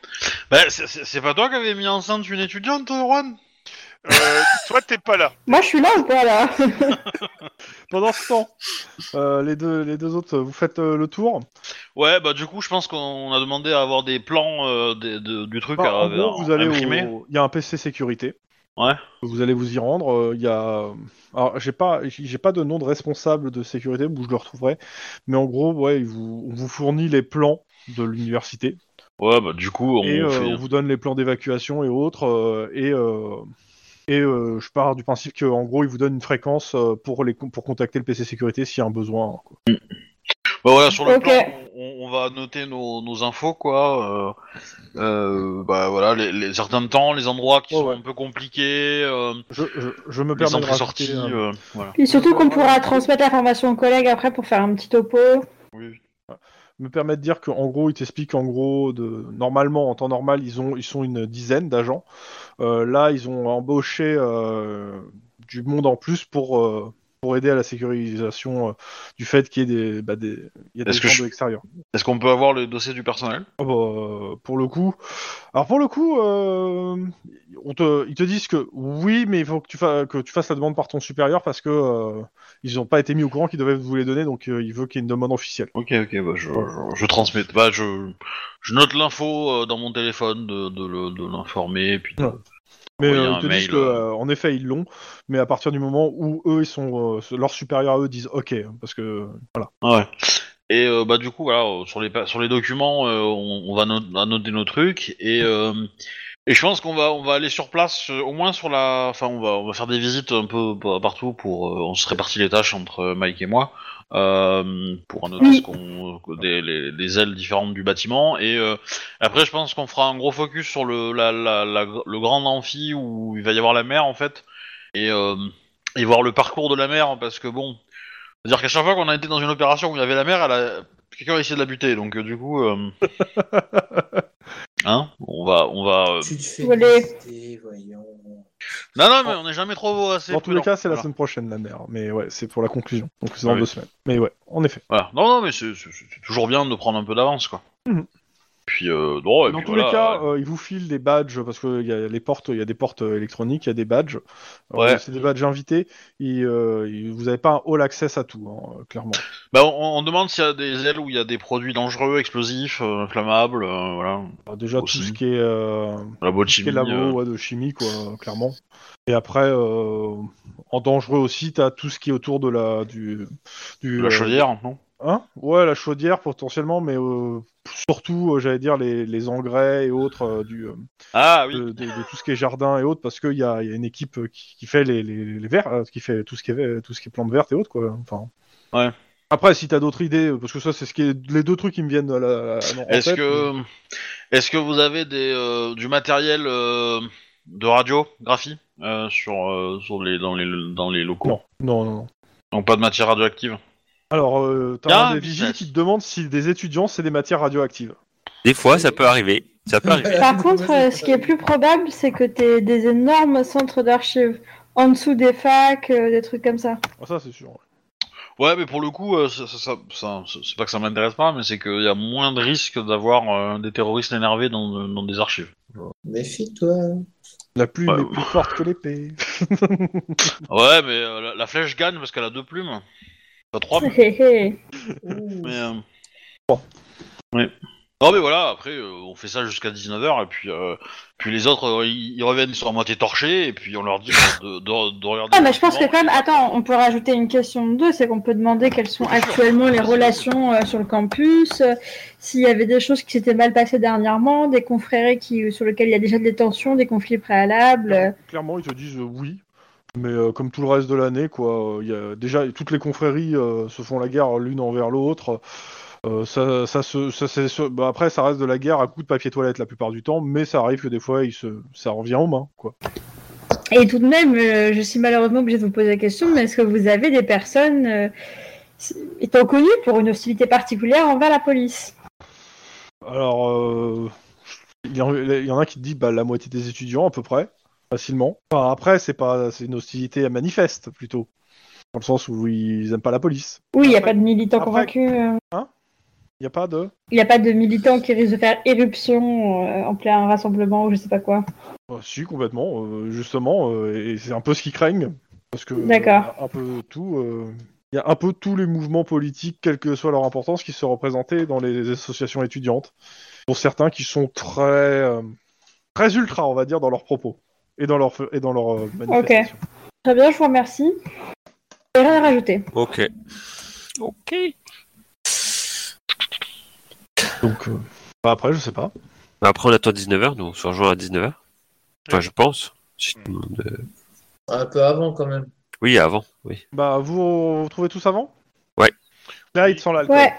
Bah, c'est- c'est c'est pas toi qui avais mis enceinte une étudiante, Juan
Euh, Toi, t'es pas là.
Moi, je suis là ou pas là
Pendant ce temps, euh, les, deux, les deux autres, euh, vous faites euh, le tour.
Ouais, bah du coup, je pense qu'on a demandé à avoir des plans euh, des- de- du truc
Enfin,
à,
Bah, en gros,
à-
vous allez
imprimer.
au... Il y a un PC sécurité.
euh, Ouais.
Vous allez vous y rendre. euh, Il y a... Alors, j'ai pas, j'ai pas de nom de responsable de sécurité, où je le retrouverai. Mais en gros, ouais, il vous... on vous fournit les plans de l'université.
Ouais, bah du coup, on
et euh,
fait...
on vous donne les plans d'évacuation et autres. euh, et euh, et euh, je pars du principe que en gros, ils vous donnent une fréquence euh, pour, les, con- pour contacter le PC sécurité s'il y a un besoin. quoi.
Bah voilà, sur le
Ok.
plan, on, on va noter nos, nos infos, quoi. Euh, euh, bah voilà, les, les- certains temps, les endroits qui
Ouais,
sont
ouais.
un peu compliqués, euh,
Je, je, je me
les
permets de
entrées-sorties,
rajouter, euh,
euh, voilà.
Puis surtout qu'on pourra transmettre l'information aux collègues après pour faire un petit topo.
me permet de dire qu'en gros, ils t'expliquent en gros, de, normalement, en temps normal, ils, ont, ils sont une dizaine d'agents. Euh, là, ils ont embauché euh, du monde en plus pour, euh, pour aider à la sécurisation euh, du fait qu'il y ait des, bah, des, il y a des
Est-ce que
gens
je-
de l'extérieur.
Est-ce qu'on peut avoir le dossier du personnel
Ah bah, euh, pour le coup, alors pour le coup, euh, on te, ils te disent que oui, mais il faut que tu, fasses que tu fasses la demande par ton supérieur parce que euh, ils n'ont pas été mis au courant qu'ils devaient vous les donner, donc euh, il veut qu'il y ait une demande officielle.
Ok, ok, bah je, je, je transmets, bah je, je note l'info euh, dans mon téléphone de, de, le- de l'informer, puis de-
Ouais. Mais
envoyer un
euh, ils te disent
mail,
que,
euh.
euh, en effet, ils l'ont, mais à partir du moment où eux, ils sont, euh, leurs supérieurs à eux disent OK, hein, parce que voilà.
Ouais. Et euh, bah du coup voilà euh, sur les pa- sur les documents euh, on, on va no- on va noter nos trucs et euh, et je pense qu'on va on va aller sur place euh, au moins sur la enfin on va on va faire des visites un peu pa- partout pour euh, on se répartit les tâches entre euh, Mike et moi euh, pour noter
Oui.
ce qu'on que des les, les ailes différentes du bâtiment et euh, après je pense qu'on fera un gros focus sur le la, la, la- le grand amphi où il va y avoir la mer en fait et euh, et voir le parcours de la mer parce que bon c'est-à-dire qu'à chaque fois qu'on a été dans une opération où il y avait la mer, elle a... quelqu'un a essayé de la buter, donc euh, du coup... euh, hein On va... On va euh,
Tu te fais
Voilà.
des idées, voyons.
Non, non, mais on n'est jamais trop assez...
Dans tous les
prudent.
cas, c'est la
Voilà.
semaine prochaine la mer, mais ouais, c'est pour la conclusion, donc c'est dans
Ah oui.
deux semaines. Mais ouais, en effet.
Voilà. Non, non, mais c'est c'est- c'est toujours bien de prendre un peu d'avance, quoi. Puis, euh, non, et
Mhm. Dans
puis
tous
voilà,
les cas,
ouais.
euh, ils vous filent des badges parce qu'il y a les portes, il y a des portes euh, électroniques, il y a des badges. Euh,
Ouais.
C'est des badges invités. Ils, euh, ils- vous n'avez pas un all access à tout, hein, euh, clairement.
Bah, on, on demande s'il y a des ailes où il y a des produits dangereux, explosifs, euh, inflammables, euh, voilà.
Alors, déjà tout
Aussi.
ce qui est, euh,
La
tout
boîte
ce qui est
chimie.
labo
euh,
ouais, de chimie, quoi, euh, clairement. Et après, euh, en dangereux aussi, t'as tout ce qui est autour de la du, du
de la
euh,
chaudière, non
Hein ouais, la chaudière potentiellement, mais euh, surtout, euh, j'allais dire, les, les engrais et autres euh, du, euh,
Ah oui.
de, de- de tout ce qui est jardin et autres, parce qu'il y a, il y a une équipe euh, qui, qui fait les, les, les verts, euh, qui fait tout ce qui est, ver- tout ce qui est plantes vertes et autres, quoi. Enfin.
Ouais.
Après, si t'as d'autres idées, euh, parce que ça, c'est ce qui est, les deux trucs qui me viennent à la. à- en euh,
Est-ce
tête, mais-
que est-ce que vous avez des euh, du matériel euh, de radiographie euh, sur euh, sur les dans les dans les locaux
Non, non, non. non.
Donc pas de matière radioactive.
Alors, euh,
Y a
t'as un
un
des vigiles
business.
qui te demande si des étudiants, c'est des matières radioactives.
Des fois, ça peut arriver. Ça peut arriver.
Par contre, euh, ce qui est plus probable, c'est que t'aies des énormes centres d'archives en dessous des facs, euh, des trucs comme ça.
Ah, ça, c'est sûr. ouais.
Ouais, mais pour le coup, euh, ça, ça- ça- ça- c'est pas que ça m'intéresse pas, mais c'est qu'il y a moins de risques d'avoir euh, des terroristes énervés dans, euh, dans des archives.
Méfie-toi.
La plume
Ouais.
est plus forte que l'épée.
Ouais, mais euh, la, la flèche gagne parce qu'elle a deux plumes. Pas trois, mais.
Hé, hé.
mais, euh, ouais. Non mais voilà, après euh, on fait ça jusqu'à 19h et puis euh, puis les autres euh, ils, ils reviennent ils sont à moitié torchés et puis on leur dit de, de- de regarder.
Ah, mais je pense que
rapidement.
quand même, attends, on peut rajouter une question de deux, c'est qu'on peut demander quelles sont actuellement les relations euh, sur le campus, euh, s'il y avait des choses qui s'étaient mal passées dernièrement, des confréries qui, euh, sur lesquelles il y a déjà des tensions, des conflits préalables. euh.
clairement, ils te disent euh, oui. Mais euh, comme tout le reste de l'année, quoi, euh, il y a déjà toutes les confréries euh, se font la guerre l'une envers l'autre. Euh, ça, ça se, ça, c'est se- bah, après, ça reste de la guerre à coups de papier toilette la plupart du temps, mais ça arrive que des fois, ils se, ça revient aux mains, quoi.
Et tout de même, euh, je suis malheureusement obligée de vous poser la question, mais est-ce que vous avez des personnes euh, s- étant connues pour une hostilité particulière envers la police
Alors, euh, il y, en, il y en a qui te dit bah, la moitié des étudiants à peu près, facilement. Enfin, après, c'est pas, c'est une hostilité manifeste plutôt, dans le sens où ils aiment pas la police.
Oui, il n'y a
Après-
pas de militants
après-
convaincus. euh.
Il y a pas de
Il n'y a pas de militants qui risquent de faire éruption euh, en plein rassemblement ou je sais pas quoi.
Bah, si, complètement, euh, justement, euh, et c'est un peu ce qu'ils craignent, parce que euh,
D'accord.
un peu tout, euh, il y a un peu tous les mouvements politiques, quelle que soit leur importance, qui se représentaient dans les associations étudiantes, pour certains qui sont très, euh, très ultra, on va dire, dans leurs propos et dans leur et dans euh, leur manifestation.
Très bien, je vous remercie. J'ai rien à rajouter.
Ok. Ok.
Donc euh, bah, après, je sais pas.
Bah, Après, on attend 19h, nous on se rejoint à 19h. Enfin, je pense. Si tout le monde, euh,
Un peu avant quand même.
Oui, avant, oui.
Bah vous, vous trouvez tous avant
Ouais.
Là, ils sont l'alcool.
Ouais,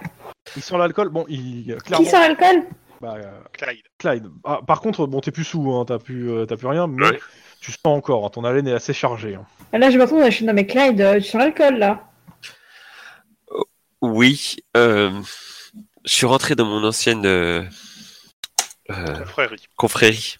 Ils sont l'alcool. Bon, ils
qui
Euh, clairement.
sort l'alcool
bah, euh,
Clyde.
Clyde. Ah, par contre, bon, t'es plus sous, hein, t'as plus, euh, t'as plus rien, mais
Ouais.
tu sens encore, hein, ton haleine est assez chargée. hein.
Là, je me retourne, je suis non mais Clyde, euh, tu sors l'alcool là.
Oui, euh, je suis rentré dans mon ancienne euh, euh,
Confrérie.
confrérie.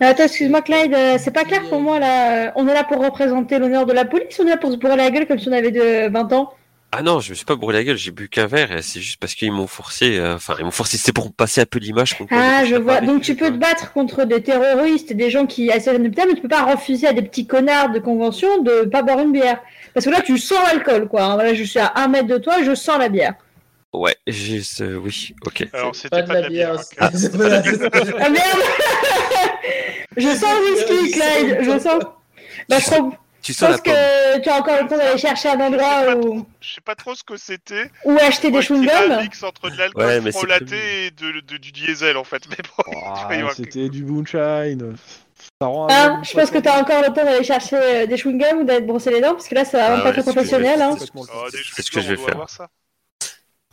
Non, attends, excuse-moi Clyde, euh, c'est pas clair pour moi là. euh, On est là pour représenter l'honneur de la police, ou on est là pour se bourrer la gueule comme si on avait de 20 ans.
Ah non, je me suis pas brûlé la gueule, j'ai bu qu'un verre, et c'est juste parce qu'ils m'ont forcé, euh, enfin, ils m'ont forcé, c'était pour me passer un peu l'image. qu'on-
Ah,
qu'on-
je
qu'on
vois.
avait
Donc
eu,
tu peux te
quoi.
battre contre des terroristes et des gens qui assassinent putain, mais tu peux pas refuser à des petits connards de convention de pas boire une bière. Parce que là, tu sens l'alcool, quoi. hein. Là, je suis à un mètre de toi, je sens la bière.
Ouais, j'ai ce- oui, ok.
Alors, c'était pas de la bière. hein.
c'est- c'est pas de la-
Ah merde Je sens le whisky, Clyde. Je sens. Bah, je trouve-
Tu
je
sens la
pense
pomme.
que tu as encore le temps d'aller chercher un endroit où,
Je sais pas trop ce que c'était.
où acheter des
Moi, je dirais un
chewing-gums.
mix entre de l'alcool
Ouais, mais c'est
frelaté
prévu.
et de- de- du diesel en fait. Mais bon, il doit y
Ah,
avoir quelque-
C'était du moonshine. Ça rend
Hein je pense que tu as encore le temps d'aller chercher euh, des chewing-gums ou d'aller te brosser les dents, parce que là, ça va
Ah
pas
ouais,
très
c'est ce que je vais-
professionnel. Hein.
c'est ce que-
Oh, des
c'est ce que je vais
on doit
faire.
avoir ça.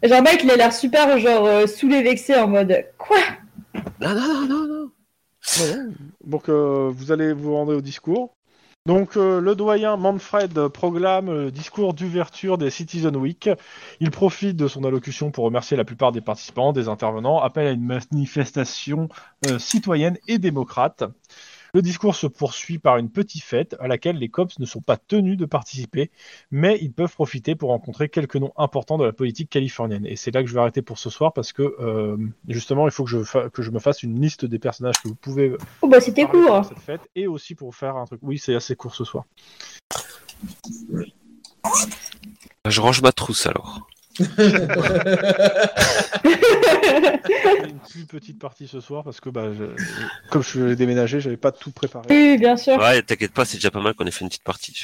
Genre, mec, il a l'air super, genre, euh, saoulé, vexé, en mode Quoi
Non, non, non, non, non.
Donc euh, vous allez vous rendre au discours. Donc euh, le doyen Manfred proclame le discours d'ouverture des Citizen Week. Il profite de son allocution pour remercier la plupart des participants, des intervenants, appelle à une manifestation euh, citoyenne et démocrate. Le discours se poursuit par une petite fête à laquelle les cops ne sont pas tenus de participer, mais ils peuvent profiter pour rencontrer quelques noms importants de la politique californienne. Et c'est là que je vais arrêter pour ce soir parce que euh, justement, il faut que je, fa- que je me fasse une liste des personnages que vous pouvez
Oh bah c'était
parler
court.
pendant cette fête et aussi pour faire un truc. Oui, c'est assez court ce soir.
Je range ma trousse alors.
une plus petite partie ce soir parce que bah, je- comme je l'ai déménagé, j'avais pas tout préparé.
oui, bien sûr,
Ouais, t'inquiète pas, c'est déjà pas mal qu'on ait fait une petite partie.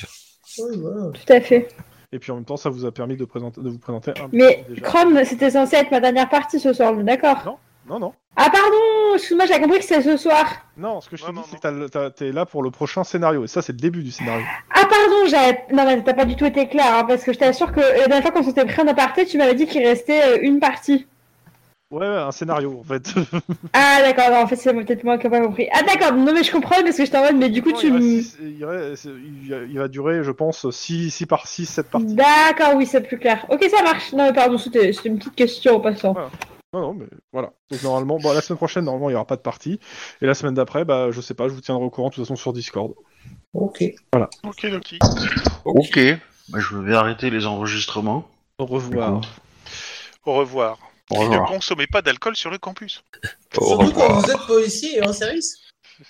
Ouais, voilà.
tout à fait.
Et puis en même temps, ça vous a permis de, présenter, de vous présenter un peu
Mais
déjà.
Chrome, c'était censé être ma dernière partie ce soir, on est d'accord
Non, non.
Ah pardon, excuse-moi, j'ai compris que c'est ce soir.
Non, ce que je
Non,
te
non,
dis, c'est que t'as le- t'as- t'es là pour le prochain scénario. Et ça, c'est le début du scénario.
Ah pardon, j'avais... Non mais t'as pas du tout été clair, hein, parce que je t'assure que la dernière fois qu'on s'était pris en aparté, tu m'avais dit qu'il restait euh, une partie.
Ouais, ouais, un scénario, en fait.
Ah d'accord, non, en fait c'est peut-être moi qui n'ai pas compris. Ah d'accord, non mais je comprends parce que je t'en mode, mais du coup tu...
il,
me-
reste six- il reste- il va- il va durer, je pense, 6 par 6, 7
Mm.
parties.
D'accord, oui, c'est plus clair. Ok, ça marche. Non mais pardon, c'était c'était une petite question en passant.
Non, non, mais voilà. Donc normalement, bon, la semaine prochaine, normalement, il n'y aura pas de partie. Et la semaine d'après, bah, je sais pas, je vous tiendrai au courant, de toute façon, sur Discord.
Ok.
Ok, Loki.
Ok. Bah, je vais arrêter les enregistrements.
Au revoir.
Au revoir.
Au
Et ne
revoir.
consommez pas d'alcool sur le campus.
Au
Surtout quand
revoir.
vous êtes policier et en service.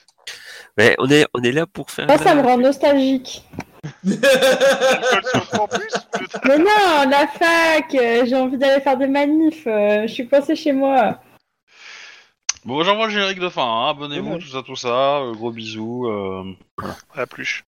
Mais on est, on est là pour faire.
Ça, ça me rend nostalgique.
Alcool sur le campus putain.
Mais non, la fac, euh, j'ai envie d'aller faire des manifs, euh, je suis coincée chez moi.
Bon, j'envoie le générique de fin. hein. Abonnez-vous,
Dommage.
Ah,
tout ça, tout ça. Euh, gros bisous. euh.
À plus.